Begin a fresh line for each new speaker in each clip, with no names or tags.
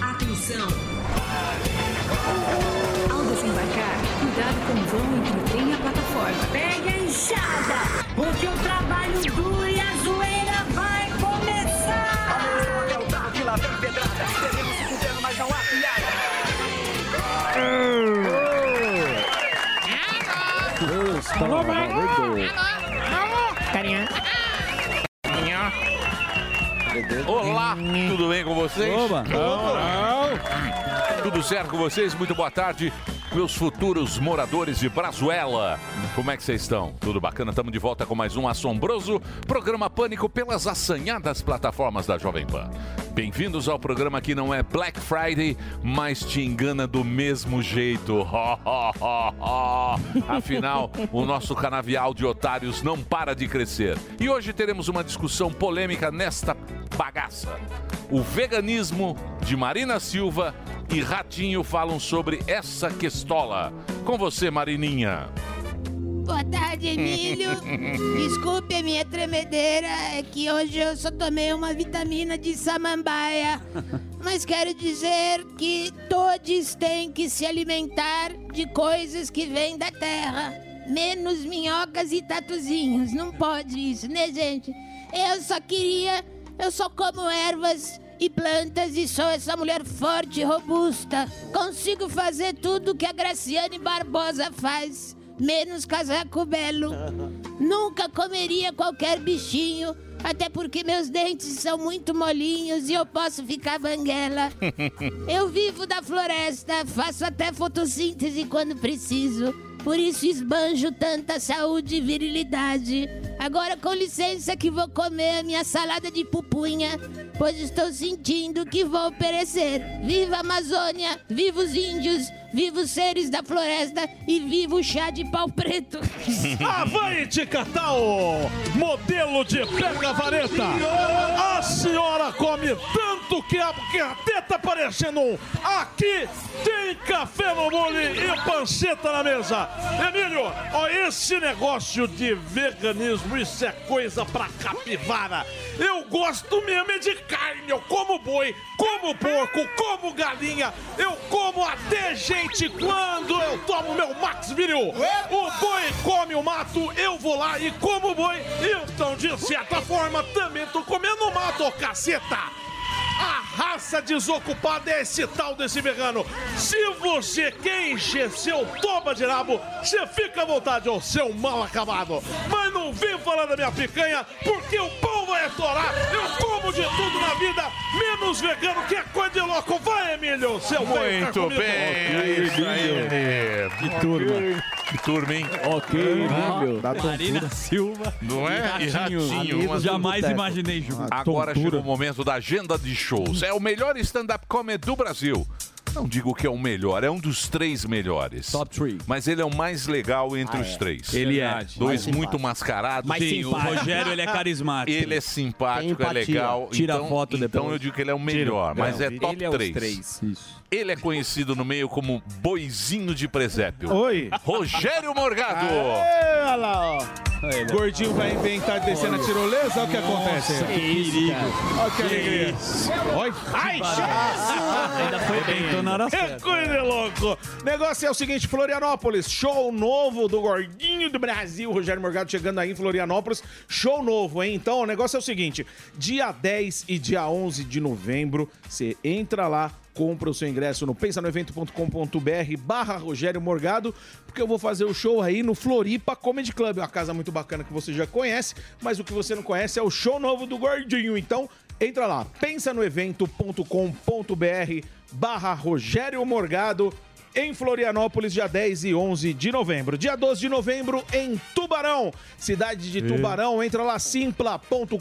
Atenção! Ao desembarcar, cuidado com o vão entre o trem e a plataforma. Pegue a enxada, porque o trabalho duro e a zoeira vai começar!
Alô, Mago! Carinha.
Olá, tudo bem com vocês?
Oba.
Tudo certo com vocês? Muito boa tarde, meus futuros moradores de Brazuela. Como é que vocês estão? Tudo bacana? Estamos de volta com mais um assombroso programa Pânico pelas assanhadas plataformas da Jovem Pan. Bem-vindos ao programa que não é Black Friday, mas te engana do mesmo jeito. Ho, ho, ho, ho. Afinal, o nosso canavial de otários não para de crescer. E hoje teremos uma discussão polêmica nesta bagaça. O veganismo de Marina Silva e Ratinho falam sobre essa questola. Com você, Marininha.
Boa tarde, Emílio. Desculpe a minha tremedeira, é que hoje eu só tomei uma vitamina de samambaia. Mas quero dizer que todos têm que se alimentar de coisas que vêm da terra, menos minhocas e tatuzinhos. Não pode isso, né, gente? Eu só queria, eu só como ervas e plantas e sou essa mulher forte e robusta. Consigo fazer tudo que a Graciane Barbosa faz menos casaco belo. Nunca comeria qualquer bichinho, até porque meus dentes são muito molinhos e eu posso ficar banguela. Eu vivo da floresta, faço até fotossíntese quando preciso. Por isso esbanjo tanta saúde e virilidade. Agora com licença que vou comer a minha salada de pupunha, pois estou sentindo que vou perecer. Viva a Amazônia, viva os índios, viva os seres da floresta e viva o chá de pau preto.
Avante, Catal! Modelo de pega-vareta! A senhora come tanto que a, que a teta parecendo um. Aqui tem café no molho e panceta na mesa! Emílio, ó, esse negócio de veganismo, isso é coisa pra capivara! Eu gosto mesmo é de carne, eu como boi, como porco, como galinha, eu como até gente quando eu tomo meu Maxville! O boi come o mato, eu vou lá e como o boi. Então, de certa forma, também tô comendo mato, ô caceta! A raça desocupada é esse tal desse vegano. Se você quer encher seu toba de rabo, você fica à vontade, ô seu mal acabado. Mas não vem falar da minha picanha, porque o pão vai atorar. Eu como de tudo na vida, menos vegano, que é coisa de louco. Vai, Emílio, seu velho, tá
Muito
comigo.
bem, é isso aí. Que turma. Que turma, hein? Ah,
Ok,
Marina Silva.
Não é? E ratinho. Mas
Jamais imaginei, Ju.
Agora chegou o momento da agenda de shows. É o melhor stand-up comedy do Brasil. Não digo que é o melhor, é um dos três melhores.
Top three.
Mas ele é o mais legal entre os três.
Ele Ah, é.
Verdade.
Dois muito mascarados.
Mas sim, o
simpático.
Rogério, ele é carismático.
Ele é simpático,
Tem
é
empatia.
legal.
Tira
então,
foto
então
depois.
eu digo que ele é o melhor, mas é top
Ele é os
3.
três.
Isso.
Ele é conhecido no meio como boizinho de presépio.
Oi!
Rogério Morgado!
Ê, Olha lá, ó. Gordinho vai inventar de descer na tirolesa, olha o que acontece.
Que perigo.
Olha que alegria. Olha. Ai,
Ainda foi bem, então na hora
É
certa.
coisa de louco!
né, Negócio é o seguinte, Florianópolis, show novo do Gordinho do Brasil, Rogério Morgado chegando aí em Florianópolis, show novo, hein? Então, o negócio é o seguinte, dia 10 e dia 11 de novembro, você entra lá, compra o seu ingresso no pensanoevento.com.br barra Rogério Morgado, porque eu vou fazer o show aí no Floripa Comedy Club, uma casa muito bacana que você já conhece, mas o que você não conhece é o show novo do Gordinho, então... Entra lá, pensanoevento.com.br barra Rogério Morgado em Florianópolis, dia 10 e 11 de novembro. Dia 12 de novembro, em Tubarão, cidade de Tubarão. Entra lá, simpla.com.br.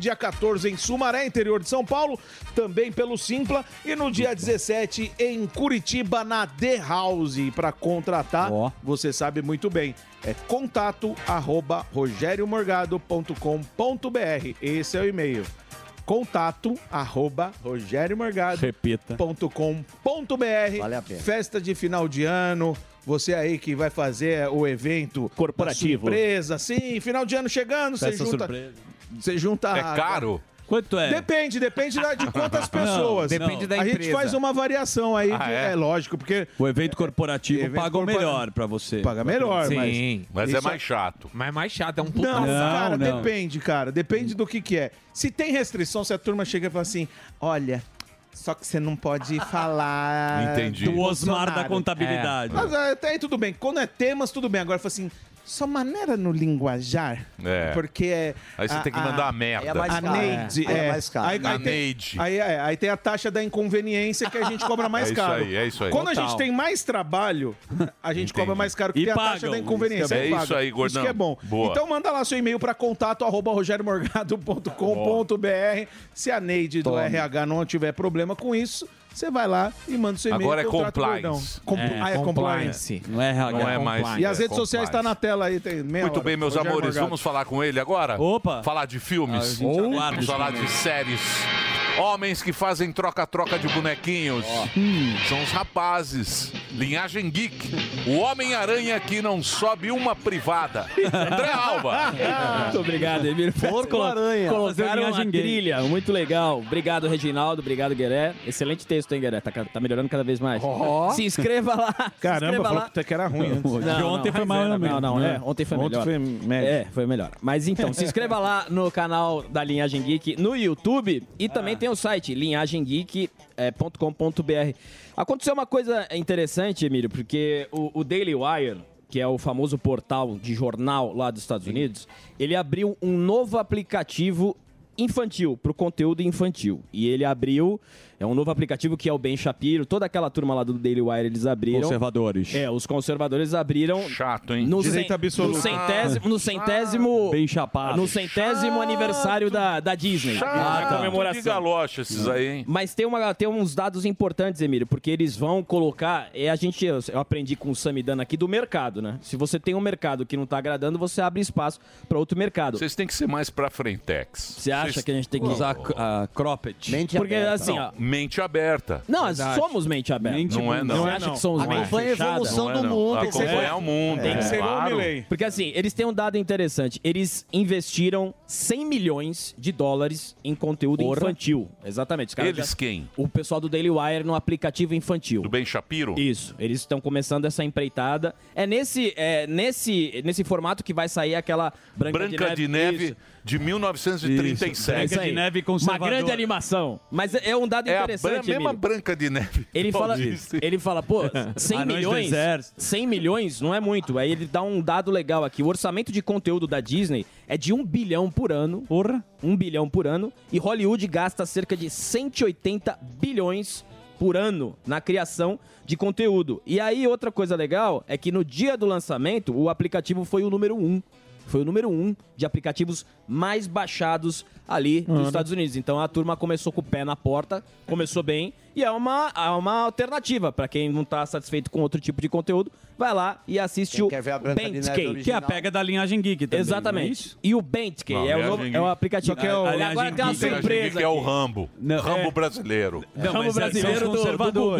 Dia 14 em Sumaré, interior de São Paulo, também pelo Simpla. E no dia 17 em Curitiba, na The House. Para contratar, você sabe muito bem, é contato arroba rogeriomorgado.com.br. Esse é o e-mail contato arroba rogeriomorgado.com.br
Vale a pena.
Festa de final de ano. Você aí que vai fazer o evento
Corporativo.
da sua empresa, sim, final de ano chegando, você
Festa
junta.
surpresa.
Você junta.
É caro?
Quanto é?
Depende, depende da- de quantas
Não,
pessoas.
depende da
A gente
empresa.
faz uma variação aí,
Ah,
que
é?
é? lógico, porque
O evento corporativo
evento
paga
corpora-
o melhor pra você.
É
Paga melhor, mas- Sim, mas é Isso- mais
chato.
Mas é mais chato, é um puta.
Não, cara,
não.
depende, cara. Depende do que que é. Se tem restrição, se a turma chega e fala assim, olha, só que você não pode falar...
Entendi. Do Osmar
Bolsonaro."
da contabilidade.
É. Mas é, até aí tudo bem. Quando é temas, tudo bem. Agora fala assim, só maneira no linguajar.
É.
Porque é...
Aí você tem que mandar a merda. Aí é mais
a
caro.
Neide,
Aí é
é.
mais caro.
Aí, aí
A
tem,
Neide.
Aí, é, aí tem a taxa da inconveniência que a gente cobra mais
É isso
caro.
aí, é isso aí.
Quando a
Total.
gente tem mais trabalho, a gente cobra mais caro que
E
tem a taxa
pagam.
da inconveniência.
É
Aí
isso
paga.
aí, gordão.
Isso que é bom.
Boa.
Então manda lá seu e-mail para contato arroba rogeriomorgado.com.br. Se a Neide do
Toma.
RH não tiver problema com isso, você vai lá e manda seu e-mail.
Agora é
contrata o gordão.
compliance.
Compl- ah, é compliance.
Não é,
RH,
Não é mais.
E as redes sociais
compliance.
estão na tela aí, tem meia
Muito
hora.
bem, meus
Rogério
amores,
Morgado.
vamos falar com ele agora? Opa! Falar de filmes,
Ah, a gente
Ou-
aguarda
vamos
isso
falar de
também.
séries. Homens que fazem troca-troca de bonequinhos. Hum. São os rapazes. Linhagem Geek. O Homem-Aranha que não sobe uma privada. André Alba.
Muito obrigado, Emílio.
Colo-
Por Colocaram
Fazer
a
linhagem gay.
trilha, muito legal. Obrigado, Reginaldo. Obrigado, Gueré. Excelente texto, hein, Gueré? Tá, ca- tá melhorando cada vez mais.
Ó.
Se inscreva lá. se
Caramba,
inscreva
falou
lá.
que era ruim. antes.
Não, não, mas
né,
era, Não, não, é, ontem foi melhor.
Ontem foi médio.
É, foi melhor. Mas então, se inscreva lá no canal da Linhagem Geek no YouTube e também tem o site é, linhagemgeek.com.br. Aconteceu uma coisa interessante, Emílio, porque o, o Daily Wire, que é o famoso portal de jornal lá dos Estados Unidos, ele abriu um novo aplicativo infantil, pro conteúdo infantil. E ele abriu, é um novo aplicativo que é o Ben Shapiro, toda aquela turma lá do Daily Wire eles abriram.
Conservadores.
É, os conservadores abriram.
Chato, hein? Ah.
No
Direito
cen-
absoluto.
No centésimo. No centésimo
Bem chapado.
No centésimo aniversário da, da Disney.
Ah,
a
de galocha esses aí, hein?
Mas tem, uma, tem uns dados importantes, Emílio, porque eles vão colocar. É, a gente, eu eu aprendi com o Samidana aqui do mercado, né? Se você tem um mercado que não tá agradando, você abre espaço para outro mercado.
Vocês têm que ser mais pra frentex. Você
acha que a gente tem que usar
a cropped?
Mente Porque, aberta. assim, ó-
mente aberta.
Não, somos mente aberta.
não é, não.
Você acha que somos
Não é,
mente
não.
fechada?
Não é, não. Acompanhar o
É,
mundo. né? claro.
Porque assim, eles têm um dado interessante. Eles investiram 100 milhões de dólares em conteúdo
Porra.
infantil. Exatamente. Os caras
Eles
já-
quem?
O pessoal do Daily Wire no aplicativo infantil. Do
Ben Shapiro?
Isso. Eles estão começando essa empreitada. É nesse, é nesse, nesse formato que vai sair aquela Branca,
Branca de Neve de
Isso. É
1937.
isso aí. Uma grande animação. Mas é um dado
É a
interessante,
bran- mesma
Emílio.
Branca de Neve.
Ele fala,
Paulista.
ele fala, pô, 100
Anões do
milhões,
Exército.
100 milhões não é muito. Aí ele dá um dado legal aqui. O orçamento de conteúdo da Disney é de 1 bilhão por ano. Porra. 1 bilhão por ano. E Hollywood gasta cerca de 180 bilhões por ano na criação de conteúdo. E aí outra coisa legal é que no dia do lançamento, o aplicativo foi o número 1. Foi o número 1 de aplicativos mais baixados ali dos
Olha.
Estados Estados Unidos. Então a turma começou com o pé na porta, começou bem e é uma, é uma alternativa para quem não tá satisfeito com outro tipo de conteúdo, vai lá e assiste
Quem
o
quer ver a Branca de Neve
Bandscape.
original. Que é a
pega da linhagem geek também.
não é
Exatamente.
isso?
e o Bandscape
Não,
é, o
Linhagem
novo,
Geek.
é um aplicativo.
Só que é o-
E agora
Linhagem
tem uma
Geek. Linhagem
surpresa
Geek é o
aqui.
Rambo.
Não,
Rambo
é-
brasileiro.
Não, Chama o brasileiro do, do Gugu.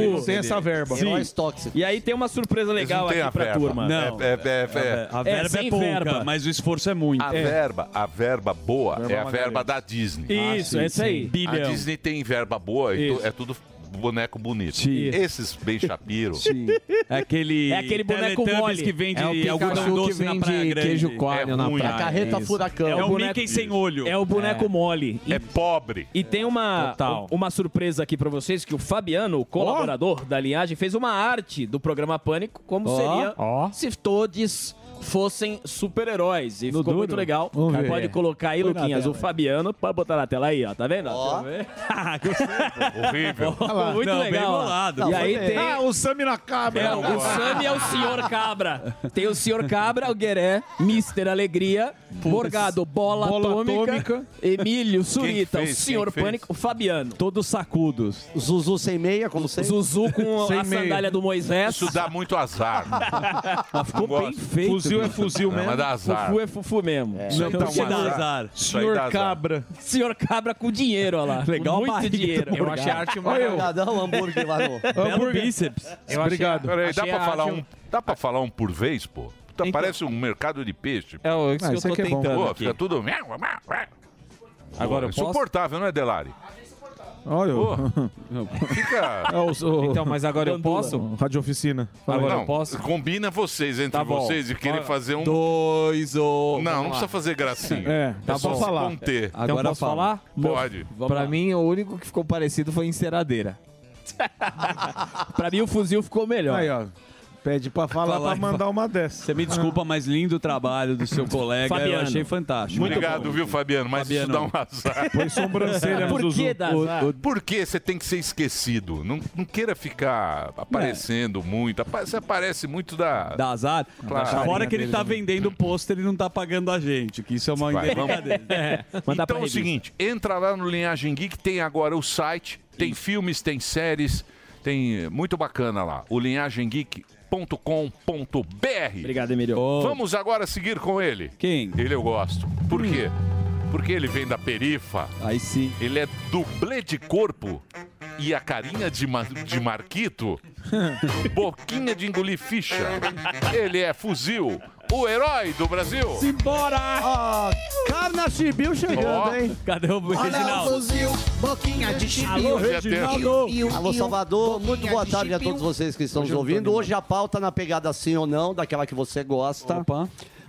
Heróis
E aí tem uma surpresa
Eles não
legal
têm
aqui
a
pra
verba.
turma.
Não. É- é- é- é-
A verba é,
sem
pouca,
verba.
mas o esforço é muito.
A
É.
verba, a verba boa
Verba
é a
Magalhães.
verba da Disney.
Isso, Ah, sim, é isso sim. aí.
A
Bilhão.
Disney tem verba boa e tu-
Isso.
é tudo boneco bonito.
Sim.
Esses Ben Shapiro.
Sim. É aquele,
É aquele boneco
Teletubbies
mole.
que vende
É o Pikachu
algodão
que
doce na
vende
praia grande.
queijo coalho
é
na
ruim.
praia. A carreta
Isso.
furacão.
É
É
o,
o boneco-
Mickey sem olho.
É o boneco mole.
É pobre.
E tem uma, um,
Total.
uma surpresa aqui pra vocês, que o Fabiano, o colaborador da linhagem, fez uma arte do programa Pânico, como
Ó.
seria se todos fossem super-heróis. E
No
ficou
duro?
muito legal.
Vamos ver.
Pode colocar aí,
Põe na
Luquinhas, o
tela
Fabiano. Pode botar na tela aí, ó. Tá vendo?
Ó.
Horrível.
muito
Não, bem
legal. ó.
bolado.
e
Não,
aí
foi bem.
tem...
Ah,
o Sami na cabra.
É, o Sami é o senhor cabra. Tem o senhor cabra, o Gueré, Mister Alegria, Borgado, Bola,
Bola
Atômica,
Atômica.
Emílio,
que
Surita,
fez?
o senhor
Quem fez?
Pânico, o Fabiano.
Todos sacudos. Zuzu sem meia, como sempre.
Zuzu com a sandália do Moisés.
Isso dá muito azar.
ficou
Não
bem
gosto.
feito.
né?
meu.
Não, Mas dá azar.
Fufu é fufu mesmo.
É. Isso aí
tá
dá um azar. Isso aí dá azar.
Senhor Cabra com dinheiro, olha lá.
Legal a
Muito
barriga do
dinheiro.
Morgado. Olha eu. Morgadão, hambúrguer lá no-
Belo
Hambúrguer.
bíceps.
Eu achei- Obrigado.
Peraí,
achei
dá pra,
a
falar
arte-
um, dá pra falar um por vez, pô? Tá, Parece um mercado de peixe.
É, o isso Ah, que eu isso tô aqui é bom. tentando
Pô,
aqui.
fica tudo...
Agora eu
é
posso?
suportável, não é, Delari?
Olha,
Pô, fica...
É
Então, mas agora eu posso?
Rádio Oficina.
Agora
não,
eu posso?
Combina vocês entre
Tá bom.
vocês e querer
Olha,
fazer um.
Dois ou.
Não, não precisa fazer gracinha.
É, tá
só
bom.
se
Falar.
conter.
Então Agora posso fala. falar?
Pode.
pra mim, o único que ficou parecido foi enceradeira.
pra mim, o fuzil ficou melhor.
Aí, ó. Pede pra falar pra mandar uma dessa.
Você me desculpa, mas lindo o trabalho do seu colega. Eu
Fabiano.
achei fantástico.
Muito Obrigado, viu, Fabiano? Mas isso
Fabiano.
dá um azar.
Põe sobrancelha no Por que Zuzu. dá azar?
O- o- Por que você tem que ser esquecido? Não, não queira ficar aparecendo muito. Apa- Você aparece muito da.
É. Dá azar?
Claro.
Fora que ele tá vendendo pôster e não tá pagando a gente, que isso é uma
Vai, vamos.
indelicadeza.
então é o seguinte, entra lá no Linhagem Geek, tem agora o site, tem filmes, tem séries, tem eh, muito bacana lá, o linhagemgeek.com.br.
Obrigado, Emílio.
Vamos agora seguir com ele.
Quem?
Ele eu gosto. Por quê? Porque ele vem da perifa.
Aí sim.
Ele é dublê de corpo e a carinha de, ma- de Marquito, boquinha de engolir ficha. Ele é fuzil, o herói do Brasil.
Simbora! Ó, Carna Chibiu chegando,
Ó.
hein?
Cadê o
Reginaldo?
boquinha de
Alô, Reginaldo!
Alô, Salvador. Muito boa tarde a todos vocês que estão nos ouvindo. Hoje a pauta na pegada sim ou não, daquela que você gosta.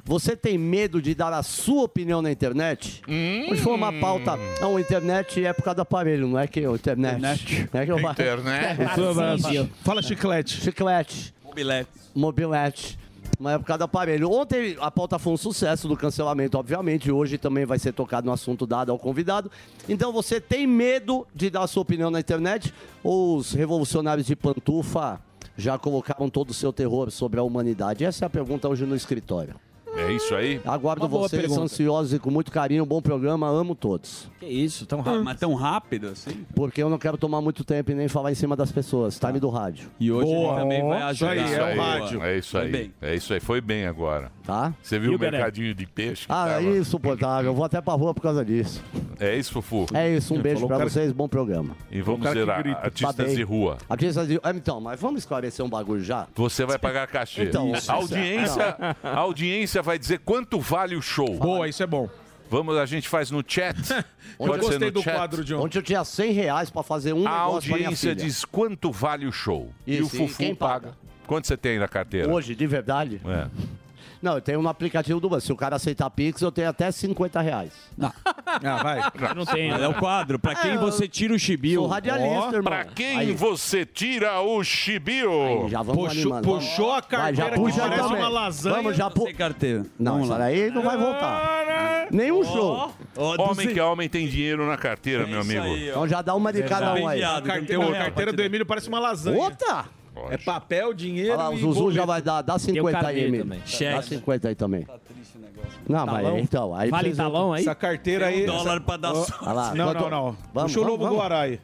Você tem medo de dar a sua opinião na internet?
Hum.
Hoje foi uma pauta. Não, internet é por causa do aparelho, não é que eu. Internet.
Internet.
Não é que eu...
Internet.
Fala- Fala chiclete.
Chiclete.
Mobilete.
Mobilete. Mas é por causa do aparelho. Ontem a pauta foi um sucesso do cancelamento, obviamente. Hoje também vai ser tocado no assunto dado ao convidado. Então você tem medo de dar sua opinião na internet? Ou os revolucionários de pantufa já colocaram todo o seu terror sobre a humanidade? Essa é a pergunta hoje no escritório.
É isso aí?
Aguardo vocês ansiosos e com muito carinho. Um bom programa. Amo todos.
Que isso, tão rápido. Mas tão rápido Tá. assim?
Porque eu não quero tomar muito tempo e nem falar em cima das pessoas. Time do rádio.
E hoje
Boa.
ele também vai ajudar.
Isso aí, É isso
Foi
aí.
bem.
É isso aí. Foi bem agora.
Tá?
Você viu
E
o
o Bené?
mercadinho de peixe? que
Ah,
Tá
tava?
é insuportável. Vou até pra rua por causa disso.
É isso, Fufu.
É isso, um beijo
Falou
pra
o cara
vocês, bom programa.
E vamos
Falou o cara
zerar
que grita.
artistas
Tá bem.
de rua.
Artistas de... Ah, Então, mas vamos esclarecer um bagulho já?
Você vai pagar cachê.
Então,
a audiência, a audiência vai dizer quanto vale o show. Boa,
isso é bom.
Vamos, a gente faz no chat.
Onde
Pode ser no chat.
Onde eu tinha 100 reais pra fazer um
A
negócio pra minha
audiência
filha.
diz quanto vale o show. e
Isso,
o Fufu
quem
paga. Quanto você tem na carteira?
Hoje, de verdade?
É.
Não, eu tenho um aplicativo do banco. Se o cara aceitar Pix, eu tenho até 50 reais.
Ah, vai.
Não tem.
É o quadro. Pra quem
É, eu-
você tira o chibio.
Sou radialista,
Ó,
irmão.
Pra quem você tira o chibio?
Já vamos animando. Vamos. Vai, já puxa também. Vamos, já pu...
Sem carteira.
Não, isso aí não vai voltar. Nenhum show.
homem que é homem tem dinheiro na carteira,
É
meu amigo.
Então já dá uma de cada um aí.
A carteira, a carteira do Emílio parece uma lasanha.
Outra!
É papel, dinheiro
Olha lá, o
e
Zuzu
boleto.
já vai dar, dá 50 aí,
carnê
Emílio.
também.
Dá
Cheque.
50 aí também.
Tá
Não, mas
Talão?
então, aí
Vale
precisa-
talão aí? Essa carteira aí-
Tem
dólar pra dar
Ó,
sorte.
olha lá,
Não,
quanto-
não, não.
Vamos,
Puxa o
vamos,
Lobo
vamos.
Guará aí.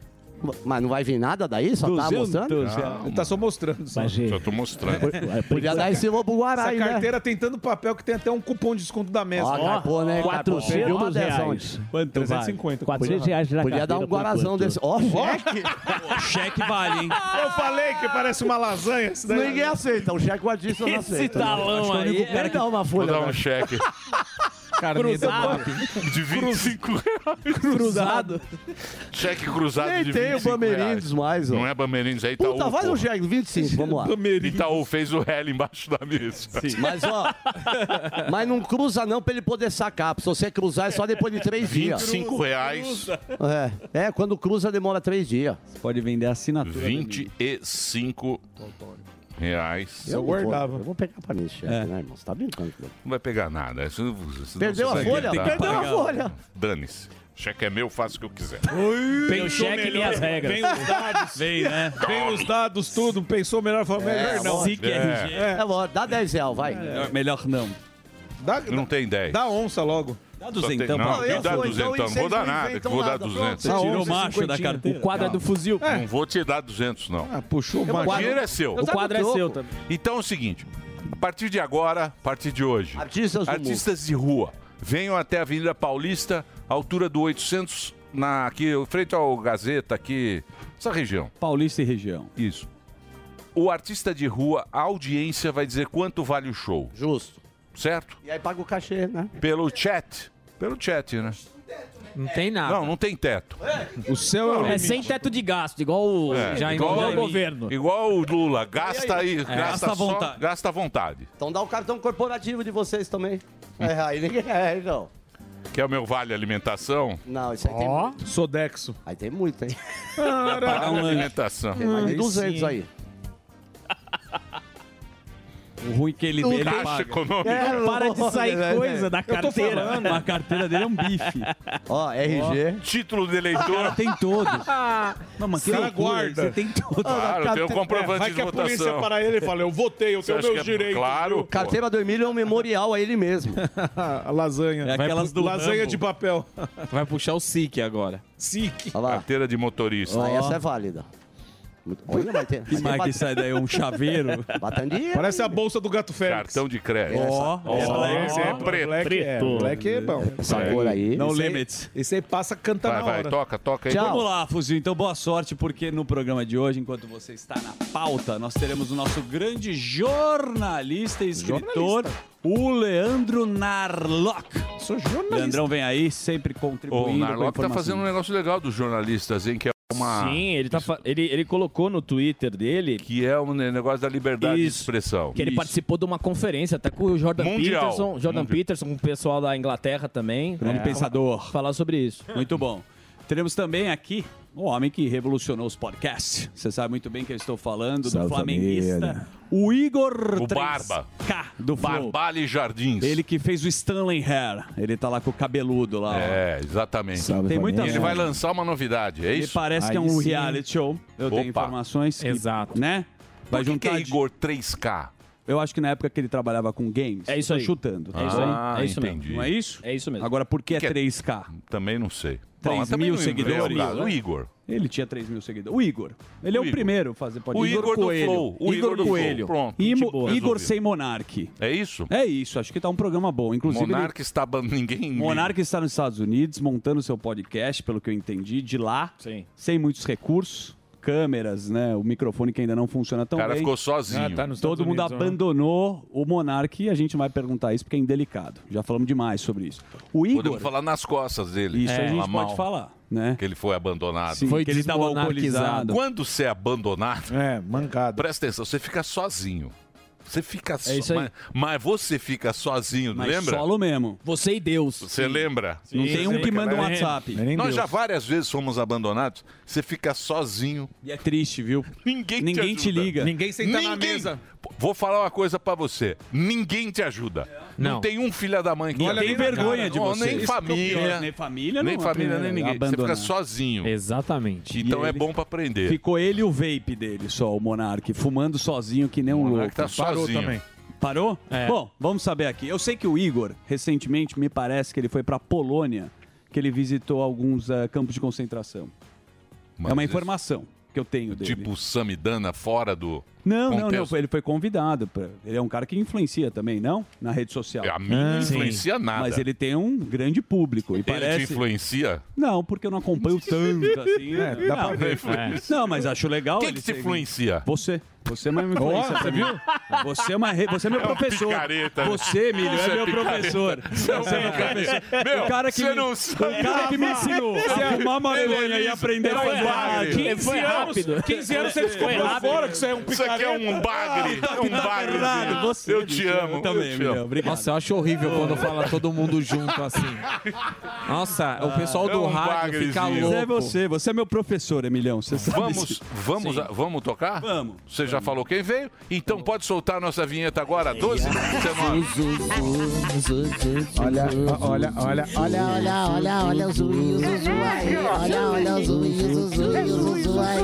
Mas não vai vir nada daí? Só tá
200,
mostrando?
Ele tá só mostrando. Só.
Só tô mostrando.
Podia dar esse Lobo Guará aí,
Essa
né?
carteira tem tanto papel que tem até um cupom de desconto da mesa.
Ó, Caipô, né? Caipô, perdeu uma dessão.
Quanto 350.
Podia dar um guarazão desse. Ó,
tá
cheque!
Cheque É vale, hein?
Eu falei que parece uma lasanha. Isso daí.
Ninguém aceita, o cheque guardista não
Esse
aceita.
talão
né? Acho que o único
aí
cara
é-
que dá uma
Vou
folha.
dar um
né?
cheque.
Cruzado.
De 25 reais.
Cruzado.
Cheque cruzado
Nem
de 25
tem o
reais.
Bamerindos mais, ó.
Não é Bamerindos, é Itaú.
Puta, faz um
porra.
cheque, 25, vamos lá.
Itaú fez o L embaixo da mesa.
Mas, ó, mas não cruza não pra ele poder sacar. Se você cruzar é só depois de três dias.
25 reais.
É, é, quando cruza demora três dias.
Pode vender assinatura.
25 reais.
não vou- Eu vou pegar pra mim, chefe,
É.
né, irmão? Você tá brincando. comigo.
Não vai pegar nada. Isso- isso não
Perdeu a
consegue
folha?
entrar.
Perdeu a folha.
Dane-se. Cheque é meu, faço o que eu quiser.
Pensou melhor. Vem os dados.
Vem, né?
Vem os dados, tudo. Pensou melhor, falou melhor não.
lógico. É, é lógico. dá 10 reais, vai.
É, Melhor não.
não tem 10.
Dá onça logo. Então,
Dá
Só tem-
então,
Não,
Não,
não dá duzentão. Vou dar nada. que Vou dar
então,
200.
O quadro é do fuzil.
Não vou te dar 200, não.
Ah, puxou
o
o
macho.
dinheiro é seu.
Eu O quadro é troco. seu também.
Então é o seguinte: a partir de agora, a partir de hoje, artistas,
do
de rua venham até a Avenida Paulista, altura do 800, na, aqui, frente ao Gazeta, aqui, essa região.
Paulista e região.
Isso. O artista de rua, a audiência vai dizer quanto vale o show.
Justo.
Certo?
E aí paga o cachê, né?
Pelo chat. Pelo chat, né?
Não tem nada.
Não, não tem teto.
O céu
é o limite. sem teto de gasto, igual o
É,
já
igual
igual o
o-
governo.
Igual o Lula, gasta aí,
É,
gasta,
gasta
só-
à vontade.
gasta à vontade.
Então dá o cartão corporativo de vocês também. É, aí ninguém é, não.
Quer o meu vale alimentação?
Não, isso aí tem
Ó.
muito.
Sodexo.
Aí tem muito, hein? um
Vale alimentação.
Tem mais de 200 aí.
O ruim que ele,
O
ele
caixa
paga.
econômica. É,
Para de sair
Olha,
coisa
velho.
da
Eu tô
carteira.
falando.
A carteira dele é um bife.
Ó, RG.
Título de
O cara tem todos. Não, mas que
Você
loucura,
aguarda.
Você tem
Ah,
todos.
Claro,
um
eu tenho o comprovante
é, Vai
de
que a
votação.
polícia para ele e fala, eu votei, eu
Você
tenho
acha
meus
que é-
direitos.
claro,
viu?
pô.
Carteira do Emílio é um memorial a ele mesmo.
a lasanha.
É aquelas do
Lasanha
Rambo.
de papel.
Vai puxar o SIC agora.
SIC.
Carteira de motorista.
Ah, essa é válida. Muito- Olha, vai ter.
Que
vai ter
mais que
bat-
sai daí? Um chaveiro?
Batandia.
Parece a bolsa do gato Félix.
Cartão de crédito.
Ó, essa daí
esse é preto.
Black é, black é bom.
Essa cor aí. No limits.
Esse aí passa canta
Vai,
na
vai,
hora.
toca, toca aí.
Vamos lá, Fuzil. Então, boa sorte, porque no programa de hoje, enquanto você está na pauta, nós teremos o nosso grande jornalista e escritor, o Leandro Narlock.
Sou jornalista.
Leandrão vem aí, sempre
Ô, O
contribuindo. com
Narlock tá
informação.
fazendo um negócio legal dos jornalistas, hein? Que é uma.
Sim, ele, tá fa- ele, ele colocou no Twitter dele
que é um negócio da liberdade de expressão.
que ele participou de uma conferência, tá com o Jordan
Mundial.
Peterson, Jordan
Mundial.
Peterson, um pessoal da Inglaterra também. É,
Grande pensador.
Falar sobre isso.
Muito bom. Teremos também aqui o homem que revolucionou os podcasts. Você sabe muito bem que eu estou falando do
Salve,
flamenguista,
família.
o Igor
O
3K
Barba.
do Flow.
Barbale Jardins.
Ele que fez o Stanley Hair. Ele tá lá com o cabeludo lá. ó.
É, exatamente.
Salve, Tem muita
Ele
sorte.
vai lançar uma novidade, é
Ele
isso?
parece que é um reality show. Eu tenho informações. Exato. né? Vai
Por que que
juntar
é Igor 3K.
Eu acho que na época que ele trabalhava com games.
É isso
eu tô
aí.
chutando.
É isso aí. Ah, É isso mesmo. entendi.
Não é isso?
É isso mesmo.
Agora, por que é 3K?
Também não sei. Bom,
3
também
mil
não inventa,
seguidores. né?
cara. O né? Igor.
Ele tinha 3 mil seguidores. O Igor. Ele é
O
o
Igor.
primeiro a fazer podcast.
O Igor do
Coelho.
Flow. O Igor do Flow.
Coelho.
Pronto,
Imo-
gente boa.
Igor
Resolvido.
sem Monark.
É isso?
É isso. Acho que tá um programa bom. Inclusive, ele-
Monarca é está ban... ninguém.
Monark está nos Estados Unidos montando seu podcast, pelo que eu entendi, de lá,
Sim.
sem muitos recursos, câmeras, né, o microfone que ainda não funciona tão
O cara
bem.
ficou sozinho. Ah, tá nos
Todo
Estados
mundo
Unidos, né?
abandonou o Monark e a gente vai perguntar isso porque é indelicado. Já falamos demais sobre isso. é O Igor,
Podemos falar nas costas dele. É,
Isso a gente pode falar, né?
Que ele foi abandonado.
Sim, Foi que ele tava desmonarquizado. alcoolizado.
Quando você é abandonado.
É, mancado.
Presta atenção, você fica sozinho. Você fica sozinho.
isso aí.
Mas, mas você fica sozinho,
É mas
lembra?
solo mesmo.
Você e Deus.
Você lembra?
Não tem um que manda um WhatsApp.
Nós já várias vezes fomos abandonados. Você fica sozinho.
E é triste, viu?
Ninguém,
Ninguém
te,
te
ajuda.
liga. Ninguém senta na
Ninguém.
mesa.
Pô, Vou falar uma coisa pra você. Ninguém te ajuda. Não,
Não.
tem um filho da mãe que
Não
te
olha nem
ajuda.
na vergonha de
Não,
você.
Nem
Isso que é o
família.
pior. Nem família,
Nem
não.
família, nem
É,
ninguém.
abandonar.
Você fica sozinho.
Exatamente.
Então
E
é
ele-
bom pra aprender.
Ficou ele e o vape dele, só o Monark, fumando sozinho que nem um louco.
tá sozinho.
Parou?
É.
Bom, vamos saber aqui. Eu sei que o Igor, recentemente, me parece que ele foi pra Polônia, que ele visitou alguns ah, campos de concentração.
Mas
é uma
isso-
informação que eu tenho dele.
Tipo o Samidana fora do.
Não, não, não.
contexto.
foi- Ele foi convidado. pra- Ele é um cara que influencia também, não? Na rede social.
A mim não Ah, sim. influencia nada.
Mas ele tem um grande público. E
Ele te
parece...
influencia?
Não, porque eu não acompanho tanto assim.
É,
né?
dá pra
não,
ver.
É. Não, mas acho legal.
Quem
ele
que te
ser-
influencia?
Você. Você é uma influência.
Ó, você
pra mim. Você é, uma re... você é meu
É um
professor.
picareta.
Você, Emílio,
Você
é
é
meu
picareta.
professor.
Você é um
meu
picareta.
professor.
Meu,
o cara que
você
me...
não
o
sabe.
cara que me ensinou
Você
a
é-
fumar
Ele é
maconha e
liso.
aprender a
Ele é
fazer Ah,
magro.
arte.
Ele foi rápido.
15 anos você
Foi
ficou por
rápido.
fora que você é um
Isso aqui Você que é um bagre.
Ah,
um bagre.
você,
eu te
bicho,
amo.
eu também,
eu te
Miguel,
amo.
obrigado.
Nossa, eu acho horrível
É.
quando fala todo mundo junto assim. Nossa,
É um
o pessoal do rádio fica um louco.
Você é você, você é meu professor, Emilhão. Você sabe
Vamos,
disso.
vamos, a- vamos tocar?
Vamos.
Você já falou quem veio? Então pode soltar a nossa vinheta agora, 12
Olha, olha, olha, olha, olha, olha, olha o zuinho, zuzu aí. Olha, olha o zuinho, zuzu, zuzu aí.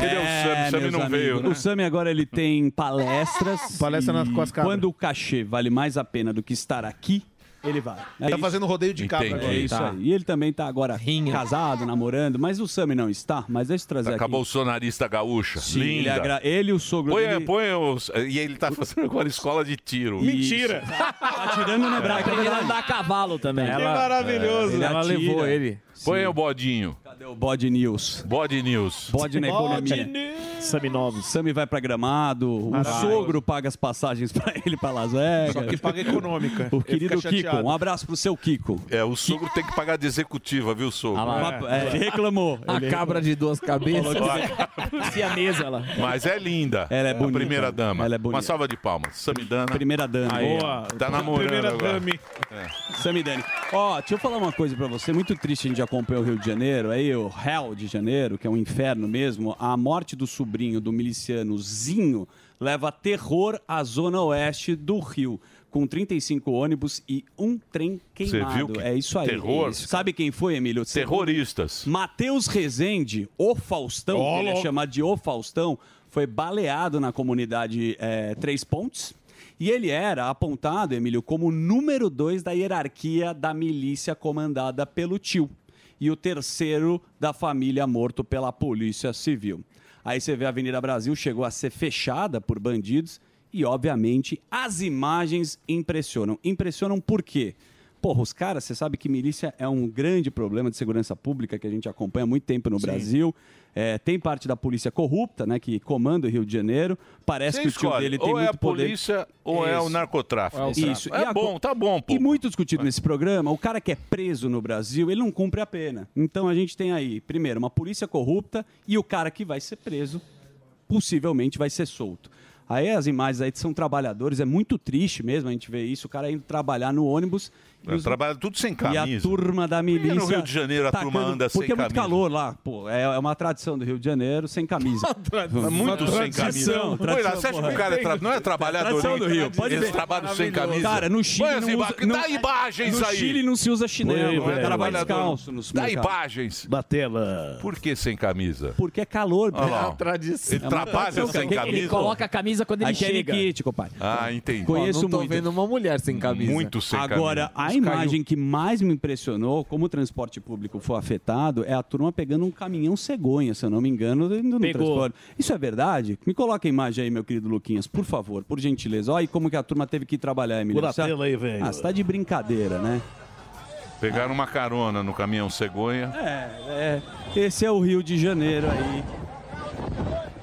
Cadê o Sami? O Sami
meus
não veio, né?
O Sami agora ele tem palestras. Palestra nas costas. Quando o cachê vale mais a pena do que estar aqui, ele vai.
Tá fazendo rodeio de cabra.
É isso
Tá.
aí. E ele também tá agora casado, namorando, mas o Sami não está, mas deixa eu trazer
Acabou
aqui.
bolsonarista gaúcha.
Sim,
Linda.
ele agra- ele e o sogro
põe,
dele-
põe os- E ele tá fazendo agora escola de tiro.
Mentira. Atirando na braca.
Aprendendo a andar a cavalo também.
É,
maravilhoso.
Ela
Atira.
levou ele.
Põe o bodinho.
Cadê o Bode News?
Bode News.
Bode na
Bode
economia. Sami Novos. Sami vai pra Gramado. O sogro paga as passagens pra ele pra Las Vegas.
Só que paga econômica.
É. O
Ele
querido
fica
Kiko.
chateado.
Um abraço pro seu Kiko.
É, o sogro tem que pagar de executiva, viu, sogro?
Ah lá. É, ele reclamou.
A
Ele-
cabra de duas cabeças.
Falou
Se a mesa ela.
Mas é linda. Ela é
bonita.
A primeira dama.
Ela é bonita.
Uma salva de palmas. Samidana.
Primeira dama.
Aí,
Boa.
Tá namorando
Primeira
agora.
dama.
É.
Sammy Dani. Ó, deixa eu falar uma coisa pra você. Muito triste a gente acompanha o Rio de Janeiro, aí o Hell de Janeiro, que é um inferno mesmo. A morte do sobrinho do miliciano Zinho leva terror à zona oeste do Rio. Com 35 ônibus e um trem queimado.
Você viu que
é isso aí.
terror?
É isso. Sabe quem foi, Emílio?
Terroristas.
Matheus Rezende, o Faustão,
Ó,
que ele é
louco.
chamado de O Faustão, foi baleado na comunidade eh, Três Pontes. E ele era apontado, Emílio, como o número dois da hierarquia da milícia comandada pelo tio. E o terceiro da família morto pela polícia civil. Aí você vê a Avenida Brasil chegou a ser fechada por bandidos. E, obviamente, as imagens impressionam. Impressionam por quê? Porra, os caras, você sabe que milícia é um grande problema de segurança pública que a gente acompanha há muito tempo no Brasil. É, tem parte da polícia corrupta, né, que comanda o Rio de Janeiro. Parece
Você
que o tio
escolhe,
dele tem
ou é
muito
a
poder.
polícia ou é o narcotráfico.
Isso.
É
E a-
bom, tá bom, pô. É.
E muito discutido nesse programa, o cara que é preso no Brasil, ele não cumpre a pena. Então a gente tem aí, primeiro, uma polícia corrupta e o cara que vai ser preso possivelmente vai ser solto. Aí as imagens aí são trabalhadores, é muito triste mesmo a gente ver isso, o cara indo trabalhar no ônibus. e
É, trabalha tudo sem
E a
camisa.
turma da milícia.
Por que no Rio de Janeiro a
tacando-
turma anda sem
Porque é muito
camisa?
calor lá, pô. É, é uma tradição do Rio de Janeiro, sem camisa.
É muito sem camisa.
Tradição,
Olha,
tradição,
você acha que
porra.
o cara é tra- não é trabalhador?
Tradição
né?
do Rio, pode
Eles
ver.
trabalham sem camisa.
Cara, no Chile
Põe
não
essa
usa-
imagem.
não-
Dá imagens
no
aí.
Chile não se usa chinelo,
Põe, põe,
o cara vai
trabalhador.
descalço nos
Dá
mercados.
imagens.
Da tela.
Por que sem camisa?
Porque é calor,
Olha lá, ó.
tradição.
Ele trabalha sem camisa.
Ele coloca a camisa quando ele
Aquele
chega.
kit, compadre.
Ah, entendi. Hum,
Conheço
Ó, não tô
muito.
vendo uma mulher sem camisa.
Agora, a
Os
imagem que mais me impressionou, como o transporte público foi afetado, é a turma pegando um caminhão cegonha, se eu não me engano, indo no
Pegou.
transporte. Isso é verdade? Me coloca a imagem aí, meu querido Luquinhas, por favor, por gentileza. Olha aí como que a turma teve que trabalhar, Emílio.
Por a
Você-
tela aí, velho.
Ah, você tá de brincadeira, né?
Pegaram uma carona no caminhão cegonha.
É, é. Esse é o Rio de Janeiro aí.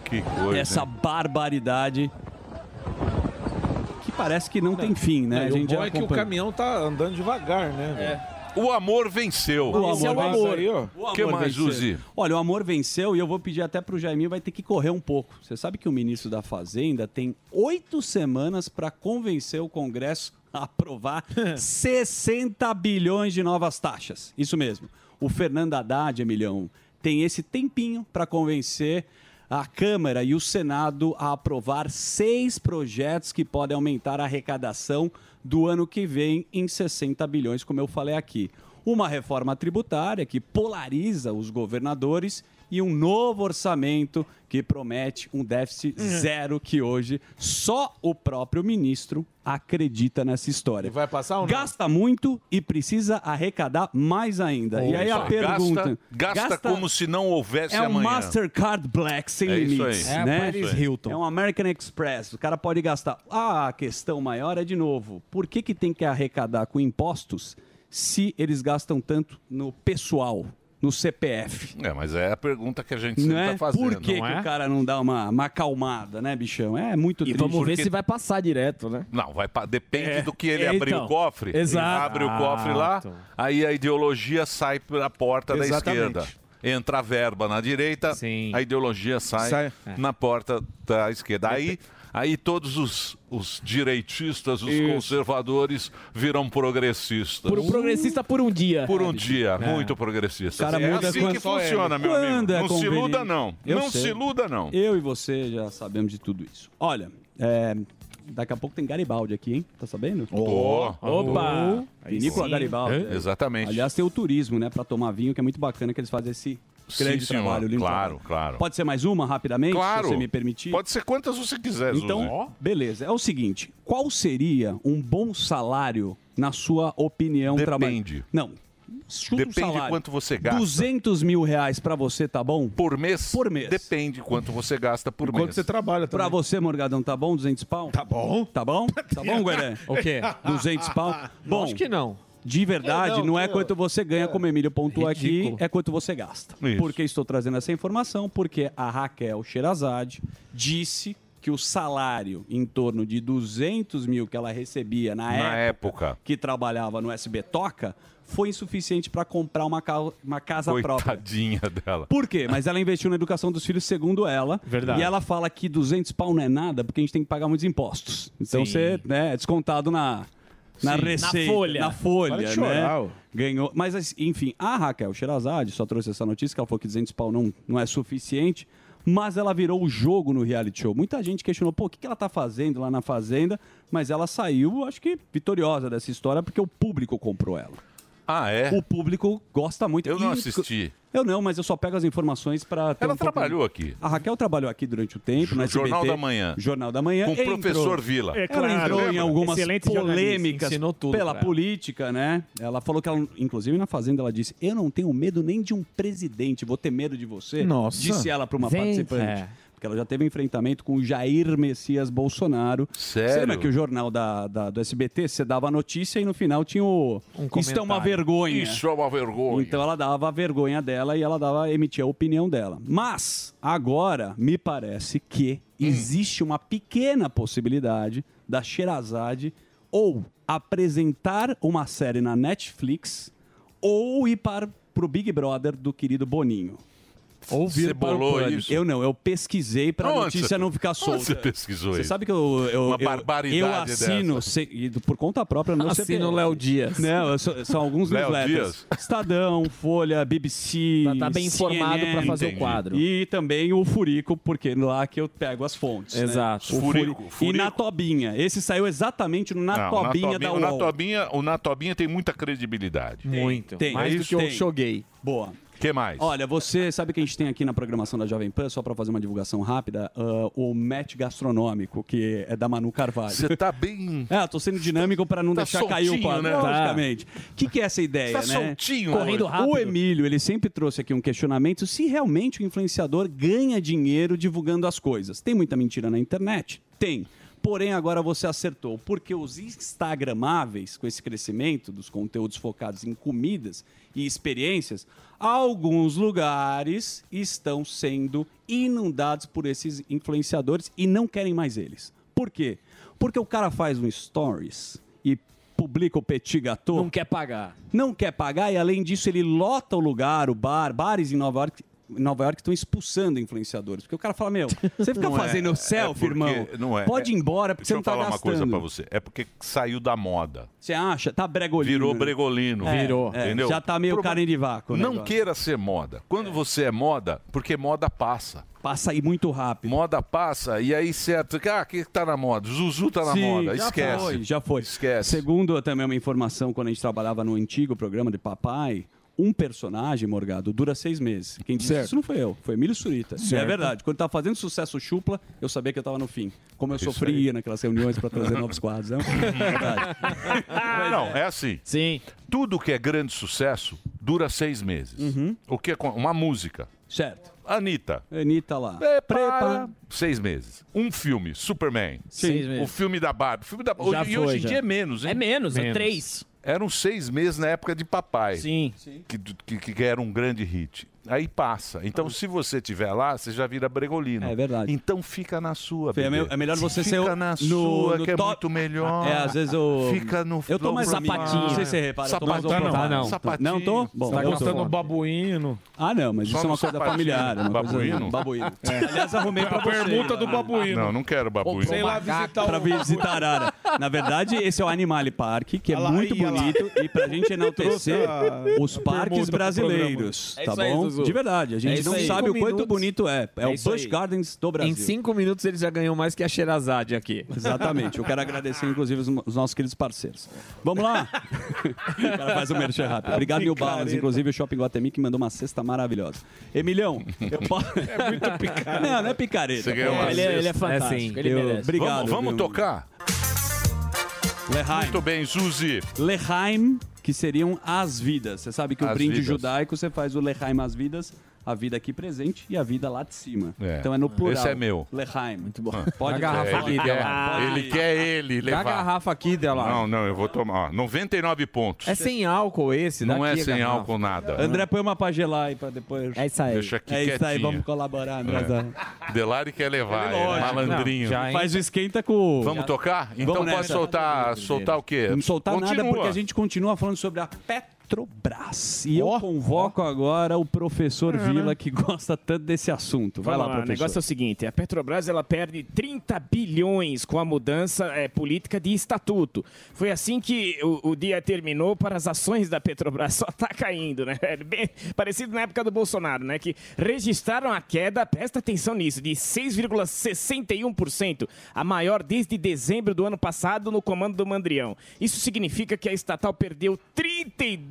Que coisa.
Essa
hein?
barbaridade. Que parece que não, tem fim, né?
E
a
o
gente
bom
já
é que o
acompanha.
caminhão tá andando devagar, né?
O amor venceu.
é
é O amor, venceu.
O que mais,
venceu.
Uzi?
Olha, o amor venceu e eu vou pedir até pro Jaiminho, vai ter que correr um pouco. Você sabe que o ministro da Fazenda tem oito semanas para convencer o Congresso a aprovar 60 bilhões de novas taxas. Isso mesmo. O Fernando Haddad, Emilhão, tem esse tempinho para convencer a Câmara e o Senado a aprovar seis projetos que podem aumentar a arrecadação do ano que vem em 60 bilhões, como eu falei aqui. Uma reforma tributária que polariza os governadores e um novo orçamento que promete um déficit
Hum.
zero que hoje só o próprio ministro acredita nessa história. vai passar Gasta muito e precisa arrecadar mais ainda. e aí a
Gasta-
pergunta...
Gasta, como se não houvesse
É um
amanhã.
Mastercard Black sem
É isso
limites.
aí. É a
né?
Paris
É um American Express. O cara pode gastar. Ah, a questão maior é de novo: por que, que tem que arrecadar com impostos se eles gastam tanto no pessoal, no CPF?
É, mas é a pergunta que a gente
Não
sempre
é?
tá fazendo.
Por que,
não
que
é?
o cara não dá uma, uma acalmada, né, bichão? É muito triste.
vamos ver se
vai passar direto, né?
Não, vai pa- depende
É.
do que ele
É,
abrir
então.
o cofre. Ele
Exato.
Abre o cofre lá, aí a ideologia sai pela porta
Exatamente.
da esquerda. entra a verba na direita, a ideologia sai,
Sai.
É.
na porta da esquerda. Aí, aí todos os, os direitistas, os conservadores viram progressistas.
Por um progressista por um dia.
Por um dia,
É.
muito progressista.
Cara,
é
muda
assim
quando-
que funciona, meu
Quando
amigo.
é
não se
conveniente.
iluda, não.
Eu
não
sei.
se iluda, não.
Eu e você já sabemos de tudo isso. Olha, é, daqui a pouco tem Garibaldi aqui, hein? Tá sabendo?
Ó.
Opa!
Aí
Vinícola
sim.
Garibaldi.
É, Exatamente.
Aliás, tem o turismo, né? Pra tomar vinho, que é muito bacana que eles fazem esse
Sim,
grande
senhor.
trabalho. lindo
Claro,
trabalho.
claro.
Pode ser mais uma, rapidamente?
Claro.
Se você me permitir.
Pode ser quantas você quiser, Zuzu.
Então,
Ó.
beleza. É o seguinte, qual seria um bom salário, na sua opinião,
Depende.
trabalho? Não. Chuta um
Depende de
salário.
quanto você gasta.
200 mil reais pra você, tá bom?
Por mês?
Por mês.
Depende quanto você gasta por mês.
trabalha também. Pra você, Morgadão, tá bom 200 pau? Tá
bom.
Tá bom? Tá bom, Guilherme?
O quê?
200 pau? Bom.
Acho que
não. De verdade, não, é quanto você ganha, como o Emílio pontua aqui,
Ridículo.
é quanto você gasta. Por que estou trazendo essa informação? Porque a Raquel Sherazade disse que o salário em torno de 200 mil que ela recebia na,
Na época.
que trabalhava no SB Toca foi insuficiente para comprar uma, ca- uma casa própria.
Coitadinha dela.
Por quê? Mas ela investiu na educação dos filhos, segundo ela.
Verdade.
E ela fala que 200 pau não é nada porque a gente tem que pagar muitos impostos. Então
Sim.
você né, é descontado na, na
Sim.
receita.
Na folha.
Na folha,
Para de
né?
chorar, ó.
Ganhou. Mas, assim, enfim, a Raquel Sherazade só trouxe essa notícia que ela falou que 200 pau não, não é suficiente. Mas ela virou o jogo no reality show. Muita gente questionou, pô, o que que ela tá fazendo lá na Fazenda? Mas ela saiu, acho que, vitoriosa dessa história, porque o público comprou ela.
Ah, é?
O público gosta muito.
Eu não
Inc-
assisti.
eu não, mas eu só pego as informações para.
Ela trabalhou aqui.
A Raquel trabalhou aqui durante o tempo, no SBT,
Jornal da Manhã.
Jornal da Manhã.
Com o
entrou-
professor Vila. É claro,
ela entrou em
lembra?
algumas
Excelente jornalista,
polêmicas
ensinou tudo é.
pela
pra ela.
política, né? Ela falou que ela, inclusive na Fazenda, ela disse: Eu não tenho medo nem de um presidente, vou ter medo de você.
Nossa.
Disse ela para uma
Gente.
participante.
É.
Porque ela já teve um enfrentamento com o Jair Messias Bolsonaro.
Sério?
Lembra que o jornal da, da- do SBT, você dava a notícia e no final tinha o. Isso é uma
Um comentário.
vergonha.
Isso é uma vergonha.
Então ela dava a vergonha dela e ela dava, emitia a opinião dela. Mas agora me parece que
Hum.
existe uma pequena possibilidade da Sherazade ou apresentar uma série na Netflix ou ir para pro Big Brother do querido Boninho. Ou
vir Você para o bolou pânico. isso?
Eu não, eu pesquisei para a
Onde
notícia
você-
não ficar
onde
solta.
você pesquisou
Você
isso?
sabe que eu, eu,
Uma
eu-
barbaridade
eu assino
dessa.
se- e do- por conta própria no
Assino
CPF.
Léo Dias.
Não, eu sou- são alguns
Léo
newsletters.
Dias?
Estadão, Folha, BBC.
Pra tá bem informado pra fazer o
Entendi.
quadro.
E também o Furico, porque lá que eu pego as fontes. né?
Exato.
O Furi-
Furico, Furico.
E na Tobinha. Esse saiu exatamente no na,
Não,
tobinha,
na
da
o
UOL.
na Tobinha, o na Tobinha tem muita credibilidade.
Muito. Tem. Mais do que o Shoguei. Boa.
que mais?
Olha, você sabe que a gente tem aqui na programação da Jovem Pan, só pra fazer uma divulgação rápida, ah, o match gastronômico, que é da Manu Carvalho.
Você tá bem.
É, eu tô sendo dinâmico pra não
Tá
deixar cair o
soltinho,
quadro,
né?
logicamente. O que, que é essa ideia,
Tá
né?
soltinho, Correndo amor. rápido.
O Emílio, ele sempre trouxe aqui um questionamento se realmente o influenciador ganha dinheiro divulgando as coisas. Tem muita mentira na internet? Tem. Porém, agora você acertou, porque os instagramáveis, com esse crescimento dos conteúdos focados em comidas e experiências, alguns lugares estão sendo inundados por esses influenciadores e não querem mais eles. Por quê? Porque o cara faz um stories e publica o petit gâteau. Não
quer pagar.
Não quer pagar e, além disso, ele lota o lugar, o bar, bares em Nova York. em Nova York estão expulsando influenciadores. Porque o cara fala, meu, você fica
Não é-
fazendo
é
selfie,
porque-
irmão.
Não é.
Pode ir embora, porque
Deixa
você não
eu
tá
falar uma
gastando.
coisa pra você. É porque saiu da moda.
Você acha? Tá bregolino.
Virou
né?
bregolino.
É, é,
Entendeu?
Já tá meio
Proba-
carne de vácuo. o
Não
negócio.
queira ser moda. Quando você é moda, porque moda passa.
Passa aí muito rápido.
Moda passa e aí certo. Ah, o que que tá na moda? Zuzu tá na
Sim,
moda.
já
Esquece.
foi, já foi.
Esquece.
Segundo também uma informação, quando a gente trabalhava no antigo programa de papai, um personagem, Morgado, dura seis meses. Quem disse
Certo.
isso não foi eu, foi Emílio Surita. E É
Certo.
verdade. Quando tava fazendo sucesso chupla, eu sabia que eu tava no fim. Como eu
Isso
sofria naquelas reuniões para trazer novos quadros. Né?
não, é assim.
Sim.
Tudo que é grande sucesso dura seis meses.
Uhum.
O que é co- uma música.
Certo.
Anitta.
Anitta lá.
Prepara. Seis meses. Um filme, Superman.
Seis meses.
O filme da Barbie. O filme da...
Já
hoje- e hoje
foi,
em
já.
dia é menos, hein?
É menos, é Menos. três.
Eram seis meses na época de Papai.
Sim.
Que, que, que era um grande hit. Aí passa. Então, se você tiver lá, você já vira bregolino. É verdade. Então fica na sua,
Fê, é
bebê.
me- é melhor você
fica
ser o-
na
no-
sua,
no
que é
top-
muito melhor.
É, às vezes eu-
Fica no
Eu tô mais sapatinho. Não sei se você repara, eu tô mais
Sapatinho,
oprofado.
não.
Não, tô.
Sapatinho.
Não tô? Bom,
Tá
eu tô.
gostando do
babuíno.
Ah, não, mas
Só
isso é
no
uma coisa
sapatinho.
familiar. é Uma
Babuíno?
Coisa, babuíno.
É.
Aliás, arrumei pra
A
você.
permuta do babuíno. né? Não, não quero babuíno. Sei lá visitar um o-
Pra visitar a arara. Na verdade, esse é o Animale Park, que é
Olha lá,
muito
aí, olha lá.
bonito. E pra gente enaltecer
Trouxe a-
os
a
parques
permuta pro
brasileiros,
programa. É
tá
isso aí,
bom?
Zuzu.
De verdade, a
É
gente
isso
não
aí.
sabe o
Cinco
quanto
minutos.
bonito é. É,
É
o
isso
Busch
aí.
Gardens do Brasil.
Em cinco minutos ele já ganhou mais que a Xerazade aqui.
Exatamente. Eu quero agradecer, inclusive, os mo- os nossos queridos parceiros. Vamos lá? o cara faz o merchan rápido. Obrigado, New Balance.
Picareta.
Inclusive, o Shopping Guatemi que mandou uma cesta maravilhosa. Emilhão, eu posso... É muito picareta. Não, não é picareta.
Você ganhou
pô.
uma
ele,
cesta.
é, ele é fantástico.
É, sim.
Eu-
Ele merece.
Obrigado.
Vamos- vamos
viu?
tocar?
Leheim.
Muito bem, Zuzi.
Leheim, que seriam as vidas. Você sabe que o
As
brinde
vidas.
judaico, você faz o Leheim as vidas, a vida aqui presente e a vida lá de cima.
É.
Então é no plural.
Esse é meu.
Leheim. Muito bom.
É,
Pode
ele quer- Ele quer ele levar.
aqui dela.
Não, não, eu vou tomar. ó, 99 pontos.
É sem álcool esse,
Não
daqui,
é sem
garrafa.
álcool nada. É.
André, põe uma pra gelar aí pra depois. É isso
aí.
Deixa aqui
É isso aí,
quietinho.
vamos colaborar, né? Andrezão.
É. Delari quer levar, ele,
lógico.
malandrinho.
Não, já, hein? Faz o esquenta com o-
Vamos
Já-
tocar? Então
Vamos
pode
nessa.
soltar, soltar o quê?
Não soltar nada
Continua.
porque a gente continua falando sobre a Petrobras. E eu convoco agora o professor Vila que gosta tanto desse assunto. Vai
Vamos lá, o
lá, professor.
É, né? negócio é o seguinte, a Petrobras ela perde 30 bilhões com a mudança eh, política de estatuto. Foi assim que o, o dia terminou para as ações da Petrobras, só tá caindo, né? É bem parecido na época do Bolsonaro, né? Que registraram a queda, presta atenção nisso, de 6,61%, a maior desde dezembro do ano passado no comando do Mandrião. Isso significa que a estatal perdeu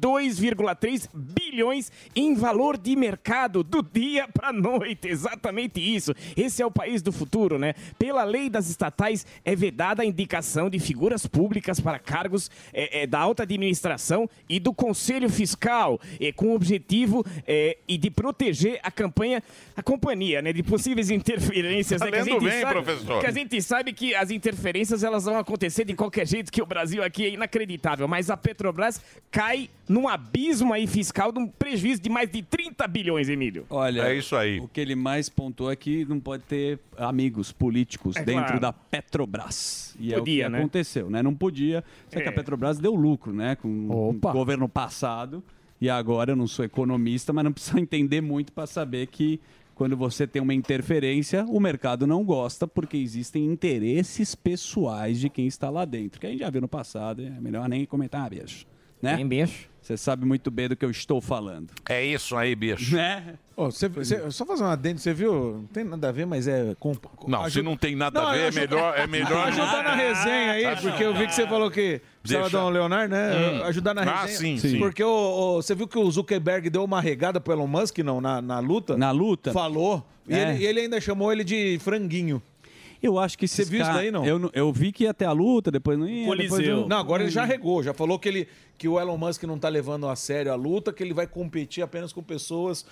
32,3 bilhões em valor de mercado do dia para noite. Exatamente isso. Esse é o país do futuro, né? Pela lei das estatais, é vedada a indicação de figuras públicas para cargos eh, eh, da alta administração e do conselho fiscal, eh, com o objetivo eh, e de proteger a campanha, a companhia, né? De possíveis interferências.
Tá
né, que a
lendo
gente
bem, professor.
Que a gente sabe que as interferências elas vão acontecer de qualquer jeito, que o Brasil aqui é inacreditável, mas a Petrobras cai num abismo aí fiscal de um prejuízo de mais de 30 bilhões, Emílio.
Olha,
É isso aí.
O que ele mais pontuou é que não pode ter amigos políticos
É
dentro
claro.
da Petrobras. E é o
Podia,
que
né?
aconteceu, né? Não podia. Só que
É.
a Petrobras deu lucro, né? Com o governo passado. E agora eu não sou economista, mas não precisa entender muito para saber que quando você tem uma interferência, o mercado não gosta porque existem interesses pessoais de quem está lá dentro. Que a gente já viu no passado, é melhor nem comentar, bicho. Né? Nem bicho. Você sabe muito bem do que eu estou falando.
É isso aí, bicho.
Né?
Ô, cê- cê- só fazer um adendo, você viu? Não tem nada a ver, mas é. Com, com-
Não, se
ajuda-
não tem nada
Não,
a ver, é
ajuda-
melhor. É melhor
Ajudar na resenha aí, porque eu vi que você falou que precisava
Deixa.
dar um Leonardo, né?
Hum.
Ajudar na resenha.
Ah, sim, sim.
Porque o- o- você viu que o Zuckerberg deu uma regada pro Elon Musk, não, na, na luta?
Na luta?
Falou. E
É.
ele, e ele ainda chamou ele de franguinho.
Eu acho que
Você
esses
viu isso
caras-
daí, não?
Eu, eu vi que ia até a luta, depois
é,
não ia. depois eu-
Não, agora ele já regou, já falou que, ele, que o Elon Musk não tá levando a sério a luta, que ele vai competir apenas com pessoas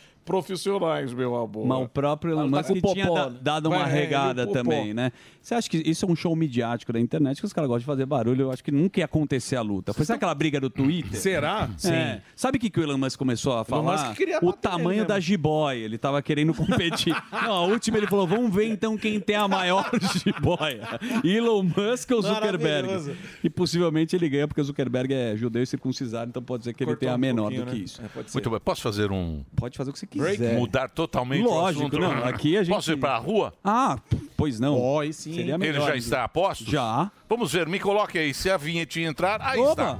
profissionais, meu amor.
Mas o próprio Elon
Tá
Musk
com o popó,
tinha da-
né?
dado uma
Vai, é,
regada
ele é o popó.
também, né? Você acha que isso é um show midiático da internet, que os caras gostam de fazer barulho? Eu acho que nunca ia acontecer a luta. Foi sabe aquela briga do Twitter?
Será?
É.
Sim.
Sabe o que, que o Elon Musk começou a falar?
Musk queria
o
bater nele
tamanho
mesmo.
da jiboia. Ele tava querendo competir. Não, a última ele falou, vamos ver então quem tem a maior jiboia. Elon Musk ou
Maravilhoso.
Zuckerberg? E possivelmente ele ganha, porque o Zuckerberg é judeu e circuncisado, então pode dizer que ele
Cortou
tem a
um
menor do
pouquinho,
que
né?
isso.
É, pode Muito bem. Posso fazer um.
Pode fazer o que você quiser.
Mudar totalmente
Lógico,
o assunto.
não, aqui a gente-
Posso ir pra rua?
Ah, pois não. Seria
Ele
melhor.
já está a postos?
Já.
Vamos ver, me coloque aí. Se a vinhetinha entrar, aí está.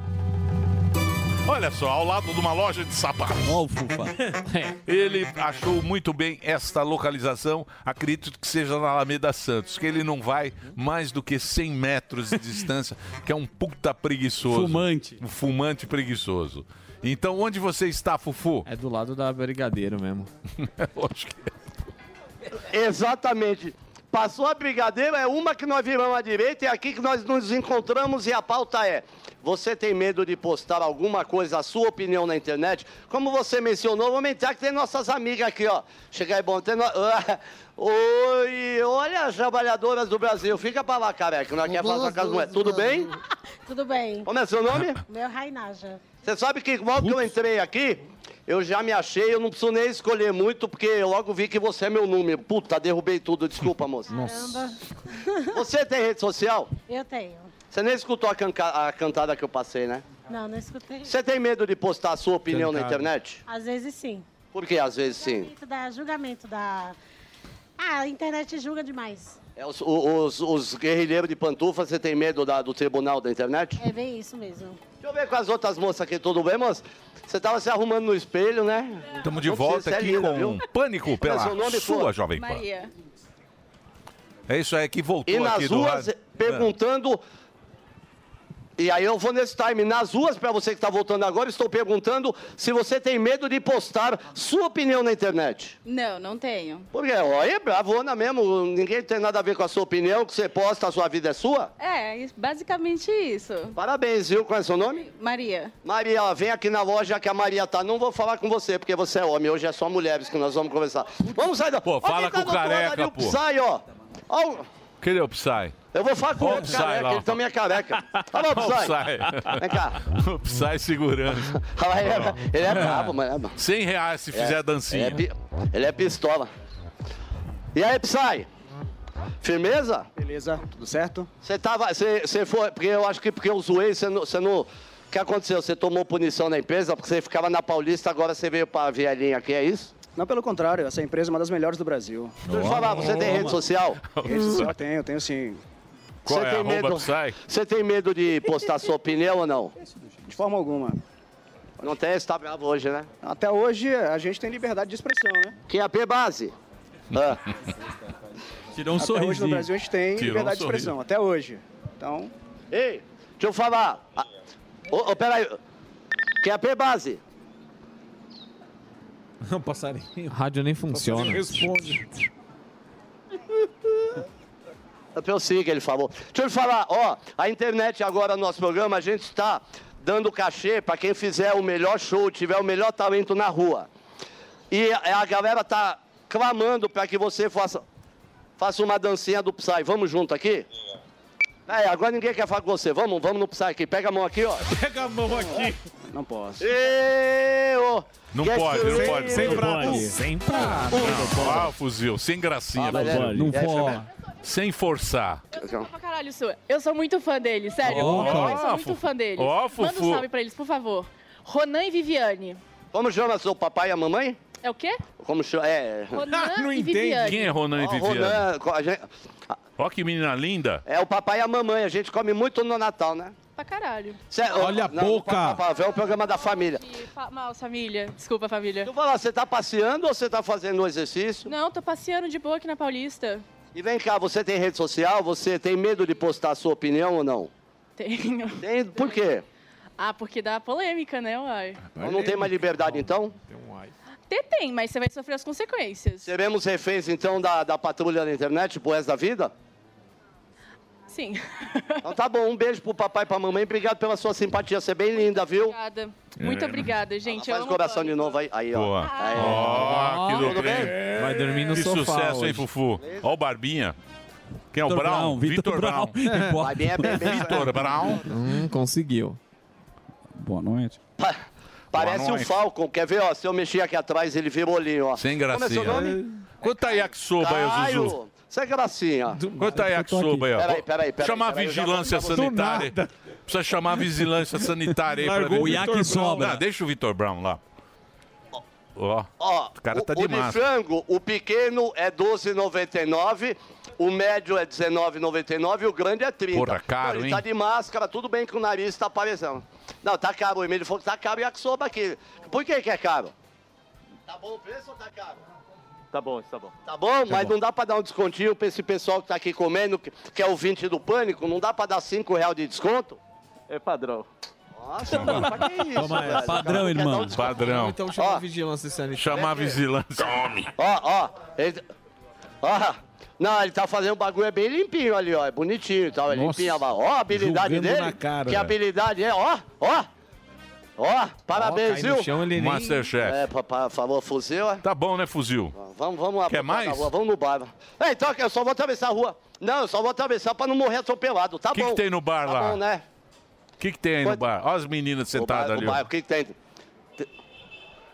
Olha só, ao lado de uma loja de sapatos. É.
Ó o Fufa.
ele achou muito bem esta localização, acredito que seja na Alameda Santos, que ele não vai mais do que 100 metros de distância, que é um puta preguiçoso.
Fumante.
Um fumante preguiçoso. Então, onde você está, Fufu?
É do lado da Brigadeiro mesmo.
Lógico que é.
Exatamente. Passou a brigadeira, é uma que nós viramos à direita e é aqui que nós nos encontramos e a pauta é. Você tem medo de postar alguma coisa, a sua opinião na internet? Como você mencionou, vamos entrar que tem nossas amigas aqui, ó. Chega aí, bom. Tem no... Oi, olha as trabalhadoras do Brasil. Fica pra lá, careca. Nós queremos falar com a casa mulher. Tudo bem?
Tudo bem.
Como é seu nome?
Meu Rainaja.
Você sabe que logo que eu entrei aqui, eu já me achei, eu não preciso nem escolher muito, porque eu logo vi que você é meu número. Puta, derrubei tudo, desculpa, moça.
Caramba.
Você tem rede social?
Eu tenho.
Você nem escutou a, canca- a cantada que eu passei, né?
Não, não escutei.
Você tem medo de postar a sua opinião na
Cantada.
internet?
Às vezes sim.
Por que às vezes sim?
Julgamento da, julgamento da... Ah, a internet julga demais.
É, os, os- os guerrilheiros de pantufa, você tem medo da- do tribunal da internet?
É bem isso mesmo.
Deixa eu ver com as outras moças aqui, tudo bem, moça? Você tava se arrumando no espelho, né?
Estamos de
Não
volta
precisa,
aqui
é linda,
com
viu?
Pânico
Como é
pela
seu nome,
sua
pô?
Jovem Pan.
Maria.
É isso aí que voltou
E nas
aqui do
ruas,
rádio.
perguntando. E aí eu vou nesse time. Nas ruas, para você que está voltando agora, estou perguntando se você tem medo de postar sua opinião na internet.
Não, não tenho.
Porque, ó, é bravona mesmo, ninguém tem nada a ver com a sua opinião, que você posta, a sua vida é sua.
É, isso- basicamente isso.
Parabéns, viu? Qual é o seu nome?
Maria.
Maria, ó, vem aqui na loja que a Maria tá. Não vou falar com você, porque você é homem. Hoje é só mulheres que nós vamos conversar. Vamos sair da... tá Pô,
fala com o careca, pô.
Sai, ó. Ó o-
Cadê o Psy?
Eu vou falar com o
Ó o
outro
Psy
careca,
lá, ó.
ele também é careca. Olha lá o Psy. Vem cá.
O Psy segurando.
Olha lá, ele, é, ele é bravo, mano.
100 reais se fizer a dancinha.
Ele é, pi- ele é pistola. E aí, Psy? Firmeza? Beleza, tudo certo? Você tava. Você você foi. Porque eu acho que porque eu zoei, você não. você não- o que aconteceu? Você tomou punição na empresa porque você ficava na Paulista, agora você veio pra Vielinha aqui, é isso?
Não, pelo contrário, essa empresa é uma das melhores do Brasil.
Deixa eu te falar, você tem rede social?
Rede social tenho, tenho sim.
Você tem, medo, você tem medo de postar sua opinião ou não?
De forma alguma.
Não tem, você tá bravo hoje, né?
Até hoje a gente tem liberdade de expressão, né?
Quem é P base? Ah.
Tirou
um
Até hoje
sorrisinho.
no Brasil a gente tem
Tirou um
liberdade de
sorriso.
expressão, até hoje. Então,
Ei, deixa eu falar. Ah, Ô, ô, peraí. Quem é P base?
Não, passarinho. Rádio nem funciona.
Responde. Eu sei que ele falou. Deixa eu te falar, ó, a internet agora no nosso programa, a gente está dando cachê para quem fizer o melhor show, tiver o melhor talento na rua. E a a galera tá clamando para que você faça, faça uma dancinha do Psy. Vamos junto aqui? É, agora ninguém quer falar com você. Vamos, vamos no Psy aqui. Pega a mão aqui, ó.
Pega a mão aqui.
não posso.
Eu!
Não pode, não pode.
Sem
não
prato.
pode.
Sem prato.
Não, Ah, o fuzil, sem gracinha.
Ah, mas é,
fuzil.
não É, pode.
Sem forçar.
Pra caralho, sua. Eu sou muito fã dele, sério.
Ó,
Meus pais são
ó,
muito
fofo.
fã dele.
Ó,
Manda um
fofo.
salve pra eles, por favor. Ronan e Viviane.
Como chama seu papai e a mamãe?
É o quê?
Como chama? É.
Ronan e Viviane.
Quem é Ronan e
Ó,
Viviane?
Ronan, co- a gente-
Ó que menina linda.
é o papai e a mamãe, a gente come muito no Natal, né?
Pra caralho.
Olha a boca! é o programa da família. Deixa
E fa- Mal, família. Desculpa, família.
eu falar, você tá passeando ou você tá fazendo um exercício?
Não, tô passeando de boa aqui na Paulista.
E vem cá, você tem rede social? Você tem medo de postar a sua opinião ou não?
Tenho.
Tem, por quê?
Ah, porque dá polêmica, né, uai?
Não, não tem mais liberdade então?
Até tem, mas você vai sofrer as consequências.
Seremos reféns então da, da patrulha na internet pro resto da vida?
Sim.
Então tá bom, um beijo pro papai e pra mamãe. Obrigado pela sua simpatia, você é bem linda, viu?
Obrigada. Muito
É.
obrigada, gente.
Faz
Eu
o
amo
coração de novo aí. Aí, ó.
Boa.
Aí.
Ó, que
Tudo
lucro, hein?
bem?
Vai dormir no
que
sofá
sucesso, hein,
hoje.
Fufu? Ó o Barbinha. Quem é o
Vitor
Brown?
Brown, Vitor Brown. Importa. Barbinha é bem- bem-
Vitor Brown.
Hum, conseguiu.
Boa noite.
Parece um
noite.
Falcon. Quer ver, ó? Se eu mexer aqui atrás, ele vira o olhinho, ó.
Sem
Como é
gracinha.
seu nome?
Quanto tá aí a que soba aí,
Caio.
Zuzu?
Você é gracinha.
Quanto aí a que soba aí, ó?
Peraí, peraí, peraí.
Chamar a
peraí, eu já
vigilância
vou-
sanitária. Precisa chamar a vigilância sanitária aí
Largou
pra ver.
o Iaque
Vitor
sobra.
Brown. Não, deixa o Vitor Brown lá. Ó,
Ó,
o cara tá
o, o
de
de
massa.
frango, o pequeno é 12,99. O médio é 19,99 e o grande é 30.
Porra, caro,
ele
hein?
tá de máscara, tudo bem que o nariz tá aparecendo. Não, tá caro, o Emílio falou que tá caro e a que soba aqui. Por que que é caro? Tá bom o preço ou tá caro?
Tá bom, tá bom.
Tá bom, mas não dá pra dar um descontinho pra esse pessoal que tá aqui comendo, que, que é ouvinte do Pânico, não dá pra dar 5 reais de desconto?
É padrão.
Nossa, mano, pra que isso,
Toma,
velho?
é
Cara,
padrão,
não quer dar um
irmão.
desconto.
Então chama a vigilância sanitária.
Chamar a
vigilância.
Ó, ó. ele- Ó. Não, ele tá fazendo um bagulho é bem limpinho ali, ó. É bonitinho e tal. É
Nossa,
limpinho. Ó, ó a habilidade
julgando
dele.
na cara,
que
velho.
habilidade é, ó, ó. Ó, parabéns,
cai no
viu?
chão, ele nem- Masterchef.
É, papai, falou fuzil, é?
Tá bom, né, fuzil?
Vamos, vamos lá.
Quer
pra
mais?
na Rua. Vamos no bar. É, então, eu só vou atravessar a rua. Não, eu só vou atravessar pra não morrer atropelado, tá
O que,
bom?
que tem no bar
tá
lá?
bom, né?
O que, que tem aí no bar? Olha as meninas sentadas ali.
o bar,
ó.
o que, que tem?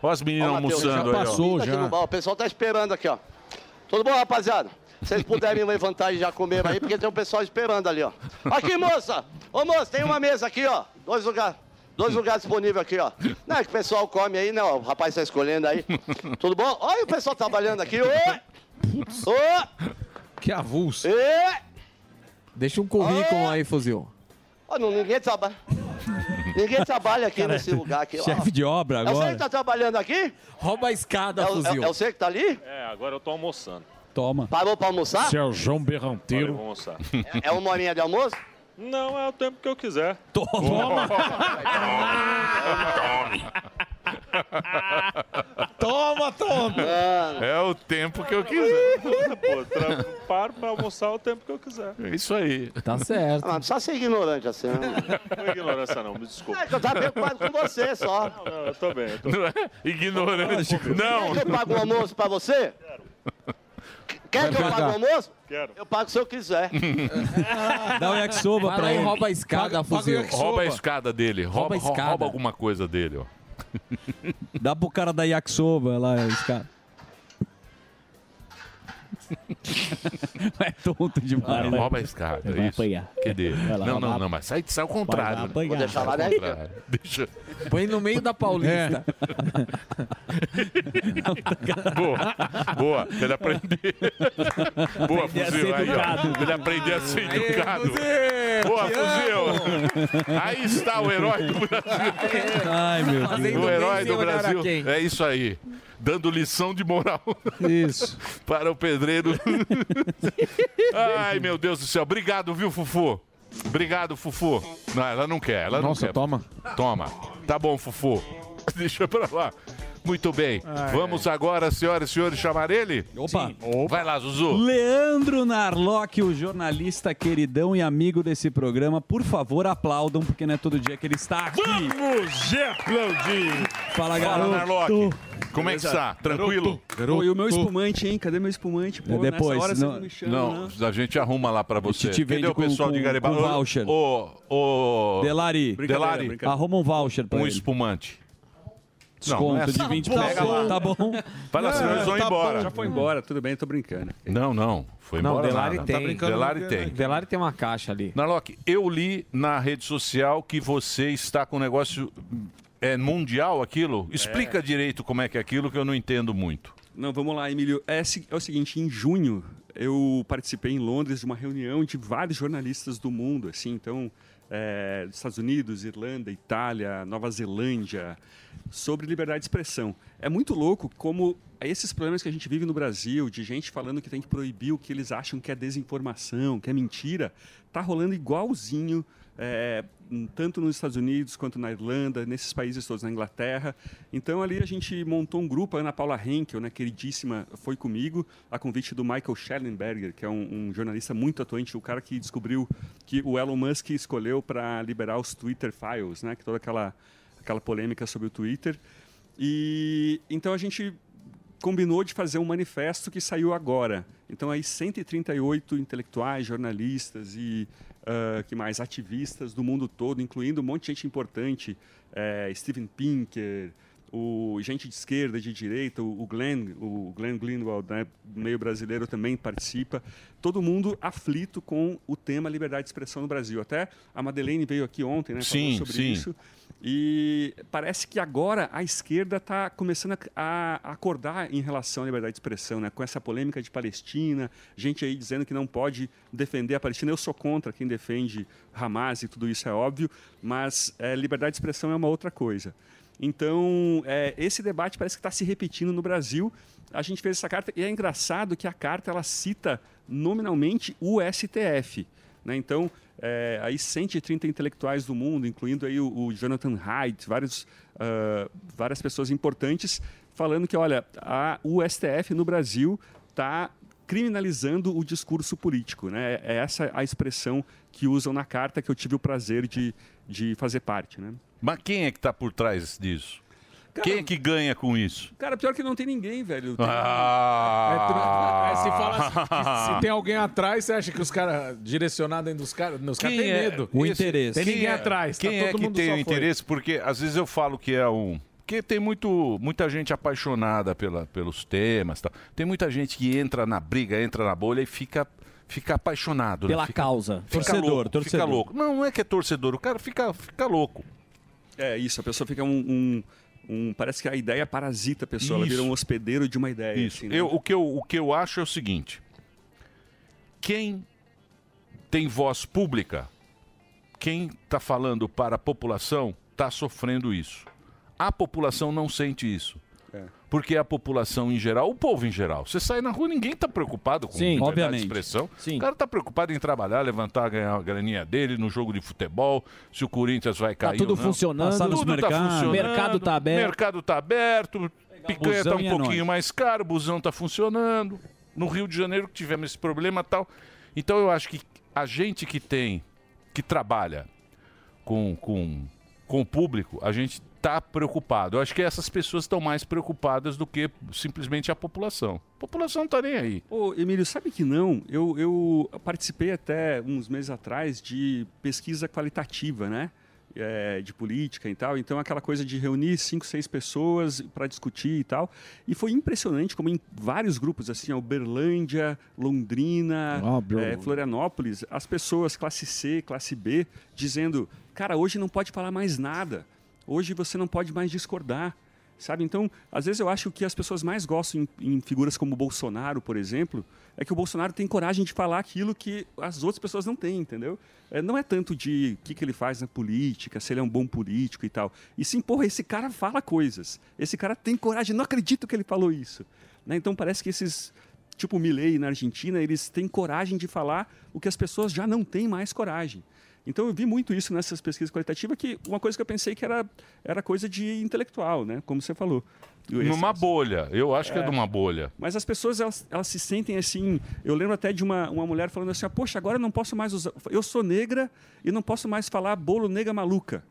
Olha as meninas
Ó, Matheus,
almoçando
já
aí. ó.
passou, já. O pessoal tá esperando aqui, ó. Tudo bom, rapaziada? Se vocês puderem levantar e já comer aí, porque tem um pessoal esperando ali, ó. Aqui, moça! Ô, moça, tem uma mesa aqui, ó. Dois lugares. Dois lugares disponíveis aqui, ó. Não, é que o pessoal come aí, não. O rapaz tá escolhendo aí. Tudo bom? Olha o pessoal trabalhando aqui. Ô! Ô!
Que avulso.
Ê!
Deixa um
É!
currículo aí, fuzil.
Ó, não, ninguém trabalha. Ninguém trabalha aqui
Cara,
nesse lugar aqui, ó.
Chefe de obra
É você
agora.
que tá trabalhando aqui?
Rouba a escada,
é, o-
fuzil.
É, é você que tá ali?
É, agora eu tô almoçando.
Toma.
Parou pra almoçar?
Seu João Berranteiro.
Vou almoçar.
É uma horinha de almoço?
Não, é o tempo que eu quiser.
Toma!
Toma, toma!
É o tempo que eu quiser.
Pô, tra- paro pra almoçar o tempo que eu quiser.
É Isso aí.
Tá certo.
Ah, mas não precisa ser ignorante assim, né?
Não é ignorância, não, me desculpa.
É que eu tava preocupado com você só.
Não, não, eu tô bem. Eu tô...
Não é? Ignorante.
Quer é que eu pague o
Não.
almoço pra você? Quer
Vai
que eu pague
pagar.
o almoço?
Quero.
Eu pago se eu quiser.
Dá o yakisoba
Vai
pra
lá e
ele.
rouba a escada,
Paga- paga o
fuzil.
yakisoba.
Rouba a escada dele. Rouba,
Rouba a
rouba,
escada.
alguma coisa dele, ó.
Dá pro cara da Yakisoba lá, esse cara. é tonto demais.
é
né?
rouba a escada.
Vai
isso.
apanhar.
Que dele.
Vai lá,
não, não,
vai-
não, mas sai, sai ao contrário.
Vai lá apanhar. Vou deixar
Sai ao
lá, né?
contrário. Deixa.
Põe no meio da Paulista.
É. Boa, boa. pra Ele aprender. Boa,
Aprender a
fuzil.
ser
Aí, ó.
educado.
Pra Ele aprender a ser
Aê,
educado.
fuzil,
Boa,
te
fuzil.
amo.
Aí está o herói do Brasil.
Ai, meu
Fazendo
O
bem
herói
sem
do
olhar a
Brasil.
quem.
É isso aí. Dando lição de moral. Isso. Para o pedreiro. Ai, meu Deus do céu. Obrigado, viu, Fufu? Obrigado, Fufu. Não, ela não quer. Ela
Nossa,
não quer.
toma.
Toma. Tá bom, Fufu. Deixa pra lá. Muito bem.
Ai,
Vamos agora, senhoras e senhores, chamar ele?
Opa.
Vai lá, Zuzu.
Leandro Narlock, o jornalista queridão e amigo desse programa, por favor, aplaudam, porque não é todo dia que ele está aqui.
Vamos aplaudir!
Fala,
Fala, garoto.
Narlock. Como é que está? Tranquilo?
Pô, e o meu espumante, hein? Cadê meu espumante? Pô,
Depois,
nessa hora
não,
vocês não me chamam,
não,
né?
a gente arruma lá pra você.
te vende
Cadê o
com-
pessoal
com-
de Garibaldi?
com voucher.
Ô, ô...
Delari,
Delari,
arruma um voucher pra
um
ele.
espumante. é
Desconto de 20%.
assim. Pega lá.
Tá bom. Hum.
Fala assim, eles vão embora.
tá Já foi embora, tudo bem, tô brincando.
Não, não. Foi
Não,
embora
Delari
nada.
tem. Tá brincando
Delari
com o
tem.
Delari.
Delari tem uma caixa
ali.
Narlock, eu li na rede social que você está com um negócio é, mundial aquilo. Explica direito como é que é aquilo que eu não entendo muito.
Não, vamos lá, Emílio. É, se- é o seguinte, em junho eu participei em Londres de uma reunião de vários jornalistas do mundo, assim, então, é, dos Estados Unidos, Irlanda, Itália, Nova Zelândia, sobre liberdade de expressão. É muito louco como esses problemas que a gente vive no Brasil, de gente falando que tem que proibir o que eles acham que é desinformação, que é mentira, tá rolando igualzinho é, n- tanto nos Estados Unidos quanto na Irlanda, nesses países todos, na Inglaterra. Então ali a gente montou um grupo, a Ana Paula Henkel, né, queridíssima, foi comigo, a convite do Michael Schellenberger, que é um, um jornalista muito atuante, o cara que descobriu que o Elon Musk escolheu para liberar os Twitter Files, né, que toda aquela, aquela polêmica sobre o Twitter. E então a gente combinou de fazer um manifesto que saiu agora. Então aí 138 intelectuais, jornalistas e ah, que mais ativistas do mundo todo, incluindo um monte de gente importante, eh, Steven Pinker, o gente de esquerda, de direita, o o Glenn, o Glenn Greenwald, né, meio brasileiro também participa. Todo mundo aflito com o tema liberdade de expressão no Brasil. Até a Madeleine veio aqui ontem, né,
Sim,
falou sobre
sim.
isso. E parece que agora a esquerda está começando a a acordar em relação à liberdade de expressão, né? com essa polêmica de Palestina, gente aí dizendo que não pode defender a Palestina. Eu sou contra quem defende Hamas e tudo isso, é óbvio, mas eh, liberdade de expressão é uma outra coisa. Então, eh, esse debate parece que está se repetindo no Brasil. A gente fez essa carta e é engraçado que a carta ela cita nominalmente o STF. Né? Então, é, aí 130 intelectuais do mundo, incluindo aí o, o Jonathan Haidt, vários, ah, várias pessoas importantes, falando que, olha, a, o STF no Brasil está tá criminalizando o discurso político. Né? É essa a expressão que usam na carta que eu tive o prazer de, de fazer parte. Né?
Mas quem é que está por trás disso? Quem é que ganha com isso?
Cara, pior que não tem ninguém, velho. Tem-
Ah!
É, se fala-
assim,
assim, se- se tem alguém atrás, você acha que os caras direcionados ainda dos caras. Os caras
Quem
têm
é-
medo.
Isso.
Tem
Quem
ninguém
é-
atrás.
Quem
tá
é
todo
que
mundo
tem
só
o
foi.
interesse? Porque às vezes eu falo que é um. Porque tem muito, muita gente apaixonada pela, pelos temas. e Tal. Tem muita gente que entra na briga, entra na bolha e fica, fica apaixonado. né?
Pela
Fica-
causa.
Fica
Torcedor,
louco,
torcedor.
Fica louco. Não, não é que é torcedor, o cara fica, fica louco.
É isso, a pessoa fica um. um- um- parece que a ideia parasita a pessoa, ela
Isso.
vira um hospedeiro de uma ideia.
Isso.
assim, né?
eu, o, que eu, o que eu acho é o seguinte: quem tem voz pública, quem está falando para a população, está sofrendo isso. A população não sente isso.
É.
Porque a população em geral, o povo em geral, você sai na rua, ninguém está preocupado com
Sim,
liberdade
obviamente.
de expressão. O cara está preocupado em trabalhar, levantar, ganhar a graninha dele no jogo de futebol, se o Corinthians vai
Tá
cair.
tudo
ou não.
funcionando.
Tudo
Tudo tá funcionando. Mercado tá aberto.
Mercado tá aberto, picanha
busão
tá
e
um
é
pouquinho
nóis.
mais caro, o busão tá funcionando. No Rio de Janeiro que tivemos esse problema e tal. Então eu acho que a gente que tem, que trabalha com, com, com o público, a gente tá preocupado. Eu acho que essas pessoas estão mais preocupadas do que simplesmente a população. A população não tá nem aí.
Ô, Emílio, sabe que não? Eu, eu participei até uns meses atrás de pesquisa qualitativa, né? É, de política e tal. Então, aquela coisa de reunir cinco, seis pessoas para discutir e tal. E foi impressionante como em vários grupos, assim, ó, Uberlândia, Londrina,
Ah, Uberlândia.
é, Florianópolis, as pessoas classe C, classe B, dizendo: cara, hoje não pode falar mais nada. Hoje você não pode mais discordar. Sabe? Então, às vezes eu acho que as pessoas mais gostam em, em figuras como o Bolsonaro, por exemplo, é que o Bolsonaro tem coragem de falar aquilo que as outras pessoas não têm, entendeu? É, não é tanto de o que, que ele faz na política, se ele é um bom político e tal. E sim, porra, esse cara fala coisas. Esse cara tem coragem, não acredito que ele falou isso. Né? Então parece que esses tipo o Milley na Argentina, eles têm coragem de falar o que as pessoas já não têm mais coragem. Então eu vi muito isso nessas pesquisas qualitativas, que uma coisa que eu pensei que era, era coisa de intelectual, né? Como você falou. Esse-
Numa bolha. Eu acho que é
É.
de uma bolha.
mas as pessoas, elas, elas se sentem assim. Eu lembro até de uma, uma mulher falando assim: ah, Poxa, agora eu não posso mais usar. Eu sou negra e não posso mais falar bolo nega maluca.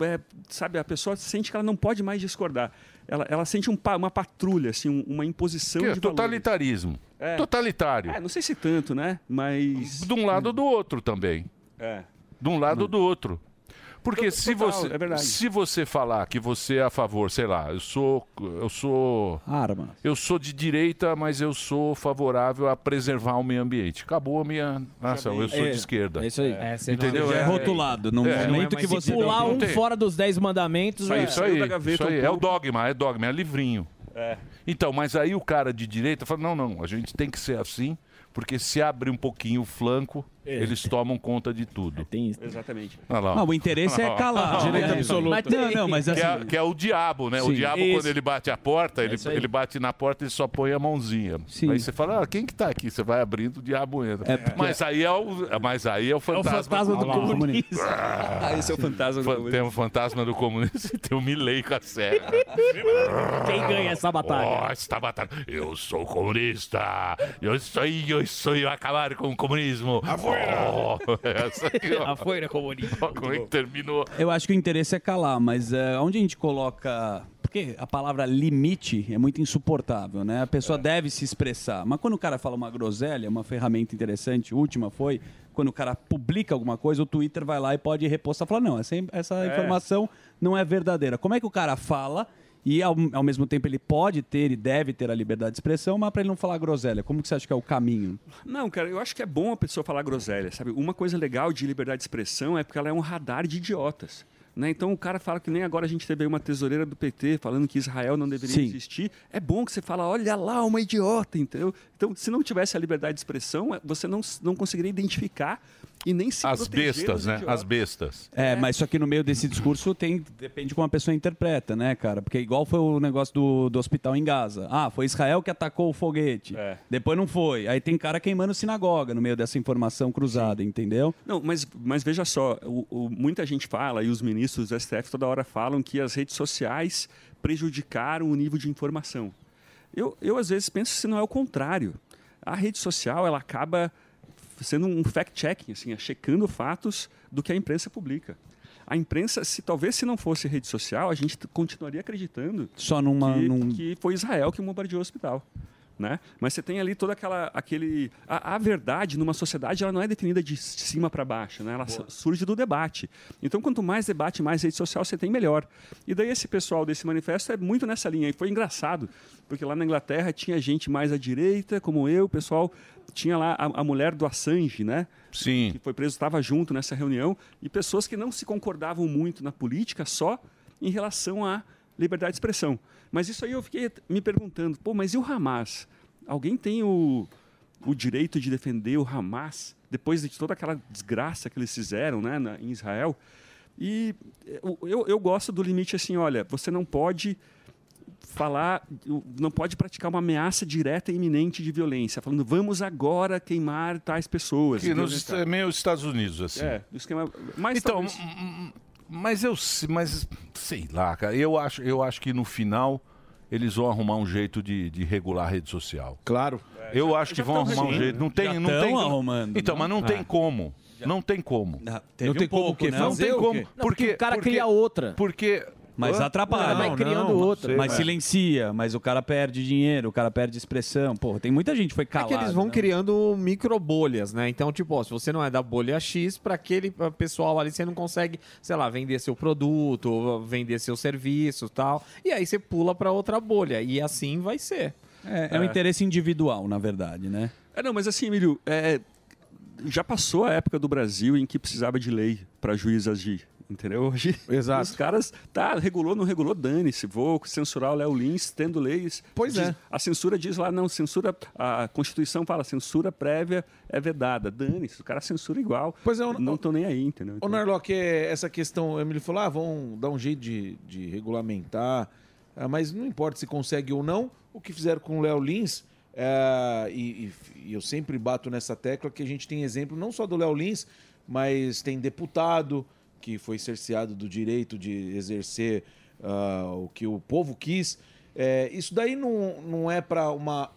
É, sabe, a pessoa sente que ela não pode mais discordar. Ela, ela sente um pa- uma patrulha, assim, um- uma imposição
Que é
de valores.
totalitarismo.
É.
Totalitário.
É, não sei se tanto, né? Mas.
De um lado ou do outro também.
É.
De um lado ou do outro. Porque se
total,
você
é verdade.
se você falar que você é a favor, sei lá, eu sou eu sou
arma.
Eu sou de direita, mas eu sou favorável a preservar o meio ambiente. Acabou a minha nação, eu sou
É,
de esquerda.
é isso aí. É, você não-
Entendeu?
já é rotulado, no momento que você pular um fora dos 10 mandamentos,
Isso aí,
é-
isso aí, isso aí. é o dogma, é dogma, é livrinho. Então, mas aí o cara de direita fala: não, não, a gente tem que ser assim, porque se abrir um pouquinho o flanco,
É.
eles tomam conta de tudo.
Exatamente.
Não, o interesse é calar. Direito absoluto. Mas tem- Não, não, mas
Que é,
assim-
que é o diabo, né? O
Sim.
diabo,
Isso.
quando ele bate a
É
porta, ele, ele bate na porta e só põe a mãozinha. Aí você fala, ah, quem que tá aqui? Você vai abrindo, o diabo entra. mas, aí é o, mas aí é o fantasma.
fantasma do
Ah, lá.
comunismo.
Ah,
esse é o fantasma do comunismo.
Tem o fantasma do comunismo e tem o Milei com a serra.
Quem ganha essa batalha?
Oh, esta batalha. Eu sou comunista. Eu sou, eu sou eu acabar com o comunismo. Afuera. essa aqui, ó.
Afuera comunismo.
Ó, Como é que terminou?
Eu acho que o interesse é calar, mas é, onde a gente coloca. Porque a palavra limite é muito insuportável, né? A pessoa deve se expressar. Mas quando o cara fala uma groselha, uma ferramenta interessante, última foi, quando o cara publica alguma coisa, o Twitter vai lá e pode repostar e falar: não, essa, essa
É.
informação não é verdadeira. Como é que o cara fala e ao, ao mesmo tempo ele pode ter e deve ter a liberdade de expressão, mas para ele não falar groselha? Como que você acha que é o caminho?
Não, cara, eu acho que é bom a pessoa falar groselha, sabe? Uma coisa legal de liberdade de expressão é porque ela é um radar de idiotas. Né? Então o cara fala que nem agora a gente teve aí uma tesoureira do PT falando que Israel não deveria
Sim.
existir. É bom que você fala, olha lá, uma idiota, entendeu? Então, se não tivesse a liberdade de expressão, eh, você não, s- não conseguiria identificar e nem se
As
proteger
bestas,
dos
né?
idiotas.
As bestas.
É, mas só que no meio desse discurso tem depende como a pessoa interpreta, né, cara? Porque igual foi o negócio do, do hospital em Gaza. Ah, foi Israel que atacou o foguete. Depois não foi. Aí tem cara queimando sinagoga no meio dessa informação cruzada, entendeu?
Não, mas, mas veja só, o- o- muita gente fala, e os ministros do STF toda hora falam que as redes sociais prejudicaram o nível de informação. Eu, eu às vezes penso se não é o contrário. a rede social ela acaba sendo um fact-checking, assim, é checando fatos do que a imprensa publica. A imprensa, se talvez se não fosse rede social, a gente t- continuaria acreditando
Só numa-
que,
num-
que foi Israel que bombardeou o hospital. Né? Mas você tem ali toda aquela aquele a, a verdade numa sociedade ela não é definida de s- de cima para baixo, né? Ela su- surge do debate. Então quanto mais debate, mais rede social você tem melhor. E daí esse pessoal desse manifesto é muito nessa linha e foi engraçado porque lá na Inglaterra tinha gente mais à direita como eu, o pessoal tinha lá a, a mulher do Assange, né?
Sim.
Que foi preso estava junto nessa reunião e pessoas que não se concordavam muito na política só em relação à liberdade de expressão. Mas isso aí eu fiquei me perguntando, pô, mas e o Hamas? Alguém tem o, o direito de defender o Hamas depois de toda aquela desgraça que eles fizeram né, na- em Israel? E eu, eu- eu gosto do limite assim, olha, você não pode falar, não pode praticar uma ameaça direta e iminente de violência, falando vamos agora queimar tais pessoas.
Que nos,
violentar.
é meio Estados Unidos, assim.
É, do esquema. Mas
então,
talvez-
m- m- mas eu se- mas sei lá, cara. Eu acho, eu acho que no final eles vão arrumar um jeito de, de regular a rede social.
Claro.
eu acho que
É, já
vão
tão
arrumar um
regulando.
jeito. Não tem,
Já
não tem.
tão arrumando,
Então,
não?
mas não
Ah.
tem como. Não tem como.
teve Não tem um como pouco, o quê? né?
Não
Fazer
tem
o
como.
quê? Não,
Porque
porque o cara
porque-
cria
outra.
Porque
Mas
Hã?
atrapalha. Mas silencia, mas o cara perde dinheiro, o cara perde expressão. Porra, tem muita gente que foi
É que
calada.
eles vão
né?
criando micro bolhas, né? Então, tipo, ó, se você não é da bolha X, para aquele ah, pessoal ali você não consegue, sei lá, vender seu produto, ou vender seu serviço e tal. E aí você pula para outra bolha. E assim vai ser.
É, é um interesse individual, na verdade, né?
É, não, mas assim, Emílio, é, já passou a época do Brasil em que precisava de lei para juiz agir. Entendeu? Hoje, Exato. os caras, tá, regulou, não regulou, dane-se. Vou censurar o Léo Lins tendo leis. Pois
é.
A censura diz lá, não, censura, a Constituição fala, censura prévia é vedada. Dane-se, o cara censura igual. Pois é, não tô nem aí, entendeu?
Ô, Narlock, é essa questão, o Emílio falou, ah, vão dar um jeito de, de regulamentar, ah, mas não importa se consegue ou não, o que fizeram com o Léo Lins, ah, e, e- e eu sempre bato nessa tecla que a gente tem exemplo não só do Léo Lins, mas tem deputado que foi cerceado do direito de exercer ah, o que o povo quis. É, isso daí não, não é para uma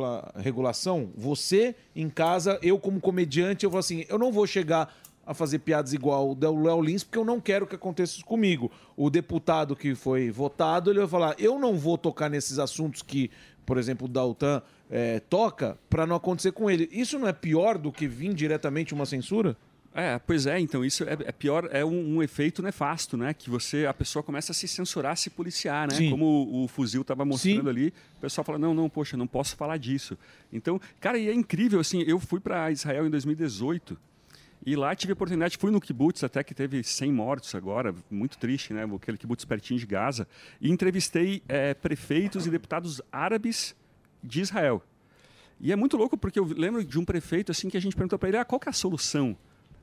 autorregulação? Você, em casa, eu como comediante, eu falo assim, eu não vou chegar a fazer piadas igual o Del Léo Lins, porque eu não quero que aconteça isso comigo. O deputado que foi votado, ele vai falar: eu não vou tocar nesses assuntos que, por exemplo, o Daltan eh, toca, para não acontecer com ele. Isso não é pior do que vir diretamente uma censura?
É, pois é, então isso é, é pior, é um, um efeito nefasto, né? Que você, a pessoa começa a se censurar, se policiar, né?
Sim.
Como o, o fuzil estava mostrando ali, o pessoal fala, não, não, poxa, não posso falar disso. Então, cara, e é incrível, assim, eu fui para Israel em 2018 e lá tive a oportunidade, fui no kibbutz até que teve 100 mortos agora, muito triste, né? Aquele kibbutz pertinho de Gaza, e entrevistei eh, prefeitos e deputados árabes de Israel. E é muito louco porque eu lembro de um prefeito assim que a gente perguntou para ele: ah, qual que é a solução?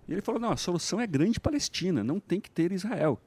E ele falou: não, a solução é grande Palestina, não tem que ter Israel.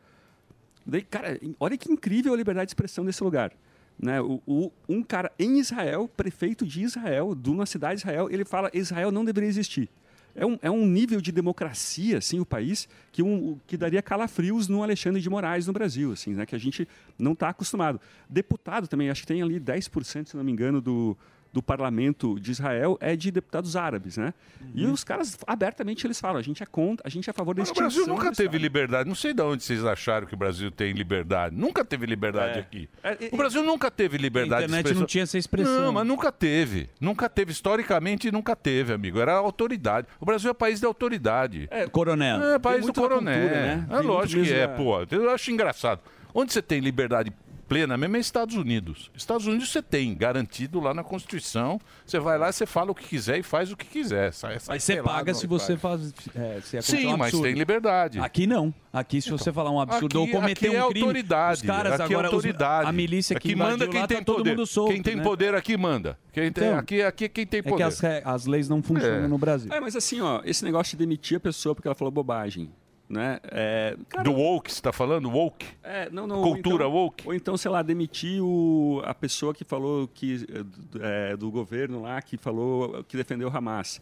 Daí, cara, em- olha que incrível a liberdade de expressão desse lugar. Né? O, o- um cara em Israel, prefeito de Israel, de uma cidade de Israel, ele fala: Israel não deveria existir. É um, é um nível de democracia, assim, o país, que, um, que daria calafrios no Alexandre de Moraes no Brasil, assim, né? Que a gente não está acostumado. Deputado também, acho que tem ali 10%, se não me engano, do, do parlamento de Israel é de deputados árabes, né? E os caras, abertamente, eles falam, a gente é contra, a gente é a favor da
Uhum. Mas o
extinção.
Brasil nunca
do
teve
Estado."
liberdade. Não sei de onde vocês acharam que o Brasil tem liberdade. Nunca teve liberdade
É.
aqui.
É, é,
o Brasil nunca teve liberdade
A internet
de expressão.
não tinha essa expressão.
Não, mas nunca teve. Nunca teve. Historicamente, nunca teve, amigo. Era autoridade. O Brasil é país de autoridade.
É, coronel.
É, país
Tem
do
muito
coronel.
da cultura, né?
É
Tem
lógico
muito
que
mesmo
é,
da-
pô. Eu acho engraçado. Onde você tem liberdade plena mesmo é Estados Unidos. Estados Unidos você tem, garantido lá na Constituição. Você vai lá, você fala o que quiser e faz o que quiser.
Mas você paga se você faz. é, se acontecer
Sim,
um
mas
absurdo.
tem liberdade. Então,
Aqui não. Aqui, se você falar um absurdo ou
Aqui-
cometer
aqui é
um crime.
autoridade.
Os caras
aqui
agora.
é
os-
autoridade.
a milícia que tá
aqui manda quem tem
todo
poder.
mundo solto.
quem tem
né?
poder aqui manda. Quem tem,
Então,
aqui, aqui é quem tem
É que
poder.
as, re- as leis não funcionam
É.
no Brasil.
É, mas assim, ó, esse negócio de demitir a pessoa porque ela falou bobagem, né? É, cara,
Do woke, você está falando? Woke?
É, não, não.
Cultura
ou então,
woke?
Ou então, sei lá, demitir o, a pessoa que falou que eh, do- eh, do governo lá, que falou que defendeu o Hamas.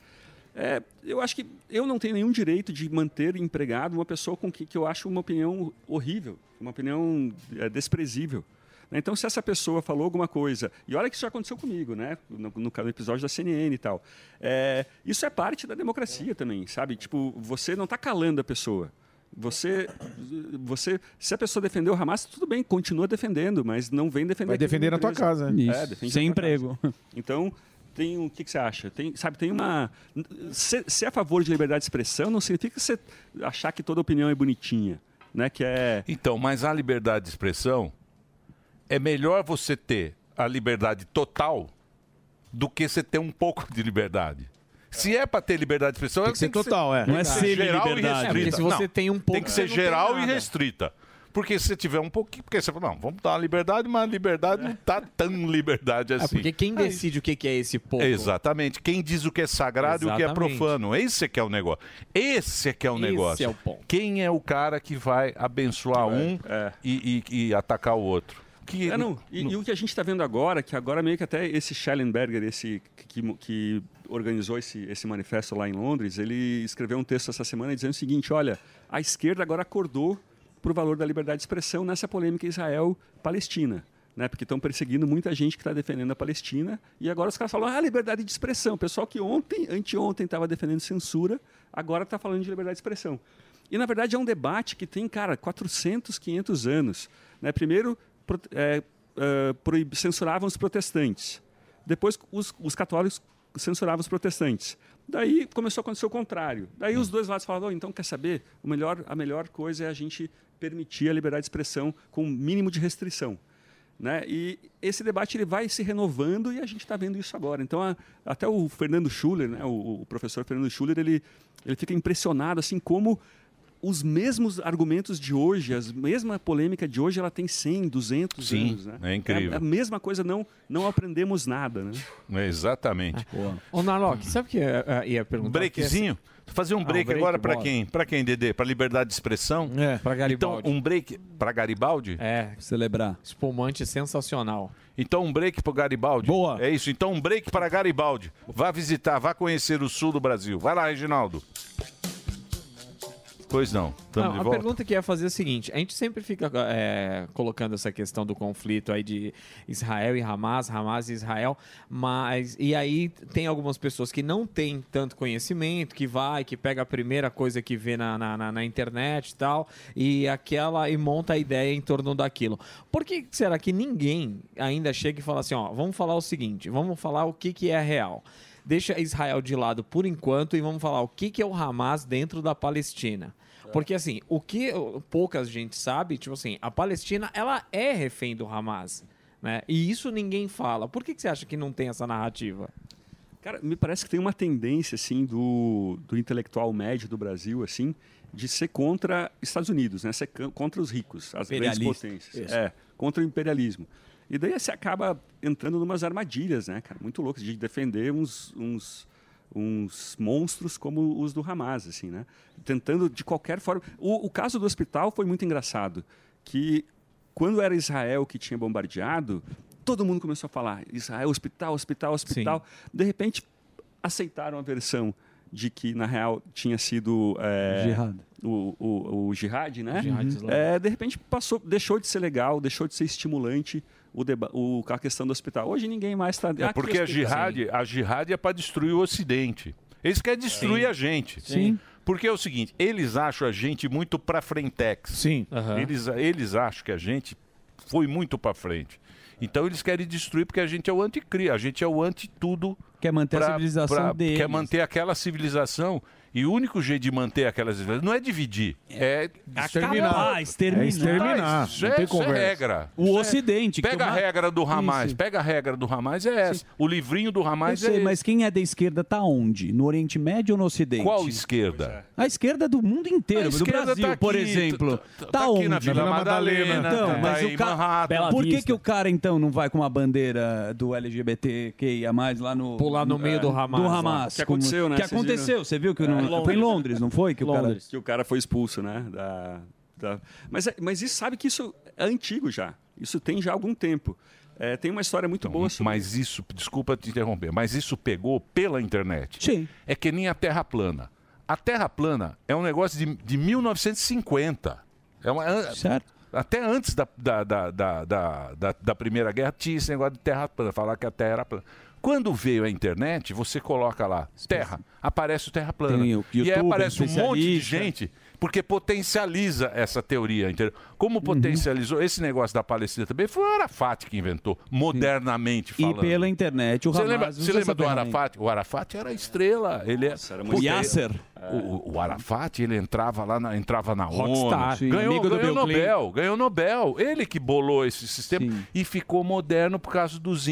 É, eu acho que eu não tenho nenhum direito de manter empregado uma pessoa com que, que eu acho uma opinião horrível, uma opinião eh, é, desprezível. Né? Então, se essa pessoa falou alguma coisa, e olha que isso já aconteceu comigo, né? No, no, no episódio da CNN e tal. É, isso é parte da democracia também, sabe? Tipo, você não está calando a pessoa. Você, você, se a pessoa defendeu o Hamas, tudo bem, continua defendendo, mas não vem defender.
Vai
aqui
defender na tua
empresa.
casa, né?
É,
Isso.
defende
Sem
na tua casa.
emprego.
Então, tem um, o que, que você acha? Tem, sabe, tem uma. Ser, ser a favor de liberdade de expressão não significa você achar que toda opinião é bonitinha, né? Que é.
Então, mas a liberdade de expressão é melhor você ter a liberdade total do que você ter um pouco de liberdade. Se é para ter liberdade de expressão,
Tem
ela
que
tem
ser total, é. Não é ser
geral e
liberdade.
restrita.
É, porque se você
Não,
tem um pouco,
tem que
você
ser
não tem
geral e
nada.
restrita. Porque se você tiver um pouquinho, porque você fala, não, vamos dar uma liberdade, mas a liberdade não tá tão liberdade assim.
É, porque quem decide o que que é esse pouco?
Exatamente. Quem diz o que é sagrado e o que é
Exatamente.
profano. Esse é que é o negócio. Esse é que é o
Esse
negócio.
é o ponto.
Quem é o cara que vai abençoar um E, e- e atacar o outro? Que,
É, não. E, e o que a gente está vendo agora, que agora meio que até esse Schellenberger, esse que, que- que organizou esse, esse manifesto lá em Londres, ele escreveu um texto essa semana dizendo o seguinte: olha, a esquerda agora acordou para o valor da liberdade de expressão nessa polêmica Israel-Palestina. Né? Porque estão perseguindo muita gente que está defendendo a Palestina. E agora os caras falam, ah, liberdade de expressão. O pessoal que ontem, anteontem, estava defendendo censura, agora está falando de liberdade de expressão. E, na verdade, é um debate que tem, cara, 400, 500 anos. Né? Primeiro, pro- é, é, proib- censuravam os protestantes. Depois, os, os católicos censuravam os protestantes. Daí começou a acontecer o contrário. Daí os dois lados falavam, "Oh, então quer saber? O melhor, a melhor coisa é a gente permitir a liberdade de expressão com o mínimo de restrição. Né? E esse debate ele vai se renovando e a gente está vendo isso agora. Então, a- até o Fernando Schuller, né, o, o professor Fernando Schuller, ele, ele fica impressionado assim como os mesmos argumentos de hoje, a mesma polêmica de hoje, ela tem 100, 200
Sim,
anos. Né?
é incrível. É,
a, a mesma coisa, não, não aprendemos nada. Né? É.
Exatamente.
Ô, Narlock, sabe o que é, é, ia perguntar?
Um breakzinho? Fazer um
Ah, um
break,
break,
agora para
bora.
quem? Para quem, Dedê? Para liberdade de expressão?
É, para
Garibaldi. Então, um break para Garibaldi?
É.
Celebrar.
Espumante sensacional.
Então, um break para Garibaldi. Boa. É isso. Então, um break para Garibaldi. Vá visitar, vá conhecer o sul do Brasil. Vai lá, Reginaldo. Pois não. Estamos
Não,
de
a
volta.
pergunta que eu ia fazer é a seguinte: a gente sempre fica é, colocando essa questão do conflito aí de Israel e Hamas, Hamas e Israel, mas e aí tem algumas pessoas que não têm tanto conhecimento, que vai, que pega a primeira coisa que vê na, na, na- na internet e tal, e aquela e monta a ideia em torno daquilo. Por que será que ninguém ainda chega e fala assim: ó, vamos falar o seguinte, vamos falar o que, que é real? Deixa Israel de lado por enquanto e vamos falar o que, que é o Hamas dentro da Palestina.
É.
Porque assim, o que uh, pouca gente sabe, tipo assim, a Palestina ela é refém do Hamas, né? E isso ninguém fala. Por que, que você acha que não tem essa narrativa?
Cara, me parece que tem uma tendência assim do, do intelectual médio do Brasil assim de ser contra Estados Unidos, né? Ser can- contra os ricos, as grandes
Imperialista,
potências.
isso.
É, contra o imperialismo. E daí você acaba entrando numas armadilhas, né, cara? Muito louco de defender uns, uns, uns monstros como os do Hamas, assim, né? Tentando de qualquer forma. O, o caso do hospital foi muito engraçado, que quando era Israel que tinha bombardeado, todo mundo começou a falar Israel, hospital, hospital, hospital. De repente aceitaram a versão de que na real tinha sido é,
Jihad.
o, o, o jihad, né?
Jihad
Uhum.
islâmico.
É, de repente passou, deixou de ser legal, deixou de ser estimulante o deba- o, a questão do hospital. Hoje ninguém mais tá, Ah, está.
É porque a jihad, a jihad é para destruir o Ocidente. Eles querem destruir
Sim.
a gente.
Sim.
Porque é o seguinte, eles acham a gente muito para frentex.
Sim.
Eles, eles acham que a gente foi muito para frente. Então eles querem destruir porque a gente é o anticristo, a gente é o anti-tudo.
Então, Quer manter a civilização deles.
Quer manter aquela civilização. E o único jeito de manter aquela civilização não é dividir, é,
Acabar, exterminar.
Tá, isso é, isso é regra.
O Ocidente. que
Pega a
uma-
regra do Hamas,
Isso.
pega a regra do Hamas é essa. O livrinho do
Eu
Hamas é
sei,
esse.
mas quem é da esquerda tá onde? No Oriente Médio ou no Ocidente?
Qual esquerda?
A esquerda do mundo inteiro,
A
do
esquerda
Brasil,
tá aqui,
por exemplo.
tá-
Tá,
tá aqui
onde?
na Vila Madalena, tá
Então, mas
em
o cara,
Manhattan.
por que,
Vista.
que o cara então não vai com uma bandeira do LGBTQIA+ lá no é,
Pular no meio do
É.
Hamas,
Do
lá.
Hamas.
Que aconteceu, né?
Que
Vocês
aconteceu,
viram?
você viu que
É,
não, foi em
Londres.
Londres, não foi que o cara
Que o cara foi expulso, né? Da, da... Mas, é- mas isso sabe que isso é antigo já. Isso tem já há algum tempo. É, tem uma história muito boa sobre
Então, Mas isso, desculpa te interromper, mas isso pegou pela internet.
Sim.
É que nem a Terra plana. A Terra plana é um negócio de, de 1950. É uma,
Certo.
Até antes da, da, da, da, da, da- da Primeira Guerra tinha esse negócio de terra plana, falar que a terra era plana. Quando veio a internet, você coloca lá, terra, aparece o terra plana.
Tem o
e aí
YouTube,
aparece um monte de
especialista.
gente, porque potencializa essa teoria. Entendeu?
Uhum.
Como potencializou esse negócio da Palestina também, foi o Arafat que inventou, modernamente
E
falando.
pela internet, o
Você
Hamas
lembra,
usa
você lembra
essa
do
ferramenta.
Arafat? O Arafat era a estrela. Ele é
muito
Puta,
Yasser.
ele- O, o Arafat, ele entrava lá na, entrava na
Rockstar.
ONU.
Sim,
ganhou
amigo do
ganhou o
Bill
Nobel. Ganhou o Nobel. Ele que bolou esse sistema e ficou moderno por causa dos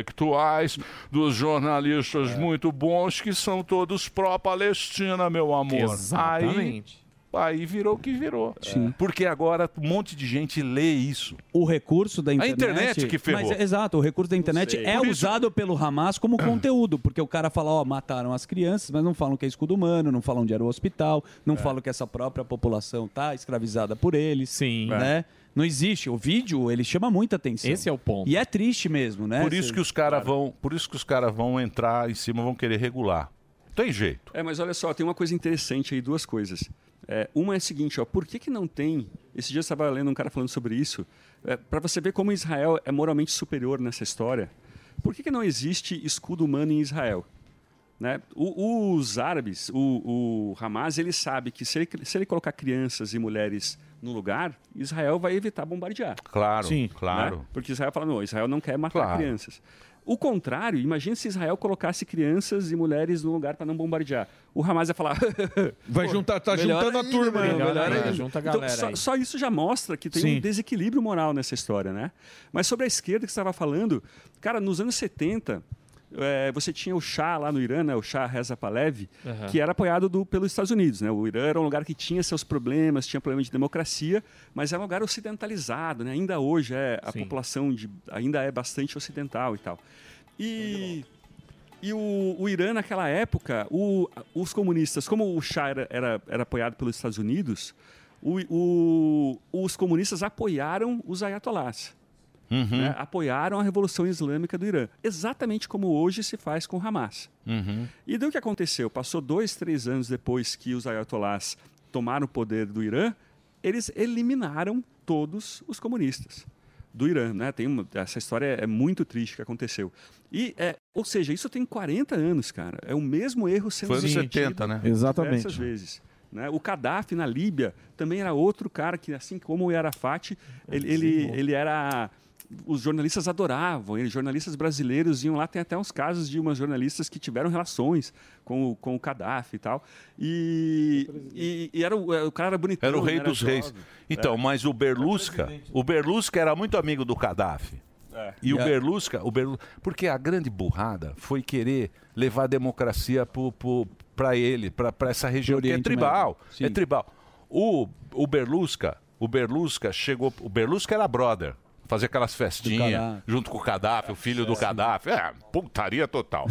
intelectuais, dos jornalistas
É.
muito bons que são todos pró-Palestina, meu amor.
Exatamente.
Aí, aí virou o que virou. Porque agora um monte de gente lê isso.
O recurso da
A
internet.
internet que ferrou.
Mas, é, exato, o recurso da internet
sei.
é
Por isso-
usado pelo Hamas como conteúdo, porque o cara fala, ó, mataram as crianças, mas não falam que é escudo humano, não falam onde era o hospital,
É.
não falam que essa própria população tá escravizada por eles. Sim. Né?
É.
Não existe. O vídeo, ele chama muita atenção. Esse é o ponto. E é triste mesmo, né?
Por isso que os caras vão, por isso que os caras vão entrar em cima, vão querer regular. Tem jeito.
É, mas olha só, tem uma coisa interessante aí, duas coisas. É, uma é a seguinte, ó, por que, que não tem. Esse dia eu estava lendo um cara falando sobre isso, para você ver como Israel é moralmente superior nessa história. Por que, que não existe escudo humano em Israel? Né? O- os árabes, o, o Hamas, ele sabe que se ele, se ele colocar crianças e mulheres no lugar, Israel vai evitar bombardear.
Claro, Sim. claro.
Né? Porque Israel fala, não, Israel não quer matar
Claro.
crianças. O contrário, imagina se Israel colocasse crianças e mulheres no lugar para não bombardear. O Hamas ia falar...
Vai
pô,
juntar- tá
melhor
juntando a
ainda,
turma,
Melhor,
né?
ainda.
É, junta a
Então,
galera
só-
aí.
só isso já mostra que tem
Sim.
um desequilíbrio moral nessa história, né? Mas sobre a esquerda que você estava falando, cara, nos anos 70, eh, você tinha o Shah lá no Irã, né? o Shah Reza Pahlavi,
Aham.
que era apoiado do- pelos Estados Unidos. Né? O Irã era um lugar que tinha seus problemas, tinha problema de democracia, mas era um lugar ocidentalizado, né? ainda hoje é, a população de, ainda é bastante ocidental e tal. E... E o, o Irã, naquela época, o- os comunistas, como o Shah era, era, era apoiado pelos Estados Unidos, o- o- os comunistas apoiaram os ayatolás. né? Apoiaram a Revolução Islâmica do Irã. Exatamente como hoje se faz com o Hamas. E daí o que aconteceu? Passou dois, três anos depois que os ayatolás tomaram o poder do Irã, eles eliminaram todos os comunistas do Irã. Né? Tem uma- essa história é muito triste que aconteceu. E, é, ou seja, isso tem 40 anos, cara. É o mesmo erro sendo
Foi anos
repetido
70, né?
diversas
Exatamente.
vezes. né? O Gaddafi na Líbia também era outro cara que, assim como o Arafat, ele, ele, ele era. Os jornalistas adoravam, e jornalistas brasileiros iam lá. Tem até uns casos de umas jornalistas que tiveram relações com o, com o Gaddafi e tal. E, e, e era, o, é, o cara era bonitão.
Era o rei
né?
dos
jovem. É.
reis. Então, mas o Berlusca, o Berlusca era muito amigo do Gaddafi.
É.
E o
É.
Berlusca, o Berlu... porque a grande burrada foi querer levar a democracia para ele, para essa região que é
Oriente
tribal,
Médio.
é
Sim.
tribal. O, o Berlusca, o Berlusca chegou, o Berlusca era brother, fazia aquelas festinhas
Gaddafi.
junto com o Gaddafi, o filho do Gaddafi, é, putaria total.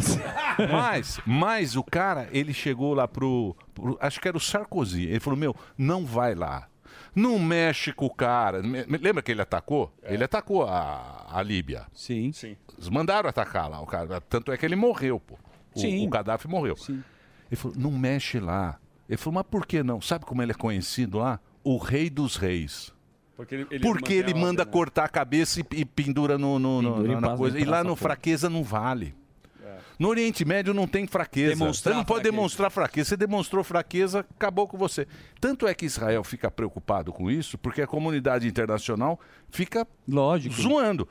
mas, mas o cara, ele chegou lá pro, pro- acho que era o Sarkozy, ele falou: "Meu, não vai lá. Não mexe com o cara. Me- me- Lembra que ele atacou? Ele atacou a, a Líbia.
Sim.
É. Sim.
Eles mandaram atacar lá o cara. Tanto é que ele morreu, pô. O,
Sim.
o Gaddafi morreu. Ele falou, não mexe lá. Ele falou, mas por que não? Sabe como ele é conhecido lá? O rei dos reis.
Porque ele,
Porque ele
mantém a
manda
ordem, né?
cortar a cabeça e, e pendura no, no- no-
Pendura né? e
na
passa-
coisa. E
passa
lá
a
no
porra.
fraqueza não vale. No Oriente Médio não tem fraqueza.
Demonstrar
você não pode
fraqueza.
demonstrar fraqueza. Você demonstrou fraqueza, acabou com você. Tanto é que Israel fica preocupado com isso, porque a comunidade internacional fica
Lógico.
zoando.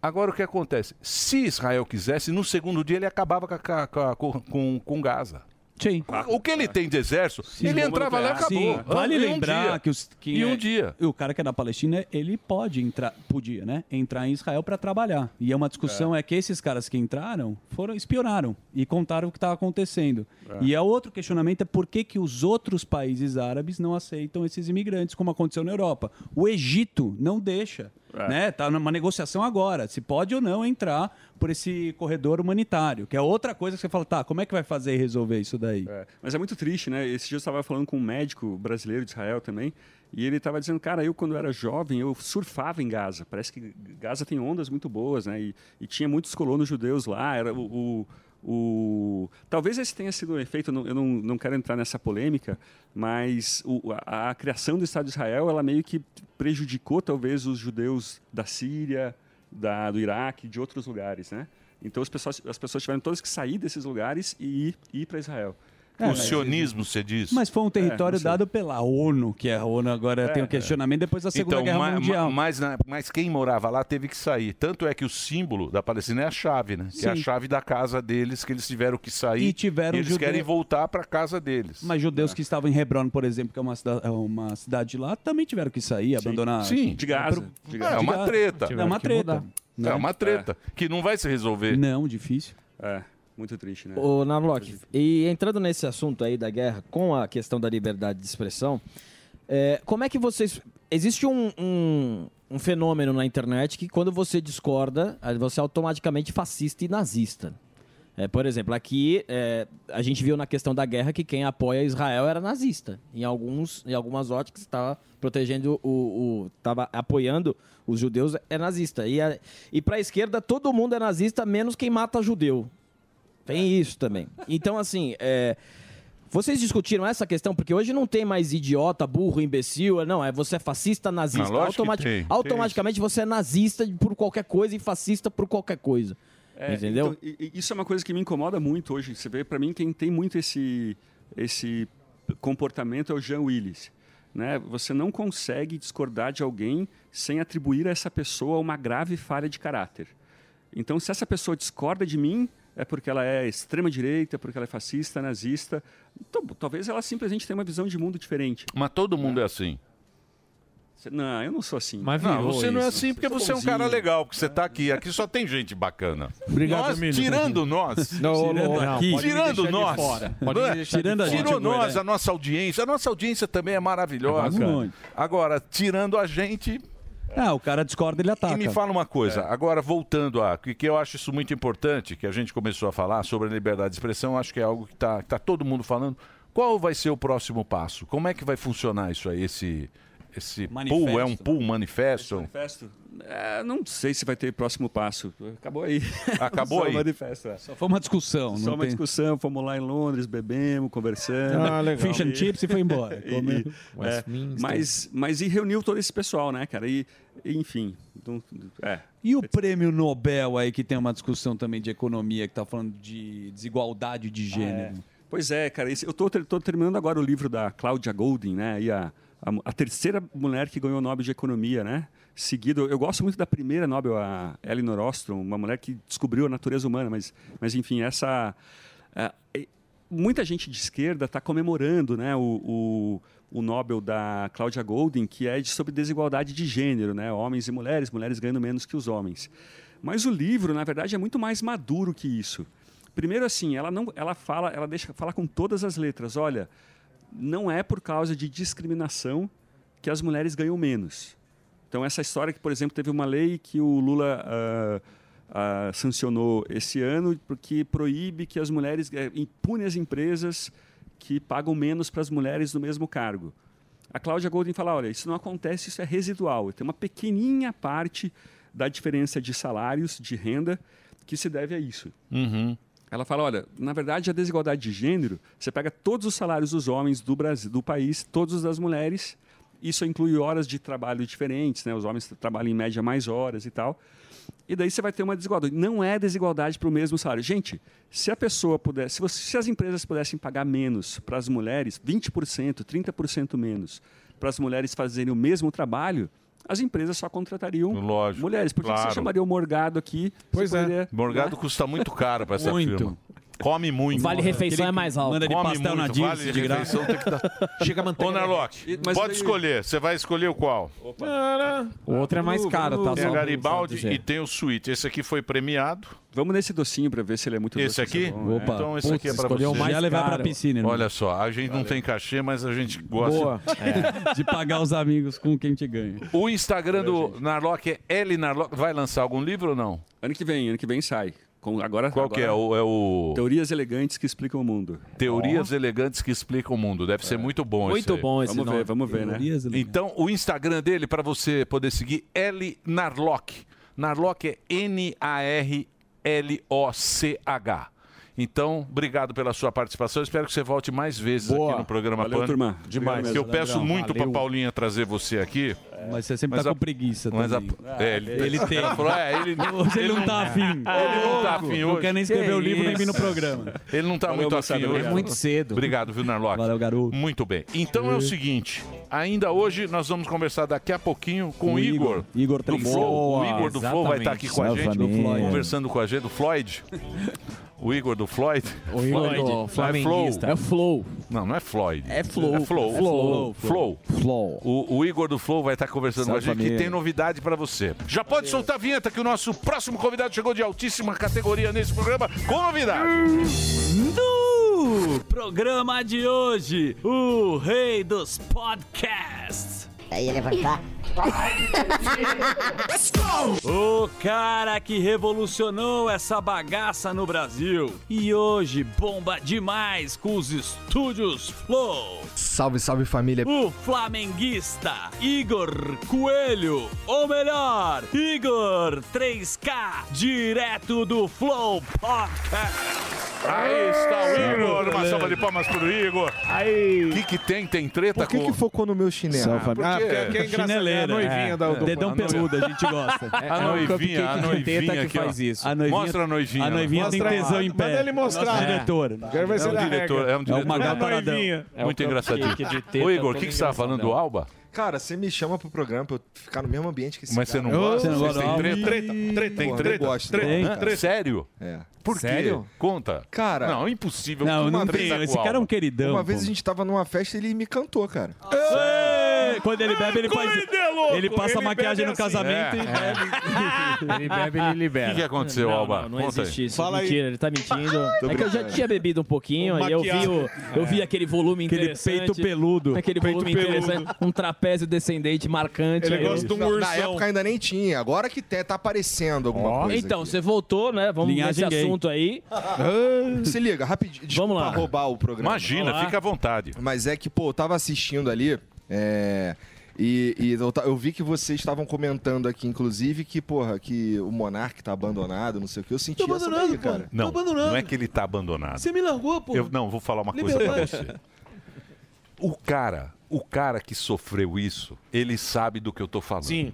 Agora o que acontece? Se Israel quisesse, no segundo dia ele acabava com, a- com a- com- com- com Gaza.
Sim.
O que ele tem de exército, ele entrava lá e acabou.
Ah, Sim. Vale
Em um
lembrar
dia.
que, os, que
Em um
é-
dia.
o cara que é da Palestina, ele pode entrar, podia, né? Entrar em Israel para trabalhar. E é uma discussão é. que esses caras que entraram foram espionaram e contaram o que estava acontecendo.
É.
E é outro questionamento é por que, que os outros países árabes não aceitam esses imigrantes, como aconteceu na Europa. O Egito não deixa.
É.
Né? Tá numa negociação agora, se pode ou não entrar por esse corredor humanitário, que é outra coisa que você fala, tá, como é que vai fazer e resolver isso daí?
Mas é muito triste, né? Esse dia eu estava falando com um médico brasileiro de Israel também, e ele estava dizendo, cara, eu quando era jovem, eu surfava em Gaza. Parece que Gaza tem ondas muito boas, né? E, e tinha muitos colonos judeus lá, era o... o O... Talvez esse tenha sido um efeito, eu não, eu não, não quero entrar nessa polêmica, mas o- a, a criação do Estado de Israel, ela meio que prejudicou talvez os judeus da Síria, da, do Iraque, de outros lugares, né? Então as pessoas, as pessoas tiveram todas que sair desses lugares e ir, ir para Israel.
É,
o sionismo, você diz.
Mas foi um território
É, não sei.
dado pela ONU, que é a ONU agora tem um questionamento depois da Segunda
É, Então,
Guerra
ma- ma-
Mundial.
Mas, na- mas quem morava lá teve que sair. Tanto é que o símbolo da Palestina é a chave, né? Que é a
Sim.
chave da casa deles, que eles tiveram que sair.
E tiveram
eles
judeu-
querem voltar para casa deles.
Mas judeus que estavam em Hebron, por exemplo, que é uma cida- é uma cidade, lá, também tiveram que sair, abandonar.
Sim.
De
Gaza.
De
É,
Gaza.
uma treta.
É uma treta. né?
É uma treta. Que não vai se resolver.
Não, difícil.
É, muito triste, né?
Ô, Navlock, e entrando nesse assunto aí da guerra com a questão da liberdade de expressão, é, como é que vocês. Existe um, um, um fenômeno na internet que quando você discorda, aí você é automaticamente fascista e nazista. É, por exemplo, aqui é, a gente viu na questão da guerra que quem apoia Israel era nazista. Em, alguns, em algumas óticas estava protegendo o, estava apoiando os judeus é nazista. E, a- e para a esquerda todo mundo é nazista menos quem mata judeu.
É.
Tem isso também. Então, assim, é, vocês discutiram essa questão? Porque hoje não tem mais idiota, burro, imbecil. Não, é você é fascista,
Ah,
nazista.
lógico que
Automati-
tem.
Automaticamente você é nazista por qualquer coisa e fascista por qualquer coisa.
É,
entendeu?
então, e- e isso é uma coisa que me incomoda muito hoje. Você vê, para mim, quem tem muito esse, esse comportamento é o Jean Willis. Né? Você não consegue discordar de alguém sem atribuir a essa pessoa uma grave falha de caráter. Então, se essa pessoa discorda de mim, é porque ela é extrema-direita, porque ela é fascista, nazista. Então, talvez ela simplesmente tenha uma visão de mundo diferente. Né?
Mas todo mundo é assim.
Não, eu não sou assim.
não, você não é assim porque você é um cara legal, porque você tá aqui. Aqui só tem gente bacana.
Obrigado,
nós,
Emílio.
Tirando nós.
Não,
tirando
não,
aqui.
pode me
Tirando
deixar de
nós.
fora. Pode
não
me
é?
deixar de
Tirando
fora.
Tirou
Continua,
nós,
né?
a nossa audiência. A nossa audiência também é maravilhosa.
É bacana.
Agora, tirando a gente.
Ah, o cara discorda, ele ataca. É.
E me fala uma coisa, agora voltando a. que que eu acho isso muito importante, que a gente começou a falar sobre a liberdade de expressão, acho que é algo que está tá todo mundo falando. Qual vai ser o próximo passo? Como é que vai funcionar isso aí? Esse, esse pool? É um
Manifesto.
pool, manifesto?
Manifesto? É, não sei se vai ter próximo passo. Acabou aí.
Acabou
Só
aí.
o manifesto, é.
Foi uma discussão.
Só
não
uma
tem-
discussão, fomos lá em Londres, bebemos, conversamos.
Ah, legal. Fish and chips e foi embora.
E-
Comeu.
e- é,
Westminster.
mas, mas e reuniu todo esse pessoal, né, cara? E, e, enfim. não- é.
E o prêmio Nobel aí, que tem uma discussão também de economia, que tá falando de desigualdade de gênero.
Pois é, cara. esse- eu estou terminando agora o livro da Claudia Goldin, né? E a, a, a terceira mulher que ganhou o Nobel de Economia, né? Seguido, eu gosto muito da primeira Nobel, a Eleanor Ostrom, uma mulher que descobriu a natureza humana, mas, mas enfim, essa. a- e- muita gente de esquerda está comemorando né, o, o, o Nobel da Claudia Goldin, que é de- sobre desigualdade de gênero, né, homens e mulheres, mulheres ganhando menos que os homens. Mas o livro, na verdade, é muito mais maduro que isso. Primeiro, assim, ela não, ela fala, ela deixa falar com todas as letras. Olha, não é por causa de discriminação que as mulheres ganham menos. Então, essa história que, por exemplo, teve uma lei que o Lula ah, ah, sancionou esse ano, porque proíbe que as mulheres, eh, impune as empresas que pagam menos para as mulheres no mesmo cargo. A Cláudia Golden fala: olha, isso não acontece, isso é residual. Tem uma pequenininha parte da diferença de salários, de renda, que se deve a isso. Ela fala, olha, na verdade a desigualdade de gênero, você pega todos os salários dos homens do Brasil, do país, todos os das mulheres, isso inclui horas de trabalho diferentes, né? Os homens trabalham em média mais horas e tal. E daí você vai ter uma desigualdade. Não é desigualdade para o mesmo salário. Gente, se a pessoa pudesse, se, você- se as empresas pudessem pagar menos para as mulheres, 20%, 30% menos, para as mulheres fazerem o mesmo trabalho, as empresas só contratariam mulheres. Por que que
claro.
você chamaria o Morgado aqui? Pois é.
Morgado custa muito caro para essa
Muito.
firma. Come muito.
Vale refeição Aquele é mais alto. manda de
Come
pastel na
muito,
Dirce
vale
de graça.
refeição tem que dar. Chega a manter. Ô, Narlock,
E- mas
pode
daí-
escolher. Você vai escolher o qual?
O outro é mais caro, tá?
Tem
um
Só
a
o
Garibaldi
Santos, é.
e tem o um Suíte. Esse aqui foi premiado.
Vamos nesse docinho para ver se ele é muito
Esse
doce, se
aqui?
é bom, né?
Então esse aqui é pra você. Olha só, a gente não tem cachê, mas a gente gosta.
Boa.
É.
de pagar os amigos com quem te ganha.
O Instagram do Narlock é L Narlock. Vai lançar algum livro ou não?
Ano que vem, ano que vem sai. Com, agora,
Qual que é? O, é o...
Teorias elegantes que explicam o mundo.
Teorias elegantes que explicam o mundo. Deve ser muito bom
É. Muito
esse aí.
bom esse Vamos nome. ver, vamos ver, né? Teorias
Então, o Instagram dele, para você poder seguir, L Narlock. Narlock é N-A-R-L-O-C-H. Então, obrigado pela sua participação. Espero que você volte mais vezes
Boa.
aqui no programa
Valeu,
Pan.
turma. Demais.
Que eu peço
Leandrão,
muito para
valeu. É.
Paulinha trazer você aqui.
Mas você sempre tá com preguiça
mas
também.
A, é, ele,
Ele tem.
Ela falou, é, ele,
Hoje ele não tá afim.
Ele não tá
Ah, Ô,
afim
louco. Não
hoje.
quer nem escrever o livro, nem vir no programa.
Ele não tá
Valeu,
muito
moçada,
afim hoje.
obrigado. É muito
cedo. Obrigado, viu, Narlock? Valeu, garoto. Muito bem. Então é o seguinte, ainda hoje nós vamos conversar daqui a pouquinho com o
O Igor.
Igor.
Igor
do
Trevisan.
Flow. O
Boa,
Igor do Flow vai estar aqui com a gente,
exatamente. Do Floyd.
conversando com a gente, do Floyd. O Igor do Floyd.
O Igor do
Não
flamenguista.
É
É
Flow. Não, não é Floyd.
É Flow.
É Flow.
É Flow.
Flow. O, o Igor do Flow vai estar conversando com a
Salve,
gente que
família.
tem novidade pra você. Já pode soltar a vinheta que o nosso próximo convidado chegou de altíssima categoria nesse programa
É.
com novidade.
No programa de hoje, o rei dos podcasts.
Aí levantar.
O cara que revolucionou essa bagaça no Brasil. E hoje bomba demais com os estúdios Flow.
Salve, salve família.
O flamenguista Igor Coelho, ou melhor, Igor 3K, direto do Flow Podcast.
Aí está o Igor, uma salva de palmas pro Igor. Aí. O que, que tem? Tem treta
Por que,
com.
que focou no meu chinelo?
Salve, família. Ah, porque é que é engraçado, Chineleira, é a noivinha é. da- do- Dedão a noiva. peludo, a gente gosta. É um A noivinha, a noivinha aqui, ó. A noivinha- Mostra a noivinha.
A noivinha
Mostra
tem tesão
lá.
em pé.
Manda ele mostrar.
Nosso
É.
diretor.
Quero ver se É um ele arrega. diretor, é um diretor.
É o Magal
É a
Paradão.
noivinha. Muito engraçadinho. Ô, Igor, o que é que você tava falando do Alba?
Cara, você me chama pro programa pra eu ficar no mesmo ambiente que esse
Mas você
cara.
não gosta?
Vocês
Você
têm
não
treta?
gosta?
Treta,
Tem
Porra,
treta?
Não gosto,
Treta?
não.
Hã? Sério?
É.
Por quê?
Sério?
Conta.
Cara.
Não, impossível.
Uma
Uma treta
vez-
com o
um
Alba.
Uma vez a gente tava numa festa e ele me cantou, cara.
Ei, Quando ele bebe, ele faz. Ele passa
Ele
maquiagem
bebe
no
assim.
casamento
É.
e bebe.
Ele bebe, ele libera.
é. O que que aconteceu,
não,
Alba?
Não, não
Conta aí.
existe isso.
Fala aí.
Mentira, ele tá mentindo.
Tô
é que eu já
brincando.
tinha bebido um pouquinho,
Um
aí eu vi, o-
maquiado.
eu vi
É.
aquele volume
Aquele
interessante.
peito peludo.
Aquele
Peito
volume
peludo.
interessante. Um trapézio descendente marcante.
Ele
aí
gosta
eu-
de um ursão. Na época ainda nem tinha. Agora que tem, tá aparecendo alguma coisa.
Então, você voltou, né? Vamos
Linhagem
nesse
gay.
assunto aí.
Se liga, rapidinho. Desculpa
lá.
roubar o programa.
Imagina, Vamos lá. fica à vontade.
Mas é que, pô, eu tava assistindo ali. é, E, e eu, ta- eu vi que vocês estavam comentando aqui, inclusive, que, porra, que o Monark tá abandonado, não sei o que. Eu senti essa daí, cara.
Não, não é que ele tá abandonado.
Você me largou, pô.
Eu não, vou falar uma
Liberou.
coisa pra você. O cara, o cara que sofreu isso, ele sabe do que eu tô falando. Sim.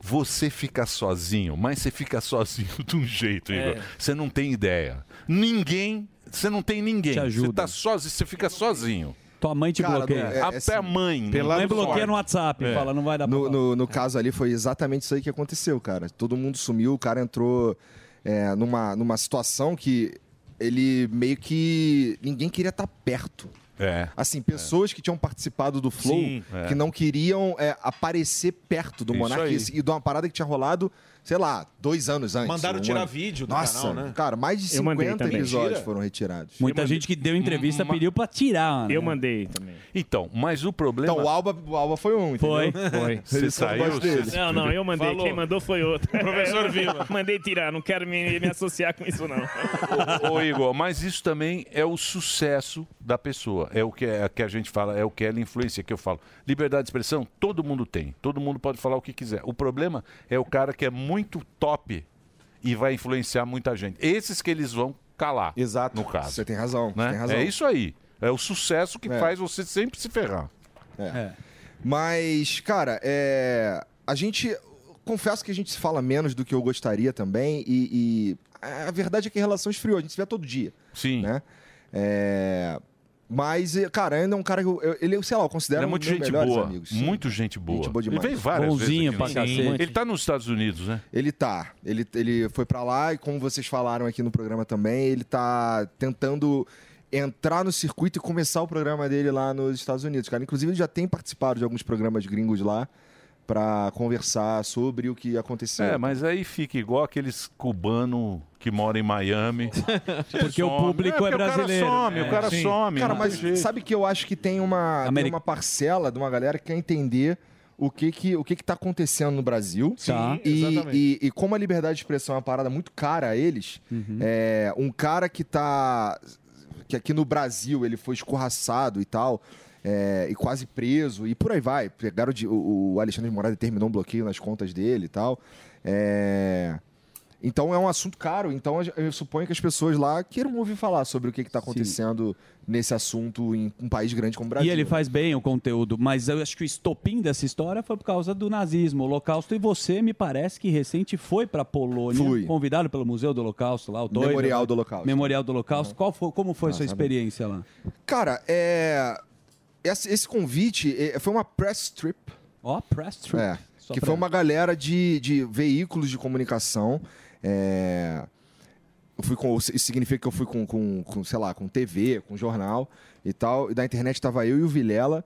Você fica sozinho, mas você fica sozinho de um jeito,
É.
Igor. Você não tem ideia. Ninguém, você não tem ninguém.
Te ajuda.
Você tá sozinho, você fica sozinho.
Tua mãe te
Cara,
bloqueia.
é- é
Até
assim,
a mãe. né?
pela
mãe
sorte.
bloqueia no
WhatsApp,
É.
fala, não vai dar pra
No,
falar.
no, no caso ali foi exatamente isso aí que aconteceu, cara. Todo mundo sumiu, o cara entrou é, numa, numa situação que ele meio que. ninguém queria estar perto.
É.
Assim, pessoas que tinham participado do Flow,
Sim, é.
que não queriam é, aparecer perto do
Isso
Monark
aí.
e de uma parada que tinha rolado, sei lá, dois anos antes.
Mandaram
um
tirar
ano.
vídeo do
Nossa,
canal, né?
cara, mais de
Eu mandei
50
também.
episódios
Mentira.
foram retirados.
Muita gente que deu entrevista pediu pra tirar. né?
Eu
mandei
também.
Então, mas o problema.
Então, o Alba, o Alba foi um,
Foi.
entendeu?
Foi.
Você
Ele só
saiu,
gosta dele.
você-
Não, não, eu mandei.
Falou.
Quem mandou foi outro.
Professor Vila.
mandei tirar, não quero me, me associar com isso, não.
Ô, ô, Igor, mas isso também é o sucesso da pessoa. É o que, é, que a gente fala, é o que é a influência que eu falo. Liberdade de expressão, todo mundo tem. Todo mundo pode falar o que quiser. O problema é o cara que é muito top e vai influenciar muita gente. Esses que eles vão calar. Exato. No caso. Você
tem razão.
Né?
tem razão.
É isso aí. É o sucesso que
É.
faz você sempre se ferrar.
É. Mas, cara, é, a gente. Confesso que a gente se fala menos do que eu gostaria também. E, e a verdade é que a relação esfriou. A gente se vê todo dia.
Sim.
Né? É, Mas, é, cara, ainda é um cara que eu, eu- ele, eu sei lá, eu considero
Ele é
um
muito
dos meus
gente
melhores
boa.
amigos. Sim.
Muito gente boa.
Gente boa demais.
Ele veio várias
Bonzinho
vezes.
pra
aqui no Brasil.
cacete.
Ele tá nos Estados Unidos, né?
Ele tá. Ele, ele foi pra lá e, como vocês falaram aqui no programa também, ele tá tentando entrar no circuito e começar o programa dele lá nos Estados Unidos, cara. Inclusive, ele já tem participado de alguns programas gringos lá pra conversar sobre o que aconteceu.
É, mas aí fica igual aqueles cubanos que moram em Miami.
Porque
o Some. público É, é porque o cara brasileiro. some, o cara some,
Cara,
não
mas
tem jeito.
sabe que eu acho que tem uma, tem
Ameri-
uma parcela de uma galera que quer entender o que que, o que, que tá acontecendo no Brasil.
Sim, Tá.
e,
exatamente.
e, e como a liberdade de expressão é uma parada muito cara a eles,
Uhum.
é, um cara que tá. que aqui no Brasil ele foi escorraçado e tal. é, e quase preso, e por aí vai. Pegaram de- o, o Alexandre de Moraes determinou um bloqueio nas contas dele e tal. É, Então é um assunto caro, então eu suponho que as pessoas lá queiram ouvir falar sobre o que está acontecendo nesse assunto em um país grande como o Brasil.
E ele faz bem o conteúdo, mas eu acho que o estopim dessa história foi por causa do nazismo, o Holocausto. E você, me parece que recente foi para Polônia,
Fui.
convidado pelo Museu do Holocausto lá, o Toivo,
Memorial
né?
do Holocausto.
Memorial do Holocausto. Qual foi, como foi
Ah,
sua
tá bem.
experiência lá?
Cara, é... esse, esse convite eh, foi uma press trip.
Ó, press trip.
É,
Só
que
pra-
foi uma galera de, de veículos de comunicação. é, eu fui com, isso significa que eu fui com, com, com, sei lá, com TV, com jornal e tal. E da internet tava eu e o Vilela.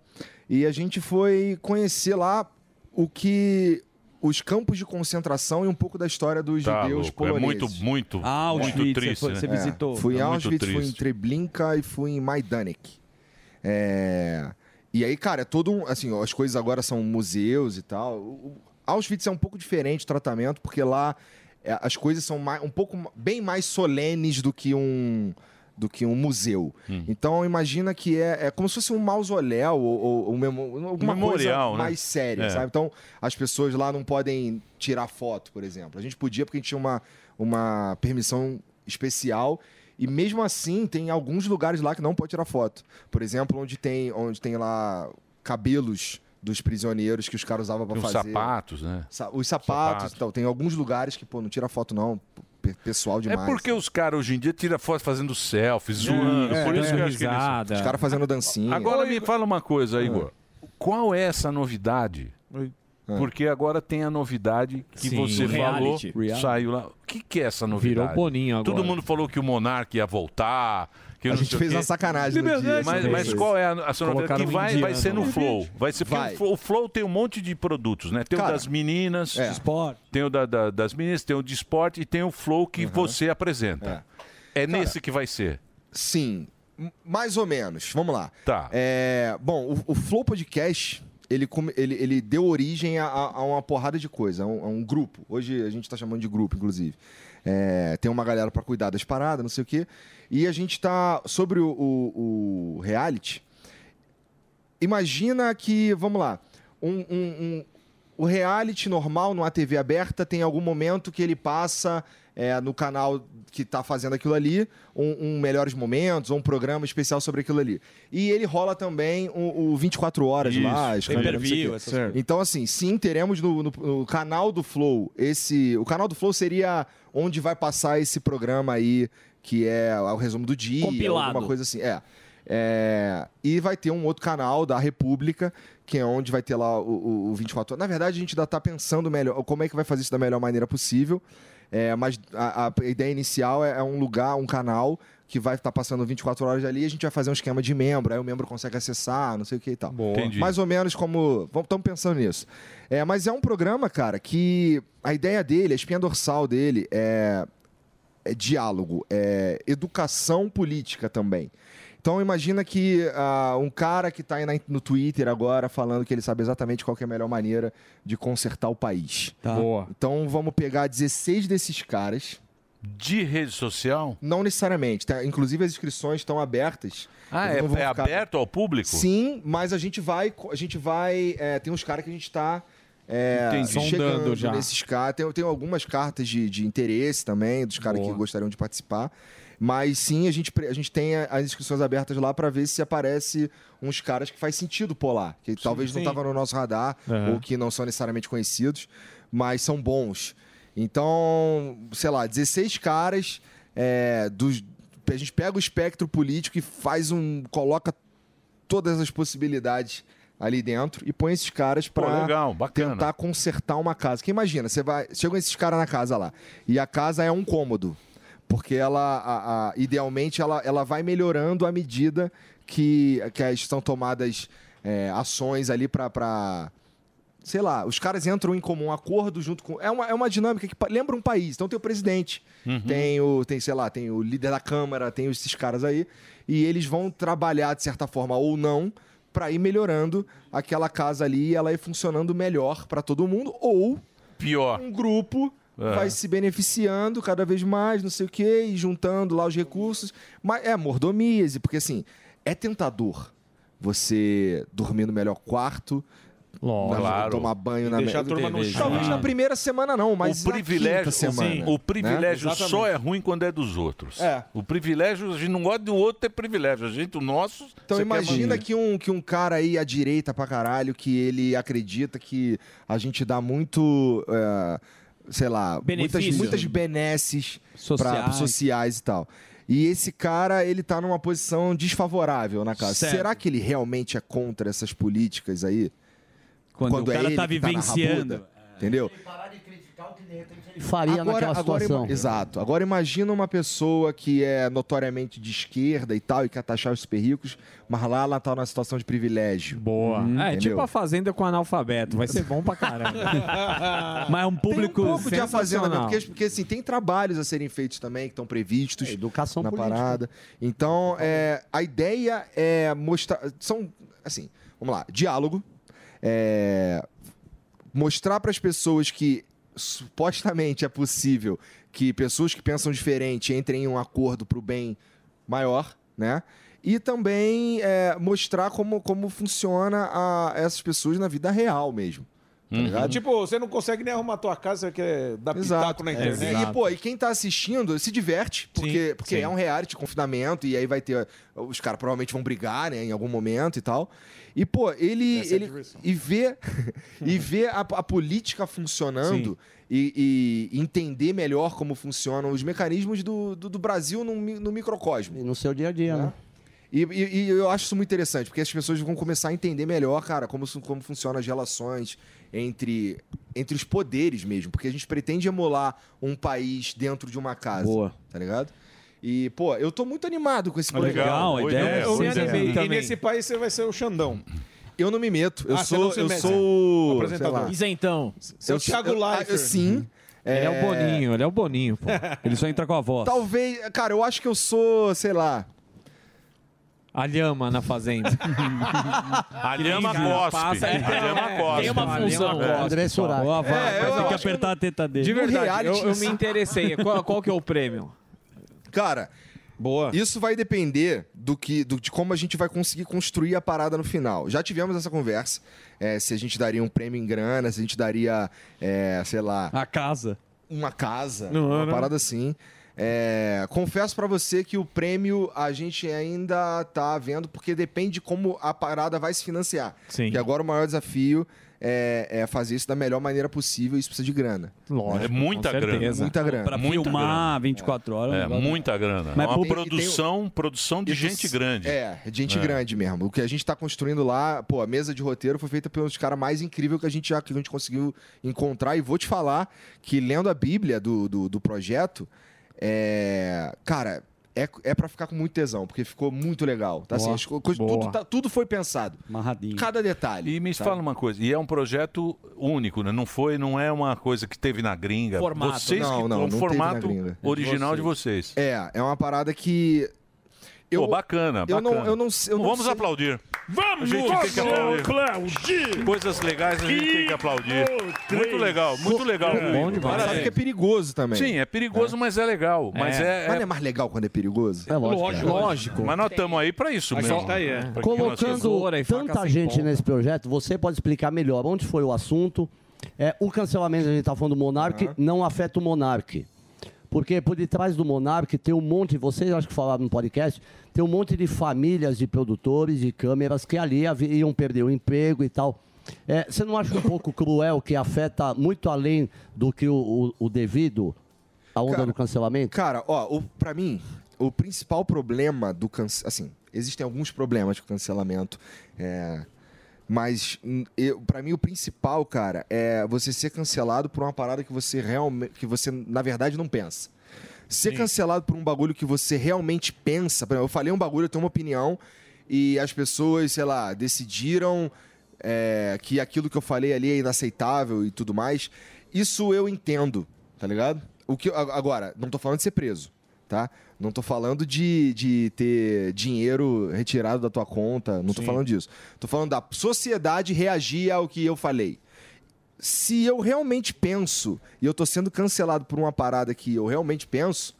E a gente foi conhecer lá o que... Os campos de concentração e um pouco da história dos
Tá
judeus
louco, é
poloneses.
muito, muito, Auschwitz, muito você triste, foi- né? você
É,
visitou.
Fui em
É muito
Auschwitz, fui em
triste.
Treblinka e fui em Majdanek. É, E aí, cara, é todo um. Assim, ó, as coisas agora são museus e tal. O- o- Auschwitz é um pouco diferente o tratamento, porque lá é, as coisas são mais- um pouco ma- bem mais solenes do que um do que um museu.
Hum.
Então imagina que é, é como se fosse um mausoléu ou, ou um memo- alguma
Memorial,
coisa
né?
mais séria,
É.
sabe? Então as pessoas lá não podem tirar foto, por exemplo. A gente podia porque a gente tinha uma, uma permissão especial. E mesmo assim, tem alguns lugares lá que não pode tirar foto. Por exemplo, onde tem, onde tem lá cabelos dos prisioneiros que os caras usavam para
Tem uns
fazer.
sapatos, né?
Sa- Os sapatos,
Sapato.
Então, tem alguns lugares que, pô, não tira foto não, pe- pessoal demais.
É porque os caras hoje em dia tiram foto fazendo selfie, zoando.
é,
por isso
dando
que eu acho que
risada.
eles...
Os caras fazendo dancinha.
Agora
Ô,
me
Igor-
assim. fala É. uma coisa, Igor. Qual é essa novidade? Porque agora tem a novidade que
Sim,
você
o
falou,
reality. Reality.
saiu lá. O que, que é essa novidade?
Virou Boninho agora.
Todo mundo falou que o Monark ia voltar. Que
A
não
gente
sei o
fez
quê.
uma sacanagem no dia,
Mas,
né?
mas qual é a, a sua novidade?
Colocaram
Que
um
vai, vai
indiano
ser no
lá.
Flow. Vai ser porque
Vai.
o Flow, o Flow tem um monte de produtos, né? Tem o
Cara,
das meninas,
é.
tem o da- da- das meninas, tem o de esporte e tem o Flow que
Uhum.
você apresenta. É, nesse que vai ser.
Sim, m- mais ou menos. Vamos lá. Tá. bom, o, o Flow Podcast, ele, come- ele, ele deu origem a, a- a uma porrada de coisa, a um, a um grupo. Hoje a gente tá chamando de grupo, inclusive. É, tem uma galera para cuidar das paradas, não sei o quê. E a gente tá. Sobre o- o- o reality, imagina que, vamos lá, um, um- um- o reality normal numa TV aberta tem algum momento que ele passa é, no canal que tá fazendo aquilo ali, um, um Melhores Momentos, ou um programa especial sobre aquilo ali. E ele rola também o, o 24 Horas
Isso,
lá, as câmeras, não sei o
pay-per-view,
quê.
essas coisas.
Então, assim, sim, teremos no, no- no canal do Flow esse. O canal do Flow seria onde vai passar esse programa aí, que é o resumo do dia,
Compilado.
alguma coisa assim. É. É, e vai ter um outro canal da República, que é onde vai ter lá o, o- o 24 horas. Na verdade, a gente ainda está pensando melhor como é que vai fazer isso da melhor maneira possível. É, mas a, a ideia inicial é, é um lugar, um canal que vai estar passando 24 horas ali e a gente vai fazer um esquema de membro, aí o membro consegue acessar, não sei o que e tal.
Entendi.
Mais ou menos como. Estamos pensando nisso. É, mas é um programa, cara, que a ideia dele, a espinha dorsal dele é é diálogo, é educação política também. Então imagina que ah, um cara que está aí na- no Twitter agora falando que ele sabe exatamente qual que é a melhor maneira de consertar o país.
Boa.
Então vamos pegar 16 desses caras.
De rede social?
Não necessariamente. tá? Inclusive as inscrições estão abertas.
Ah,
Eles
é,
não vão
é
ficar-
aberto ao público?
Sim, mas a gente vai. A gente vai. é, tem uns caras que a gente tá. É,
Entendi.
chegando
Sondando já.
nesses caras. Tem, tem algumas cartas de, de interesse também, dos caras que gostariam de participar. Mas sim, a gente, pre- a gente tem a- as inscrições abertas lá para ver se aparece uns caras que faz sentido polar. Que talvez não
sim.
tava no nosso radar,
Aham.
ou que não são necessariamente conhecidos, mas são bons. Então, sei lá, 16 caras é, dos. A gente pega o espectro político e faz um. coloca todas as possibilidades ali dentro e põe esses caras
Pô,
pra
legal, bacana.
tentar consertar uma casa. Que imagina, você vai, chegam esses caras na casa lá e a casa é um cômodo, porque ela a- a- idealmente ela, ela vai melhorando à medida que que as- são tomadas é, ações ali pra- pra sei lá, os caras entram em comum acordo junto com. É uma, é uma dinâmica que pa- lembra um país. Então tem o presidente, tem o, tem, sei lá, tem o líder da Câmara, tem esses caras aí. E eles vão trabalhar, de certa forma, ou não, para ir melhorando aquela casa ali e ela ir funcionando melhor para todo mundo, ou
Pior.
um grupo
É.
vai se beneficiando cada vez mais, não sei o quê, e juntando lá os recursos. Mas é mordomias, porque assim, é tentador você dormir no melhor quarto, Lógico.
Claro.
tomar banho na
Deixar a
me-
turma no chão.
Talvez na primeira semana não, mas
o
na quinta
privilégio,
semana,
sim, o privilégio
né?
só é ruim quando é dos outros.
É.
O privilégio, a gente não gosta do outro ter privilégio. A gente, o nosso.
Então
você quer
imagina
manter.
que um, que um cara aí à direita pra caralho, que ele acredita que a gente dá muito, é, sei lá, muitas,
Benefício.
muitas benesses
Sociais.
pra- sociais e tal. E esse cara, ele tá numa posição desfavorável na casa.
Certo.
Será que ele realmente é contra essas políticas aí? é
Quando o cara tá
que
vivenciando.
na rabuda, entendeu?
Ele faria naquela situação.
ima- exato. Agora imagina uma pessoa que é notoriamente de esquerda e tal, e quer taxar os super ricos, mas lá ela tá numa situação de privilégio.
Boa. É,
Entendeu?
tipo a Fazenda com analfabeto. Vai ser bom pra caramba. Mas é um público
Tem um pouco de a fazenda, mesmo,
sensacional.
porque, porque assim, tem trabalhos a serem feitos também, que estão previstos
É, educação
na
política.
parada. Então, é, a ideia é mostrar... São, assim, vamos lá, diálogo. é, mostrar para as pessoas que supostamente é possível que pessoas que pensam diferente entrem em um acordo para o bem maior, né? E também é, mostrar como, como funciona a- essas pessoas na vida real mesmo. Tá
Uhum.
ligado?
Tipo, você não consegue nem arrumar tua casa, você quer dar
tá
pitaco na internet.
É, E, pô, e quem tá assistindo se diverte, porque, porque
sim.
é um reality, confinamento, e aí vai ter. Os caras provavelmente vão brigar, né, em algum momento e tal. E, pô, ele.
Essa é a
ele
diversão.
e ver, e ver a, a política funcionando e, e entender melhor como funcionam os mecanismos do, do, do Brasil no, mi- no microcosmo.
E no seu dia a dia, né?
E, e- e eu acho isso muito interessante, porque as pessoas vão começar a entender melhor, cara, como, su- como funcionam as relações entre, entre os poderes mesmo. Porque a gente pretende emular um país dentro de uma casa. Boa. Tá ligado? E, pô, eu tô muito animado com esse
Ah, Legal,
projeto.
a ideia é Eu me boa. animei E também. nesse país você vai ser o Xandão.
Eu não me meto. Eu
Ah, você não
sou.
se
Eu
mete.
sou.
Apresentador.
sei lá.
Isentão.
Eu- eu- ah, eu- Sim.
Ele é o Boninho, ele é o Boninho, pô. Ele só entra com a voz.
Talvez. Cara, eu acho que eu sou, sei lá.
A lhama na fazenda.
A
Que
lhama
nem o cara
cospe.
passa-
A lhama
É,
cospe.
tem uma função.
André Surak.
Ó, vai,
É,
vai,
eu
tem que
acho que
apertar
a teta dele.
De
No
verdade, eu,
reality,
eu me interessei. Qual, qual que é o prêmio?
Cara.
Boa.
Isso vai depender do que, do- de como a gente vai conseguir construir a parada no final. Já tivemos essa conversa. é, se a gente daria um prêmio em grana, se a gente daria, é, sei lá.
A casa.
Uma casa.
Não,
uma
não.
parada assim. É, confesso pra você que o prêmio a gente ainda tá vendo, porque depende de como a parada vai se financiar.
Sim.
E agora o maior desafio é, é fazer isso da melhor maneira possível e isso precisa de grana.
É muita grana.
Muita grana.
Pra
Muita
filmar
24 horas.
É,
um negócio-
muita grana.
Mas
Uma
por-
produção, produção de gente grande.
É, de gente
É.
grande mesmo. O que a gente tá construindo lá, pô, a mesa de roteiro foi feita pelos caras mais incríveis que a gente já que a gente conseguiu encontrar. E vou te falar que lendo a Bíblia do, do, do projeto, é. Cara. É, é para ficar com muito tesão, porque ficou muito legal. Tá assim,
Boa,
as co- coisas-
boa.
tudo, tá- tudo foi pensado.
Amarradinho.
Cada detalhe.
E me
sabe?
fala uma coisa, e é um projeto único, né? Não foi, não é uma coisa que teve na gringa.
Formato.
Vocês
né? Não,
que,
não,
é um
não teve na
formato
gringa.
original de vocês.
É, é uma parada que. Eu,
Pô, bacana,
eu
bacana.
Não, eu não, eu não
Vamos
sei-
aplaudir.
Vamos
a gente tem que é aplaudir.
aplaudir.
Coisas legais a gente
E
tem que aplaudir.
no
Muito
três.
legal, muito legal.
Bom demais.
Parabéns.
Sabe que é perigoso também.
Sim, é perigoso, mas é legal. Mas, é,
Mas não é mais legal quando é perigoso? É
Mas nós estamos aí pra isso
Mas
mesmo.
só tá aí, é.
Pra que nós
Uhum. Colocando
tesoura e faca
tanta
sem
gente
ponta.
né?
nesse projeto, você pode explicar melhor onde foi o assunto. É, o cancelamento, a gente está falando do Monark, não afeta o Monark. Porque por detrás do Monark tem um monte, vocês acho que falaram no podcast, tem um monte de famílias de produtores, de câmeras que ali havi- iam perder o emprego e tal. É, você não acha um pouco cruel que afeta muito além do que o, o- o devido, a onda do cancelamento?
Cara, ó, o, pra mim, o principal problema do cancelamento. Assim, existem alguns problemas com cancelamento. é, mas hum, eu, pra mim o principal, cara, é você ser cancelado por uma parada que você realmente. que você, na verdade, não pensa. Ser cancelado por um bagulho que você realmente pensa. Por exemplo, eu falei um bagulho, eu tenho uma opinião, e as pessoas, sei lá, decidiram é, que aquilo que eu falei ali é inaceitável e tudo mais. Isso eu entendo, tá ligado? O que, a- agora, não tô falando de ser preso, tá? Não tô falando de, de ter dinheiro retirado da tua conta, não tô
Sim.
falando disso. Tô falando da sociedade reagir ao que eu falei. Se eu realmente penso e eu tô sendo cancelado por uma parada que eu realmente penso,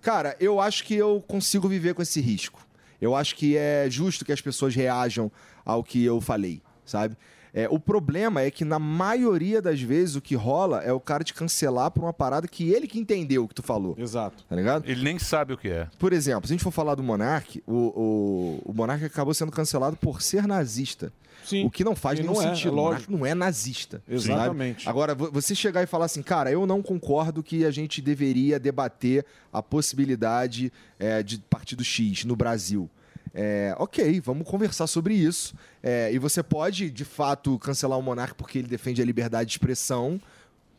cara, eu acho que eu consigo viver com esse risco. Eu acho que é justo que as pessoas reajam ao que eu falei, sabe? É, o problema é que, na maioria das vezes, o que rola é o cara te cancelar por uma parada que ele que entendeu o que tu falou.
Exato.
Tá ligado?
Ele nem sabe o que é.
Por exemplo, se a gente for falar do Monark, o, o, o Monark acabou sendo cancelado por ser nazista.
Sim.
O que não faz
E
nenhum
não é, é
sentido. O
lógico.
Monark não é nazista.
Exatamente.
sabe? Agora, vo- você chegar e falar assim, cara, eu não concordo que a gente deveria debater a possibilidade é, de partido X no Brasil. É, ok, vamos conversar sobre isso. É, e você pode, de fato, cancelar o Monark porque ele defende a liberdade de expressão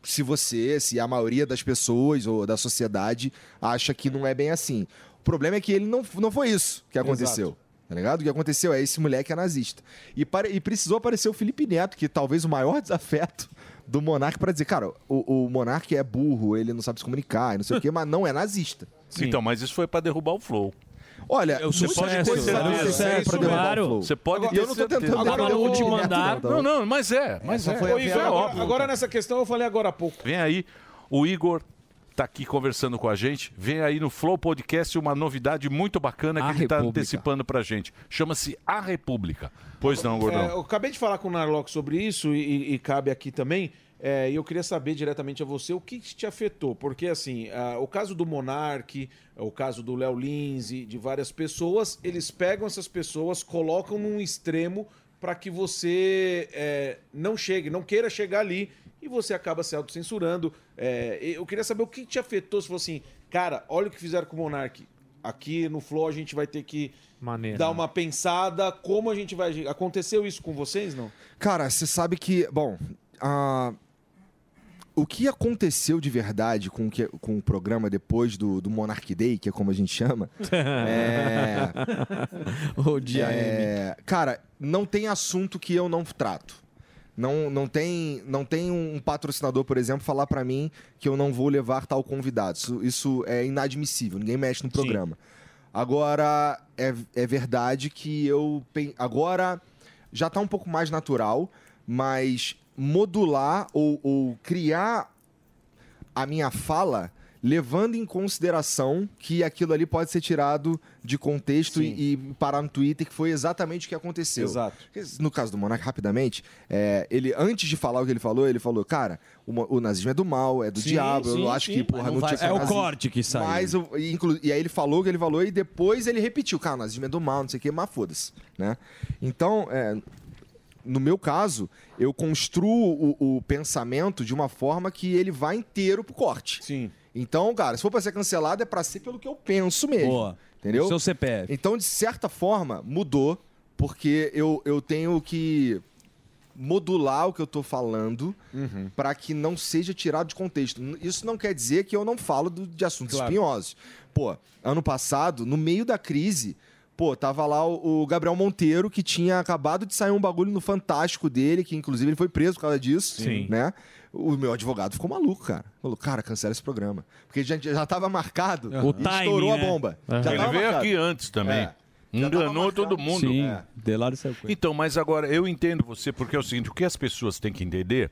se você, se a maioria das pessoas ou da sociedade acha que não é bem assim. O problema é que ele não, não foi isso que aconteceu.
Exato.
Tá ligado? O que aconteceu é esse moleque é nazista. E, pare- e precisou aparecer o Felipe Neto, que talvez o maior desafeto do Monark, pra dizer, cara, o, o Monark é burro, ele não sabe se comunicar, e não sei o quê, mas não é nazista.
Então, mas isso foi pra derrubar o Flow.
Olha,
Eu- você
muita
pode ter
coisa
certeza.
aconteceu
É,
pra né?
isso
derrubar o
claro.
Flow.
Você pode
Agora,
ter
eu não tô
certeza.
tentando
Agora,
defender
no
o
último
Neto,
andar-
tá?
Não, não, mas é, mas é.
Ô, Ivan,
É
agora,
óbvio.
agora nessa questão eu falei agora há pouco.
Vem aí, o Igor tá aqui conversando com a gente. Vem aí no Flow Podcast uma novidade muito bacana que ele tá antecipando pra gente. Chama-se A República. Pois não,
É, eu
Gordão.
acabei de falar com o Narlock sobre isso e, e cabe aqui também. É, E eu queria saber diretamente a você o que que te afetou. Porque, assim, ah, o caso do Monark, o caso do Léo Lins e de várias pessoas, eles pegam essas pessoas, colocam num extremo para que você é, não chegue, não queira chegar ali e você acaba se autocensurando. É, e eu queria saber o que te afetou. Se fosse assim, cara, olha o que fizeram com o Monark. Aqui no Flow a gente vai ter que
Maneiro.
dar uma pensada, como a gente vai agir. Aconteceu isso com vocês, não?
Cara, você sabe que. Bom. ah, o que aconteceu de verdade com o, que- com o programa depois do, do Monarch Day, que é como a gente chama. é,
Ô, dia
é, Cara, não tem assunto que eu não trato. Não, não, tem, não tem um patrocinador, por exemplo, falar pra mim que eu não vou levar tal convidado. Isso, isso é inadmissível, ninguém mexe no programa. Agora, é, é verdade que eu. pen- Agora já tá um pouco mais natural, mas modular ou- ou criar a minha fala levando em consideração que aquilo ali pode ser tirado de contexto e, e parar no Twitter, que foi exatamente o que aconteceu.
Exato.
No caso do Monark, rapidamente, é, ele, antes de falar o que ele falou, ele falou, cara, o, mo- o nazismo é do mal, é do
Sim,
diabo,
sim,
eu acho
sim.
que, porra,
Mas não
não,
vai-
tinha que ser
é o
nazista."
corte que saiu.
Mas, o- e, inclu- e aí ele falou o que ele falou e depois ele repetiu, cara, o nazismo é do mal, não sei o que, mas foda-se, né? Então, é, no meu caso, eu construo o, o pensamento de uma forma que ele vai inteiro pro corte.
Sim.
Então, cara, se for pra ser cancelado, é pra ser pelo que eu penso mesmo.
Boa.
Entendeu?
Seu CPF.
Então, de certa forma, mudou, porque eu, eu tenho que modular o que eu tô falando
Uhum.
pra que não seja tirado de contexto. N- Isso não quer dizer que eu não falo do- de assuntos espinhosos. Pô, ano passado, no meio da crise, pô, tava lá o, o Gabriel Monteiro que tinha acabado de sair um bagulho no Fantástico dele, que inclusive ele foi preso por causa disso,
Sim.
né? O meu advogado ficou maluco, cara. Falou, cara, cancela esse programa. Porque já, já tava marcado
O
e
timing, né?
estourou a bomba.
Aham.
É.
Já
Ele
tava
veio
marcado.
aqui antes também.
É.
Enganou todo mundo.
Sim,
É.
Delário saiu com ele.
Então, mas agora eu entendo você, porque é o seguinte: o que as pessoas têm que entender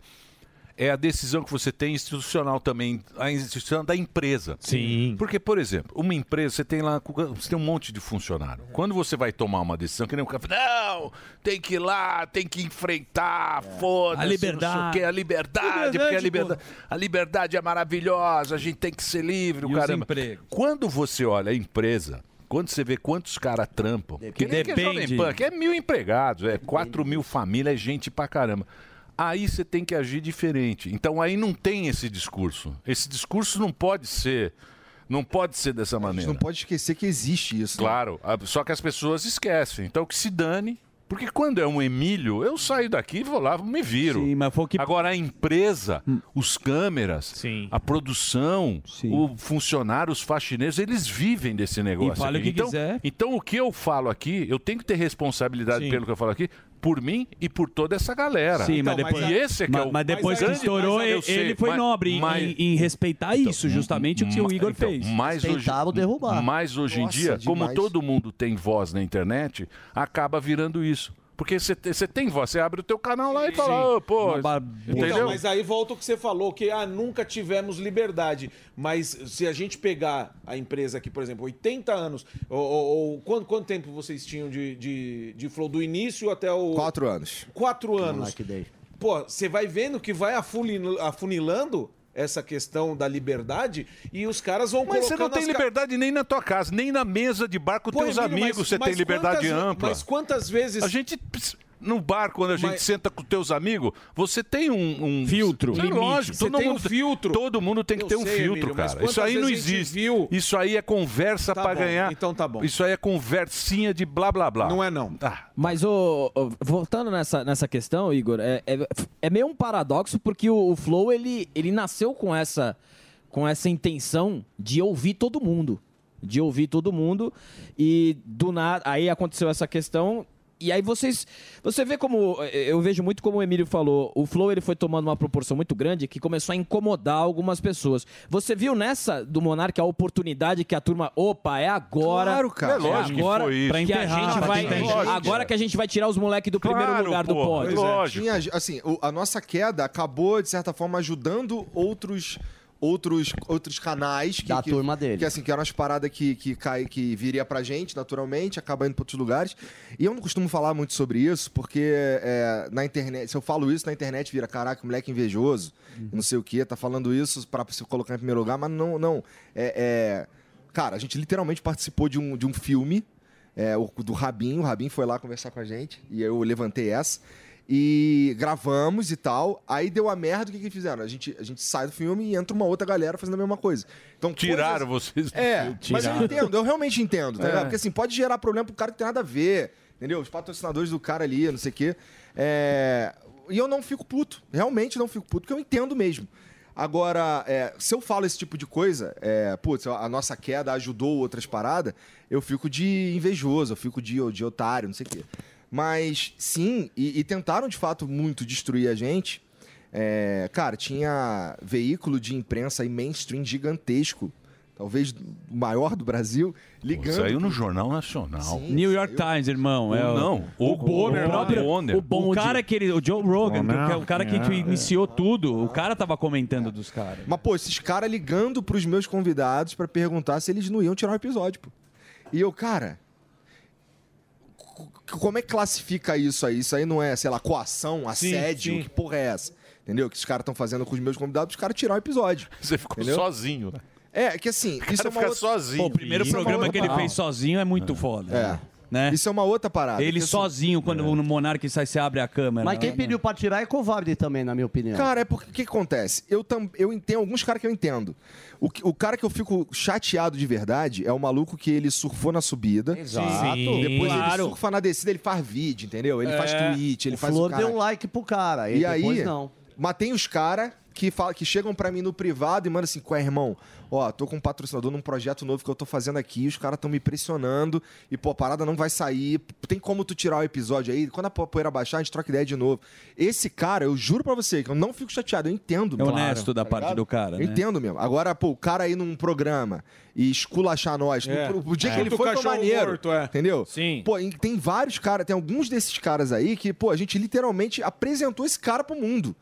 é a decisão que você tem institucional também, a instituição da empresa. Sim. Porque, por exemplo, uma empresa, você tem lá, você tem um monte de funcionário. Quando você vai tomar uma decisão, que nem o cara fala, não, tem que ir lá, tem que enfrentar, foda-se,
É. A liberdade.
não sei o quê, a liberdade,
Liberdade,
porque a
pô.
liberdade, a liberdade é maravilhosa, a gente tem que ser livre, o
E os
caramba.
empregos?
Quando você olha a empresa, quando você vê quantos caras trampam, que nem que é Jovem
Depende.
Pan, que é mil empregados, é quatro mil famílias, é gente pra caramba. Aí você tem que agir diferente. Então aí não tem esse discurso. Esse discurso não pode ser. Não pode ser dessa
A gente
maneira.
não pode esquecer que existe isso. né?
Claro, a- só que as pessoas esquecem. Então que se dane. Porque quando é um Emílio, eu saio daqui, vou lá, me viro. Sim, mas foi que... Hum. Agora a empresa, os câmeras, a produção, o funcionário, os faxineiros, eles vivem desse negócio.
fala
aqui.
o que
então,
quiser.
então o que eu falo aqui, eu tenho que ter responsabilidade pelo que eu falo aqui, por mim e por toda essa galera.
Sim, mas
Então,
depois,
e esse é que
mas,
é o
mas depois que
grande-
estourou,
mas- eu
ele,
sei,
ele foi
mas-
nobre em-
mas-
em, em respeitar isso, justamente o que o
Ma-
Igor
então,
fez.
Mas hoje, hum, mas hoje em
Nossa,
dia, como
demais.
todo mundo tem voz na internet, acaba virando isso. Porque você te- você tem voz, você abre o teu canal lá e fala, "Ô, pô,
Então,
entendeu?
mas aí volta o que você falou, que ah, nunca tivemos liberdade. Mas se a gente pegar a empresa aqui, por exemplo, 80 anos, ou, ou- ou quanto, quanto tempo vocês tinham de, de, de flow do início até o.
Quatro anos.
Quatro anos.
Moleque daí.
Pô, você vai vendo que vai afuni- afunilando essa questão da liberdade e os caras vão
Mas você não
colocando
tem
as ca-
liberdade nem na tua casa, nem na mesa de bar com
Pô,
teus
Emílio,
amigos
mas-
você tem
mas
liberdade
quantas-
ampla.
Mas quantas vezes.
A gente. ps- No bar, quando a gente
Mas-
senta com teus amigos, você tem um, filtro.
limite.
lógico,
Você
todo
tem um
mundo
filtro.
Todo mundo tem que
Eu
ter um
sei,
filtro,
Emílio, mas
cara. Isso
quantas
aí não
vezes a gente
existe. Isso aí é conversa pra
bom,
ganhar. Então tá bom. Isso aí é conversinha de blá blá blá. Não
é não.
Mas ô, ô, voltando nessa, nessa questão, Igor, é, é, é meio um paradoxo porque o, o Flow ele, ele nasceu com essa com essa intenção de ouvir todo mundo, de ouvir todo mundo e do nada aí aconteceu essa questão e aí vocês você vê como eu vejo muito como o Emílio falou, o Flow ele foi tomando uma proporção muito grande que começou a incomodar algumas pessoas. Você viu nessa do Monarca a oportunidade que a turma, opa, é agora.
Claro, cara.
É
É lógico que
agora
foi isso.
que a
Pra enterrar,
gente
pra
vai
tentar encher.
agora que a gente vai tirar os moleques do primeiro lugar do pódio.
Tinha, assim, o- a nossa queda acabou, de certa forma, ajudando outros. Outros, outros canais que,
Da
que-
turma dele.
que assim que eram as paradas que que, cai, que viria pra gente naturalmente acaba indo pra outros lugares e eu não costumo falar muito sobre isso porque é, na internet se eu falo isso na internet vira caraca moleque é invejoso
Uhum.
não sei o que tá falando isso pra se colocar em primeiro lugar mas não não é, é, cara a gente literalmente participou de um, de um filme é, o, do Rabinho. O Rabinho foi lá conversar com a gente e eu levantei essa. E gravamos e tal. Aí deu a merda, o que, que fizeram? A gente, a gente sai do filme e entra uma outra galera fazendo a mesma coisa. Então,
Tiraram vocês do
É,
filme.
mas eu
Tiraram.
entendo, eu realmente entendo, tá
É.
ligado? Porque assim, pode gerar problema pro cara que tem nada a ver, entendeu? Os patrocinadores do cara ali, não sei o quê. É, E eu não fico puto, realmente não fico puto, porque eu entendo mesmo. Agora, é, se eu falo esse tipo de coisa, é, putz, a nossa queda ajudou outras paradas, eu fico de invejoso, eu fico de, de otário, não sei o quê. Mas sim, e- e tentaram de fato muito destruir a gente. É, cara, tinha veículo de imprensa e mainstream gigantesco, talvez o maior do Brasil, ligando.
Saiu no Jornal Nacional.
New York Times, irmão. É o-
Não, o Bonner,
O, próprio,
o Bonner.
o, bom- o cara que ele, o Joe Rogan,
Bonner,
que é o cara que
é.
iniciou tudo, o cara tava comentando dos caras.
Mas, pô, esses caras ligando pros meus convidados pra perguntar se eles não iam tirar o episódio, pô. E eu, cara. c- c- Como é que classifica isso aí? Isso aí não é, sei lá, coação, assédio?
sim.
Que porra é essa? Entendeu? Que os caras estão fazendo com os meus convidados, os caras tiraram o episódio.
Você ficou
Entendeu?
sozinho.
É, que assim,
cara
isso é uma
fica
outra...
sozinho.
Pô, o primeiro
Isso é uma
programa
outra
que ele
parada.
fez sozinho é muito foda.
É.
Né?
Isso é uma outra parada.
Ele
Porque, assim,
sozinho,
É.
quando o Monark sai, você abre a câmera. né?
Mas quem
pediu pra tirar é covarde também, na minha opinião.
Cara, é porque o que que acontece? Eu, tam, eu entendo alguns caras que eu entendo. O, que- o cara que eu fico chateado de verdade é o maluco que ele surfou na subida.
Exato. Sim,
Depois
claro.
ele surfa na descida, ele faz vídeo, entendeu? Ele
É.
faz tweet, ele
O
faz
Flor
o cara.
deu um like pro cara.
E aí,
não.
mas tem os caras que, fala- que chegam pra mim no privado e mandam assim, qual é, irmão? Ó, tô com um patrocinador num projeto novo que eu tô fazendo aqui, os caras tão me pressionando e, pô, a parada não vai sair. Tem como tu tirar o episódio aí? Quando a po- poeira baixar, a gente troca ideia de novo. Esse cara, eu juro pra você que eu não fico chateado, eu entendo. Tá
É honesto da parte
ligado?
do cara, né?
Eu Entendo mesmo. Agora, pô, o cara ir num programa e esculachar nós,
É.
no- o dia
É.
que ele
Junto
foi
com o
foi
cachorro
maneiro,
morto, é.
entendeu? Sim. Pô, em- tem vários caras, tem alguns desses caras aí que, pô, a gente literalmente apresentou esse cara pro mundo,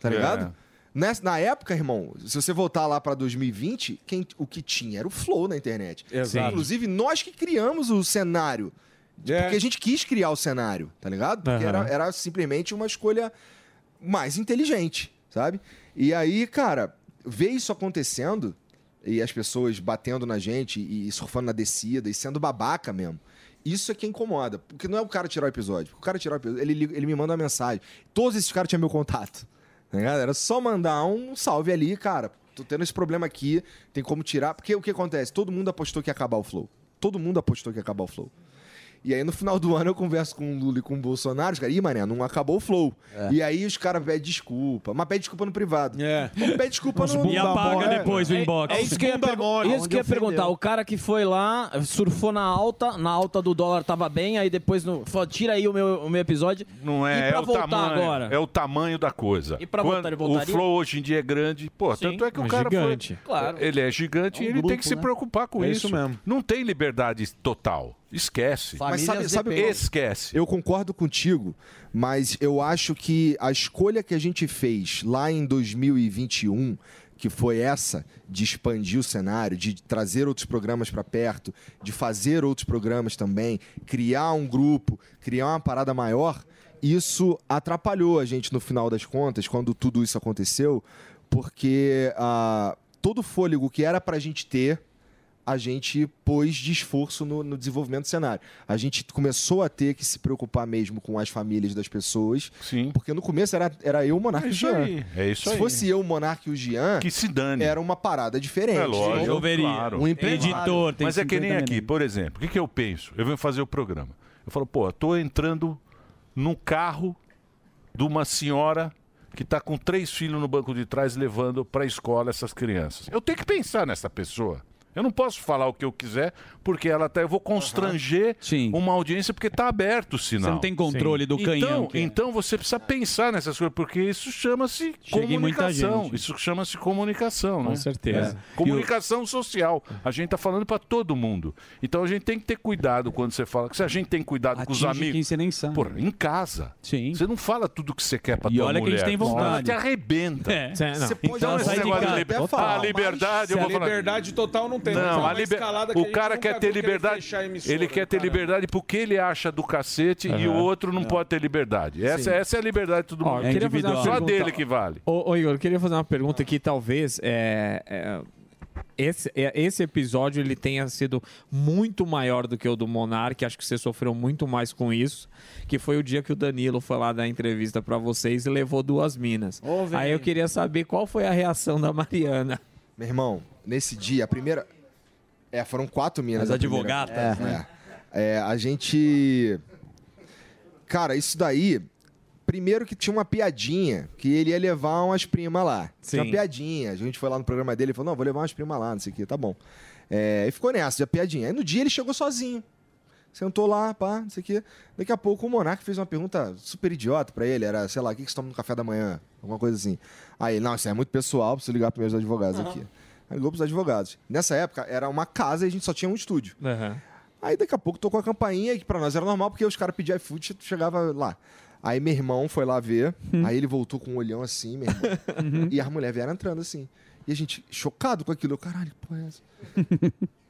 tá
É.
ligado? Nessa, na época, irmão, se você voltar lá pra 2020, quem, o que tinha era o flow na internet.
Exato.
Inclusive, nós que criamos o cenário. Porque a gente quis criar o cenário, tá ligado? Porque
Aham.
era, era simplesmente uma escolha mais inteligente, sabe? E aí, cara, ver isso acontecendo e as pessoas batendo na gente e surfando na descida e sendo babaca mesmo. Isso é que incomoda, porque não é o cara tirar o episódio. porque O cara tirar o episódio, ele, liga- ele me manda uma mensagem. Todos esses caras tinham meu contato. tá ligado? Era só mandar um salve ali, cara. Tô tendo esse problema aqui, tem como tirar. Porque o que acontece? Todo mundo apostou que ia acabar o flow. Todo mundo apostou que ia acabar o flow. E aí, no final do ano, eu converso com o Lula e com o Bolsonaro. Os caras, ih, mané, não acabou o flow. E aí, os caras pedem desculpa. Mas pede desculpa no privado. É. Pede desculpa no...
E apaga depois o inbox. É isso que eu ia, pergu- isso que eu ia perguntar. O cara que foi lá, surfou na alta, na alta do dólar tava bem, aí depois no, falou, tira aí o meu, o meu episódio.
Não é,
E
é
pra
o
voltar
tamanho,
agora?
é o tamanho da coisa.
E pra
Quando
voltar, ele
O
voltaria?
flow hoje em dia é grande. Pô,
Sim,
tanto é que o
é
cara
gigante.
foi...
Claro.
Ele é gigante
É um
e ele tem
grupo,
que se
né?
preocupar com
É
isso.
isso mesmo.
Não tem liberdade total. Esquece.
Mas sabe, sabe
Esquece.
Eu concordo contigo, mas eu acho que a escolha que a gente fez lá em 2021, que foi essa de expandir o cenário, de trazer outros programas para perto, de fazer outros programas também, criar um grupo, criar uma parada maior, isso atrapalhou a gente no final das contas, quando tudo isso aconteceu, porque ah, todo o fôlego que era para a gente ter a gente pôs de esforço no, no desenvolvimento do cenário. A gente começou a ter que se preocupar mesmo com as famílias das pessoas. Sim. Porque no começo era, era eu, o Monarca
É
e o
isso
Jean.
aí, é isso
se
aí.
fosse eu, o Monarca e o Jean...
Que se dane.
Era uma parada diferente.
É lógico,
Eu veria.
claro.
Um empresário.
Mas é que nem aqui,
né?
por exemplo, o que, que eu penso? Eu venho fazer o programa. Eu falo, pô, eu tô entrando num carro de uma senhora que está com três filhos no banco de trás levando para a escola essas crianças. Eu tenho que pensar nessa pessoa. Eu não posso falar o que eu quiser, porque ela tá. Eu vou constranger uma audiência, porque tá aberto o sinal.
Você não tem controle do canhão
Então,
que é.
então você precisa pensar nessas coisas, porque isso chama-se
Chega em muita
comunicação.
gente.
Isso chama-se comunicação, né?
Com certeza.
É. Comunicação social. A gente tá falando para todo mundo. Então a gente tem que ter cuidado quando você fala. Se a gente tem cuidado com os
Atinge
amigos.
quem você nem sabe.
Porra, em casa.
Sim.
Você não fala tudo que você quer pra
E
tua
olha que a
mulher.
gente tem vontade.
Ela te arrebenta.
É. Não.
Você pode
Então,
dar esse
sai de
negócio
casa.
de liber-
Até
Ah,
falar,
a liberdade, eu
Se
vou
a
falar.
liberdade total não tem.
Não,
Foi
a
uma
liber-
escalada que a
o
gente
cara
nunca
quer ter
viu, querer
liberdade.
fechar a emissora,
ele quer ter
cara.
liberdade porque ele acha do cacete e o
Aham.
outro não pode ter liberdade. Essa,
Sim.
essa é a liberdade de todo
Ó,
mundo.
eu queria fazer uma
Só
pergunta.
dele que vale.
Ô, ô, Igor, eu queria fazer uma pergunta que talvez é, é, esse, é, esse episódio ele tenha sido muito maior do que o do Monark. Acho que você sofreu muito mais com isso. Que foi o dia que o Danilo foi lá dar entrevista pra vocês e levou duas minas. Aí eu queria saber qual foi a reação da Mariana.
Meu irmão, nesse dia, a primeira... É, foram quatro
As
minas. a primeira-
advogatas,
É,
né?
é. É, a gente... Cara, isso daí... Primeiro que tinha uma piadinha, que ele ia levar umas primas lá.
Sim.
Tinha uma piadinha. A gente foi lá no programa dele e falou, não, vou levar umas primas lá, não sei o que, tá bom. É, e ficou nessa, de piadinha. Aí no dia ele chegou sozinho. Sentou lá, pá, não sei o quê. Daqui a pouco o Monarca fez uma pergunta super idiota pra ele. Era, sei lá, o que que você toma no café da manhã? Alguma coisa assim. Aí, ele, não, isso é muito pessoal, preciso ligar para meus advogados aqui. Aí ligou pros advogados. Nessa época, era uma casa e a gente só tinha um estúdio. Aí daqui a pouco tocou a campainha, que pra nós era normal, porque os caras pediam iFood e chegava lá. Aí meu irmão foi lá ver, aí ele voltou com um olhão assim, meu irmão. e as mulheres vieram entrando assim. E a gente, chocado com aquilo, eu, caralho, que porra é essa?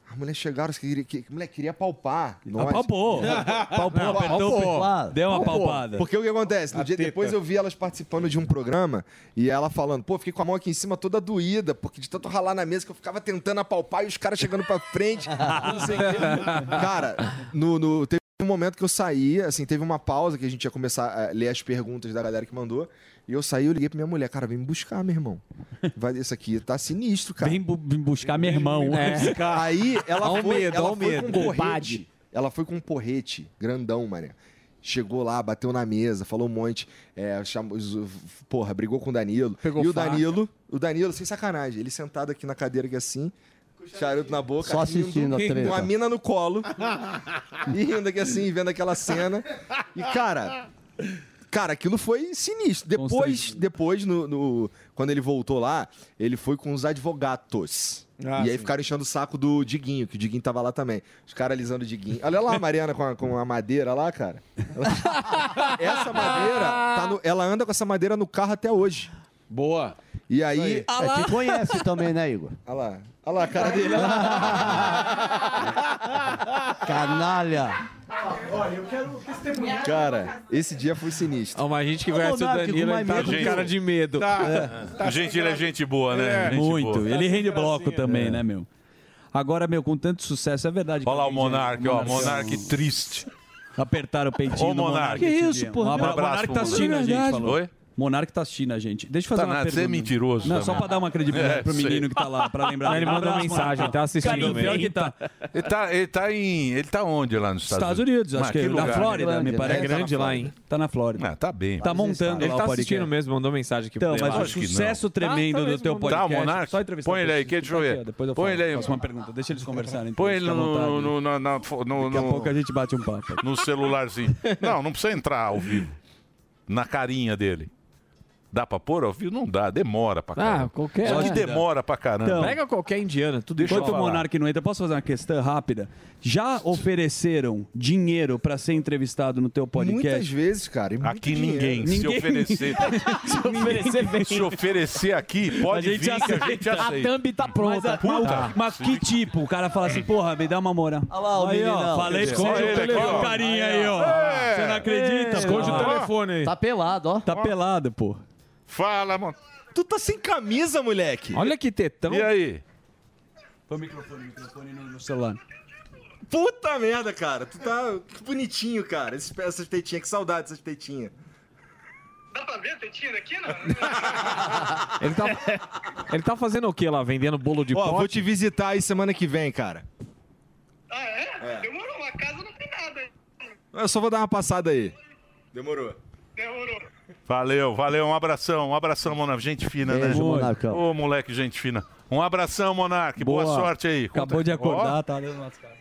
As mulheres chegaram, as que queria, que, mulher queria palpar. nós.
Ah, palpou. Palpou, apertou, palpou. Deu uma palpada.
Porque o que acontece? No
A
dia
teta.
depois eu vi elas participando de um programa e ela falando, pô, fiquei com a mão aqui em cima toda doída, porque de tanto ralar na mesa que eu ficava tentando apalpar e os caras chegando pra frente. não sei o quê. Cara, no, no- teve um momento que eu saí, assim, teve uma pausa que a gente ia começar a eh, ler as perguntas da galera que mandou. E eu saí, eu liguei pra minha mulher, cara, vem me buscar, meu irmão. Vai, isso aqui tá sinistro, cara. Vem
buscar meu irmão. É.
Aí ela
Olha o Né?
foi,
um medo,
ela
olha o
foi
medo.
com um
Compadre.
porrete. Ela foi com um porrete grandão, mané. Chegou lá, bateu na mesa, falou um monte. É, chamou- z- porra, brigou com o Danilo. Pegou e o faca. Danilo, o Danilo, sem sacanagem, ele sentado aqui na cadeira aqui assim, charuto na boca,
Só assistindo a
rindo,
treta.
com a um mina no colo. e rindo aqui assim, vendo aquela cena. E, cara, Cara, aquilo foi sinistro. Depois, depois no, no- quando ele voltou lá, ele foi com os advogatos.
Ah,
e aí
sim.
ficaram enchendo o saco do Diguinho, que o Diguinho tava lá também. Os caras alisando o Diguinho. Olha lá a Mariana com a, com a madeira lá, cara. essa madeira, tá no- ela anda com essa madeira no carro até hoje.
Boa.
E aí...
É, te conhece também, né, Igor?
Olha lá. Olha lá a cara dele.
Canalha.
Olha, eu quero testemunhar.
Cara, esse dia foi sinistro.
Uma gente que
Ô,
conhece o
Monark, com
Danilo, ele
mais
tá
medo
com
que
cara
eu.
de medo.
Tá.
O gente, ele é gente boa, né? Gente
Muito.
boa.
Ele rende bloco
Gracinha.
também,
É.
né, meu? Agora, meu, com tanto sucesso, é verdade.
Olha lá o
que a gente-
Monark, ó. Monark triste.
Apertaram o peitinho
Ô,
do
Monark.
Monark.
Que
esse
isso,
dia.
porra.
Um abra-
Um abraço
Monark
pro
tá
Monark.
assistindo a gente,
Verdade.
falou.
Oi?
Monark tá assistindo a gente. Deixa eu fazer
Tá
uma
nada,
pergunta.
você é mentiroso
Não,
também.
só pra dar uma credibilidade
É,
pro
sei.
menino que tá lá, pra lembrar.
Ele
mandou mensagem, tá assistindo
Carinho,
mesmo.
pior que tá.
Ele tá, ele tá em. Ele tá onde lá nos Estados,
Estados Unidos, acho
Mas
que é, na
lugar,
Flórida,
né?
me parece.
É grande lá, hein?
Tá na Flórida.
tá bem.
Tá montando
Ele
lá
tá
o podcast.
assistindo mesmo, mandou mensagem aqui
Então,
pra
mas
ele.
o sucesso tremendo do teu podcast.
Tá, Monark?
Só entrevistar
Põe
o
ele aí,
Pedro,
que deixa eu
tá
ver.
aqui, ó, Depois eu
Põe
falo.
ele aí.
Próxima pergunta, deixa eles conversarem. então,
Põe ele
fica à
no,
vontade.
no, na- na fo- no,
Daqui a
no-
pouco a gente bate um papo.
no celularzinho. Não, não precisa entrar ao vivo. Na carinha dele. Dá pra pôr ao vivo? Não dá, demora pra caramba.
qualquer-
Só que
é.
demora pra caramba.
Então,
Pega
qualquer indiana, tudo
deixa eu
Enquanto o
falar.
Monark não entra, posso fazer uma questão rápida? Já ofereceram dinheiro pra ser entrevistado no teu podcast?
Muitas vezes, cara.
Aqui
ninguém. Se oferecer.
Se oferecer, vem.
Se oferecer aqui, pode
A gente
vir que a
aceita.
gente aceita.
A thumb tá pronta. Mas,
Puta.
mas que tipo? O cara fala assim, porra, me dá uma moral. Olha
lá
aí, ó, falei com
Esconde o
ele,
é
telefone.
olha o carinha aí, ó.
É.
Você não acredita?
Esconde
pô.
o telefone aí. Tá pelado, ó.
Tá pelado, pô.
Fala, mano.
Tu tá sem camisa, moleque.
Olha que tetão.
E aí?
Põe o microfone, o microfone no meu celular.
Puta merda, cara. Tu tá. Que bonitinho, cara. Esses- Essas tetinhas. Que saudade dessas tetinhas.
Ele tá, ele tá fazendo o que lá? Vendendo bolo de
Ó,
pote?
vou te visitar aí semana que vem, cara.
É. Demorou, a casa não tem nada. hein?
Eu só vou dar uma passada aí. Demorou.
Demorou.
Valeu, valeu. Um abração, um abração, Monark. Gente fina, né?
Beijo, Monarcão.
Ô, moleque, gente fina. Um abração, Monark. Boa,
Boa.
sorte aí.
Acabou de acordar,
tá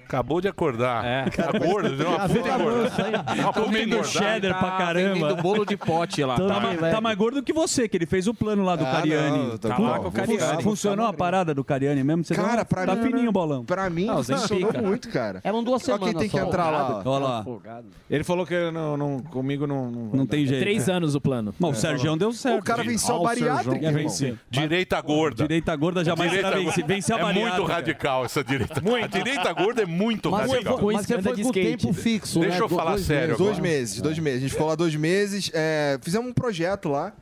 Acabou de acordar.
É.
Tá gordo, deu uma puta
Tá
engordada. Uma puta
Comendo
engordada.
cheddar pra caramba. Tá,
Tá,
ma- tá mais gordo que você, que ele fez o plano lá do
Ah,
Cariani.
não,
Não,
tá bom, vou ficar-
Funcionou a parada do Cariani mesmo? Você
Cara,
tá,
pra
tá
mim-
fininho o bolão.
Pra mim,
Ah, o Zen
funcionou
pica.
muito, cara.
um
Eram duas
Olha quem
semanas
tem que
só.
entrar lá. Tá ó.
Olha
Tá
lá.
Ele falou que não, não, comigo não. Não, vai
Não
dar.
tem jeito. né?
anos
o plano. Bom, o
É.
Sergião deu um certo.
O cara venceu
Ah,
a bariátrica,
Sergião
irmão.
venceu.
Direita gorda.
Direita gorda jamais
Direita
será vence-
gorda.
vence a
É muito
bariátrica.
radical essa direita.
Muito.
A direita gorda é muito
Mas você
radical.
foi- mas você Anda foi de com skate. tempo fixo, né?
Deixa eu falar sério
Dois
agora. É.
meses, dois meses. A gente ficou lá dois meses, é, fizemos um projeto lá.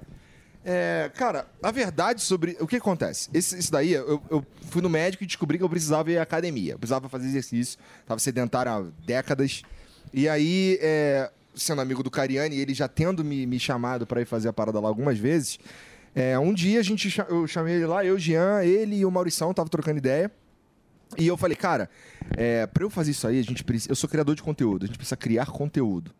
É, cara, a verdade sobre. O que acontece? Esse, isso daí, eu, eu fui no médico e descobri que eu precisava ir à academia. Eu precisava fazer exercício. Tava sedentário há décadas. E aí, é, sendo amigo do Cariani, ele já tendo me, me chamado pra ir fazer a parada lá algumas vezes. é, um dia a gente, cha- eu chamei ele lá, eu, Jean, ele e o Maurição, tava trocando ideia. E eu falei, cara, é, para eu fazer isso aí, a gente precisa, eu sou criador de conteúdo, a gente precisa criar conteúdo.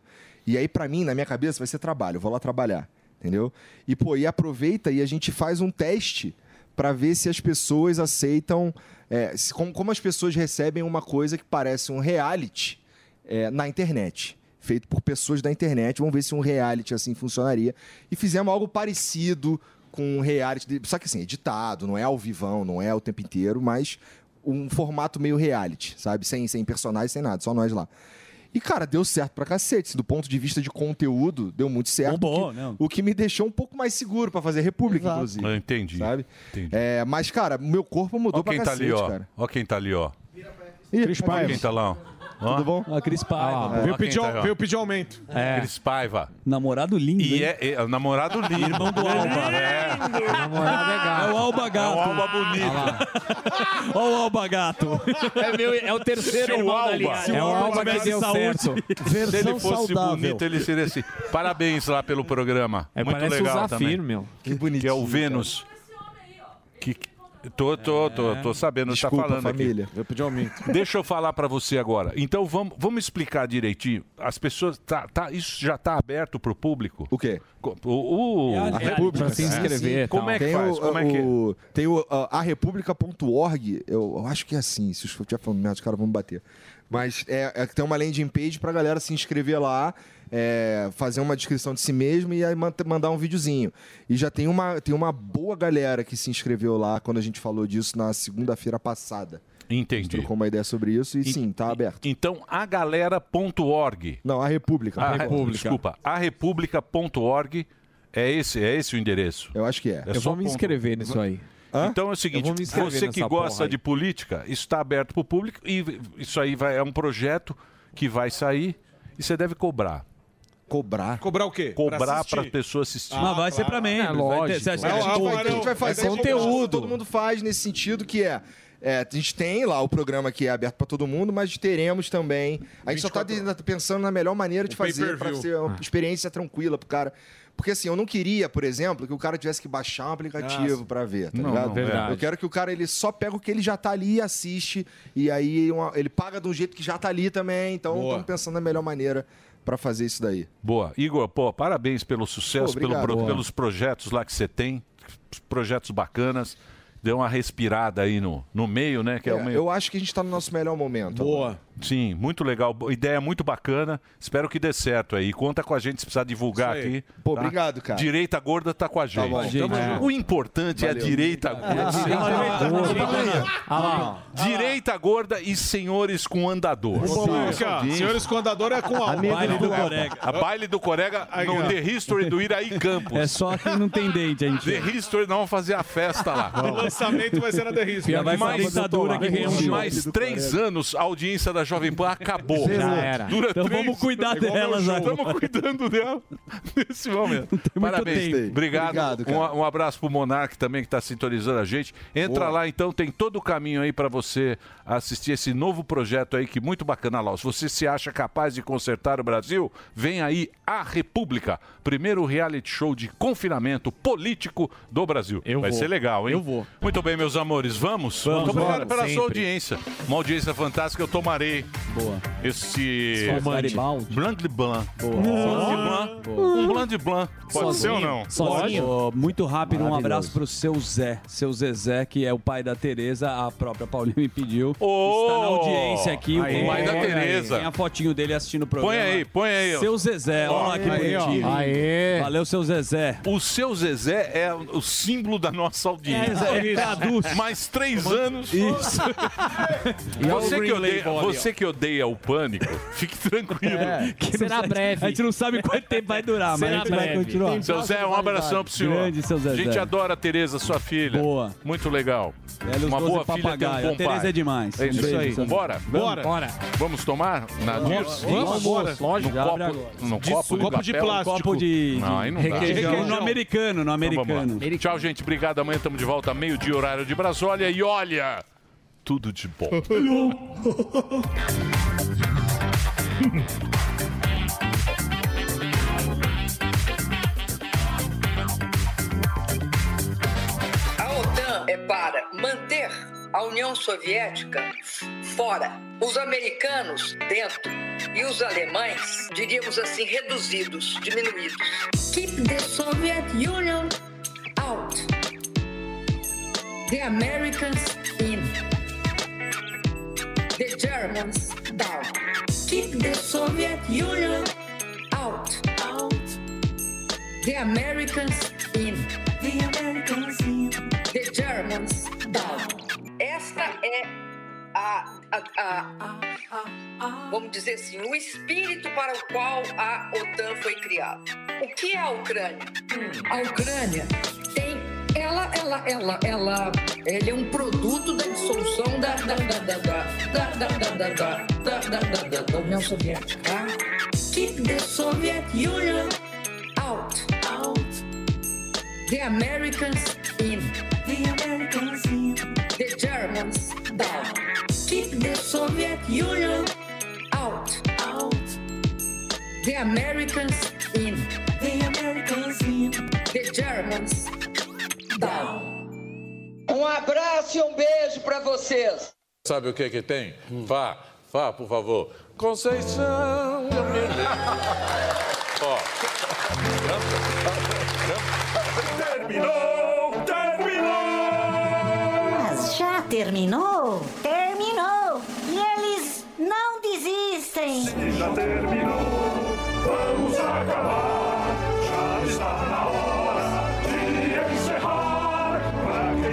E aí, pra mim, na minha cabeça, vai ser trabalho, eu vou lá trabalhar, entendeu? E, pô, e aproveita e a gente faz um teste pra ver se as pessoas aceitam, é, se- como, como as pessoas recebem uma coisa que parece um reality é, na internet. Feito por pessoas da internet. Vamos ver se um reality assim funcionaria. E fizemos algo parecido com um reality. de- Só que assim, editado, não é ao vivão, não é o tempo inteiro, mas um formato meio reality, sabe? Sem, sem personagens, sem nada, só nós lá. E, cara, deu certo pra cacete. Do ponto de vista de conteúdo, deu muito certo.
Bombou,
o que,
né?
não.
o que me deixou um pouco mais seguro pra fazer República, inclusive.
Eu entendi.
Sabe? É, mas, cara, meu corpo mudou
Ó
pra
quem tá
cacete,
ali, ó.
cara.
Ó quem tá ali, ó.
Ih,
Ó quem tá lá, ó. Ó.
Tudo bom? é.
Ah, Cris Paiva.
Ah,
Veio
quem
pedir,
tá
au-
aí, ó.
veio pedir aumento.
É. Cris Paiva.
Namorado lindo.
E é, é, é o namorado lindo. Irmão do Alba. É.
Namorado legal. É o Alba Gato. É o Alba
bonito.
Olha o Alba Gato.
É, meu, é o terceiro
Seu
irmão da
Alba.
linha.
Se o
É o Alba
tivesse
que deu certo. Se ele fosse bonito, ele seria assim. Parabéns lá pelo programa.
É,
Muito
parece o
legal
Zafir,
também.
meu.
Que bonito. Que é o Vênus. Que, tô, tô, tô,
É.
tô sabendo,
Desculpa,
tá falando
família.
aqui.
um
Deixa eu falar pra você agora. Então vamos, vamos explicar direitinho. As pessoas. Tá, tá, isso já tá aberto pro público?
O quê?
O, o-
A República.
É. Sim. Como é que
tem
faz?
O,
Como é que.
o- tem o a, arepublica.org, eu, eu acho que é assim, se eu estiver falando merda, os caras vão me bater. Mas é, é que tem uma landing page pra galera se inscrever lá, é, fazer uma descrição de si mesmo e aí man- mandar um videozinho. E já tem uma, tem uma boa galera que se inscreveu lá quando a gente falou disso na segunda-feira passada.
Entendi.
Trocou uma ideia sobre isso e, sim, tá aberto.
Então, agalera.org.
Não, a República.
A República. Ah, Desculpa, a República.org. É esse, é esse o endereço.
Eu acho que
É
é. Eu
só
vou me
ponto.
inscrever nisso aí.
Hã? Então é o seguinte,
vou me inscrever
você que
nessa porra
gosta
aí.
de política, isso está aberto para o público e isso aí vai- é um projeto que vai sair e você deve cobrar.
Cobrar?
É
Cobrar o quê?
Cobrar
assistir?
para as pessoas assistirem.
Mas vai
Ah,
ser pra membros. vai ter- você acha que é
É, Não,
desconto?
a gente vai fazer conteúdo. Todo mundo faz nesse sentido que é, é, a gente tem lá o programa que é aberto para todo mundo, mas teremos também. A gente só tá de- pensando na melhor maneira de
O
fazer
pay-per-view.
para ser uma
Ah.
experiência tranquila pro cara. Porque assim, eu não queria, por exemplo, que o cara tivesse que baixar um aplicativo
Ah,
para ver, tá
não,
ligado?
não, verdade.
Eu quero que o cara ele só pega o que ele já tá ali e assiste e aí uma- ele paga de um jeito que já tá ali também. Então,
Boa.
estamos pensando na melhor maneira para fazer isso daí.
Boa. Igor, pô, parabéns pelo sucesso,
Pô, obrigado.
pelo pro-
Boa.
pelos projetos lá que você tem, projetos bacanas. deu uma respirada aí no, no meio, né? Que é, o meio.
Eu acho que a gente está no nosso melhor momento.
Boa. Sim, muito legal. Bo- Ideia muito bacana. Espero que dê certo aí. Conta com a gente se precisar divulgar
Isso aí.
aqui. tá?
Pô, obrigado, cara.
Direita gorda tá com a gente.
bom, tamo
É.
junto.
O importante é a
Valeu.
direita gorda.
Ah, direita gorda.
Olha lá. Direita gorda e senhores com andador.
Ô, Paulo, aqui, ó, senhores com andador é com a- Amigo
baile do
do
Corega. A baile do Corega
Aí,
no
ó.
The History do Iraí Campos.
É só quem não tem dente, a gente.
The History não vai fazer a festa lá.
O lançamento vai ser na The History. Já vai falar
mais,
pra ditadura que ganhou um show.
mais três anos, a audiência da Jovem Pan acabou.
Já era.
Dura
Então
três-
vamos cuidar
Igual meu
delas
show.
agora.
Estamos cuidando dela nesse momento. Parabéns.
tempo.
Obrigado.
Obrigado, cara.
um, um abraço pro Monark também, que está sintonizando a gente. Entra
Boa.
lá, então, tem todo o caminho aí para você assistir esse novo projeto aí, que é muito bacana, lá. Se você se acha capaz de consertar o Brasil, vem aí a República. Primeiro reality show de confinamento político do Brasil. Vai
vou.
ser legal, hein?
Eu vou.
Muito bem, meus amores, vamos? Muito
vamos.
obrigado pela sua
Sempre.
audiência. Uma audiência fantástica, eu tomarei. Boa. Esse.
Espumante.
Blanc de Blanc. Blanc de
Boa.
Blanc. Um Blanc de Blanc. Pode ser ou não?
Ó, muito rápido, um
Maravilhoso.
abraço pro seu Zé. Seu Zezé, que é o pai da Tereza, a própria Paulinha me pediu. Está na audiência aqui.
Aí, pai da
Olha aí,
Tereza.
Tem a fotinho dele assistindo o programa.
Põe aí, põe aí. ó.
Seu Zezé, olha lá que
Aí, ó.
bonitinho.
Aê.
Valeu, seu Zezé.
O seu Zezé é o símbolo da nossa audiência.
É, é, traduz.
Mais três anos.
Isso. é
E Você, que odeia,
Label ali, ó.
você que odeia o pânico, fique tranquilo.
É, que Será não- breve. a gente não sabe quanto tempo vai durar, mas Será a gente vai breve. continuar.
Seu Zé, um abração pro senhor.
Grande, seu Zezé.
A gente adora a Tereza, sua filha. Boa. Muito legal.
Velhos
Uma
doze
boa filha tem um
papagaio.
bom
A Tereza
pai.
é demais.
É
Um
isso
beijo,
aí.
seu Zé.
Bora?
Bora. Bora.
Vamos tomar? Na
Vamos. Vamos. Lógico,
No
já
copo,
abre agora.
no
De
copo,
suco. Copo de
papel?
plástico. Copo de-
Não, aí não dá.
Requeijão. No americano, no
Então vamos lá.
americano.
Tchau, gente. Obrigado. Amanhã estamos de volta, meio-dia, horário de Brasólia. E olha, tudo de bom.
A OTAN é para manter a União Soviética fora, os americanos dentro e os alemães, diríamos assim, reduzidos, diminuídos. Keep the Soviet Union out. The Americans in. The Germans down. Keep the Soviet Union out. Out. The Americans in. The Americans in. The Germans down. Esta é a, a- a- vamos dizer assim, o espírito para o qual a OTAN foi criada. O que é a Ucrânia? A Ucrânia tem, ela, ela, ela, ela, ele é um produto da dissolução da, da, da, da, da, da, da, da, da, da, da, da, da, da, da União Soviética. Keep the Soviet Union out. Out. The Americans in. The Americans in. The Germans down. Keep the Soviet Union out. Out. The Americans in. The Americans in. The Germans down. Um abraço e um beijo para vocês.
Sabe o que que tem? Vá, vá, por favor. Conceição, eu me lembro. Ó.
Terminou! Terminou!
Mas já terminou? Terminou! E eles não desistem!
Já terminou! Vamos acabar! Já está na hora de encerrar! Pra quem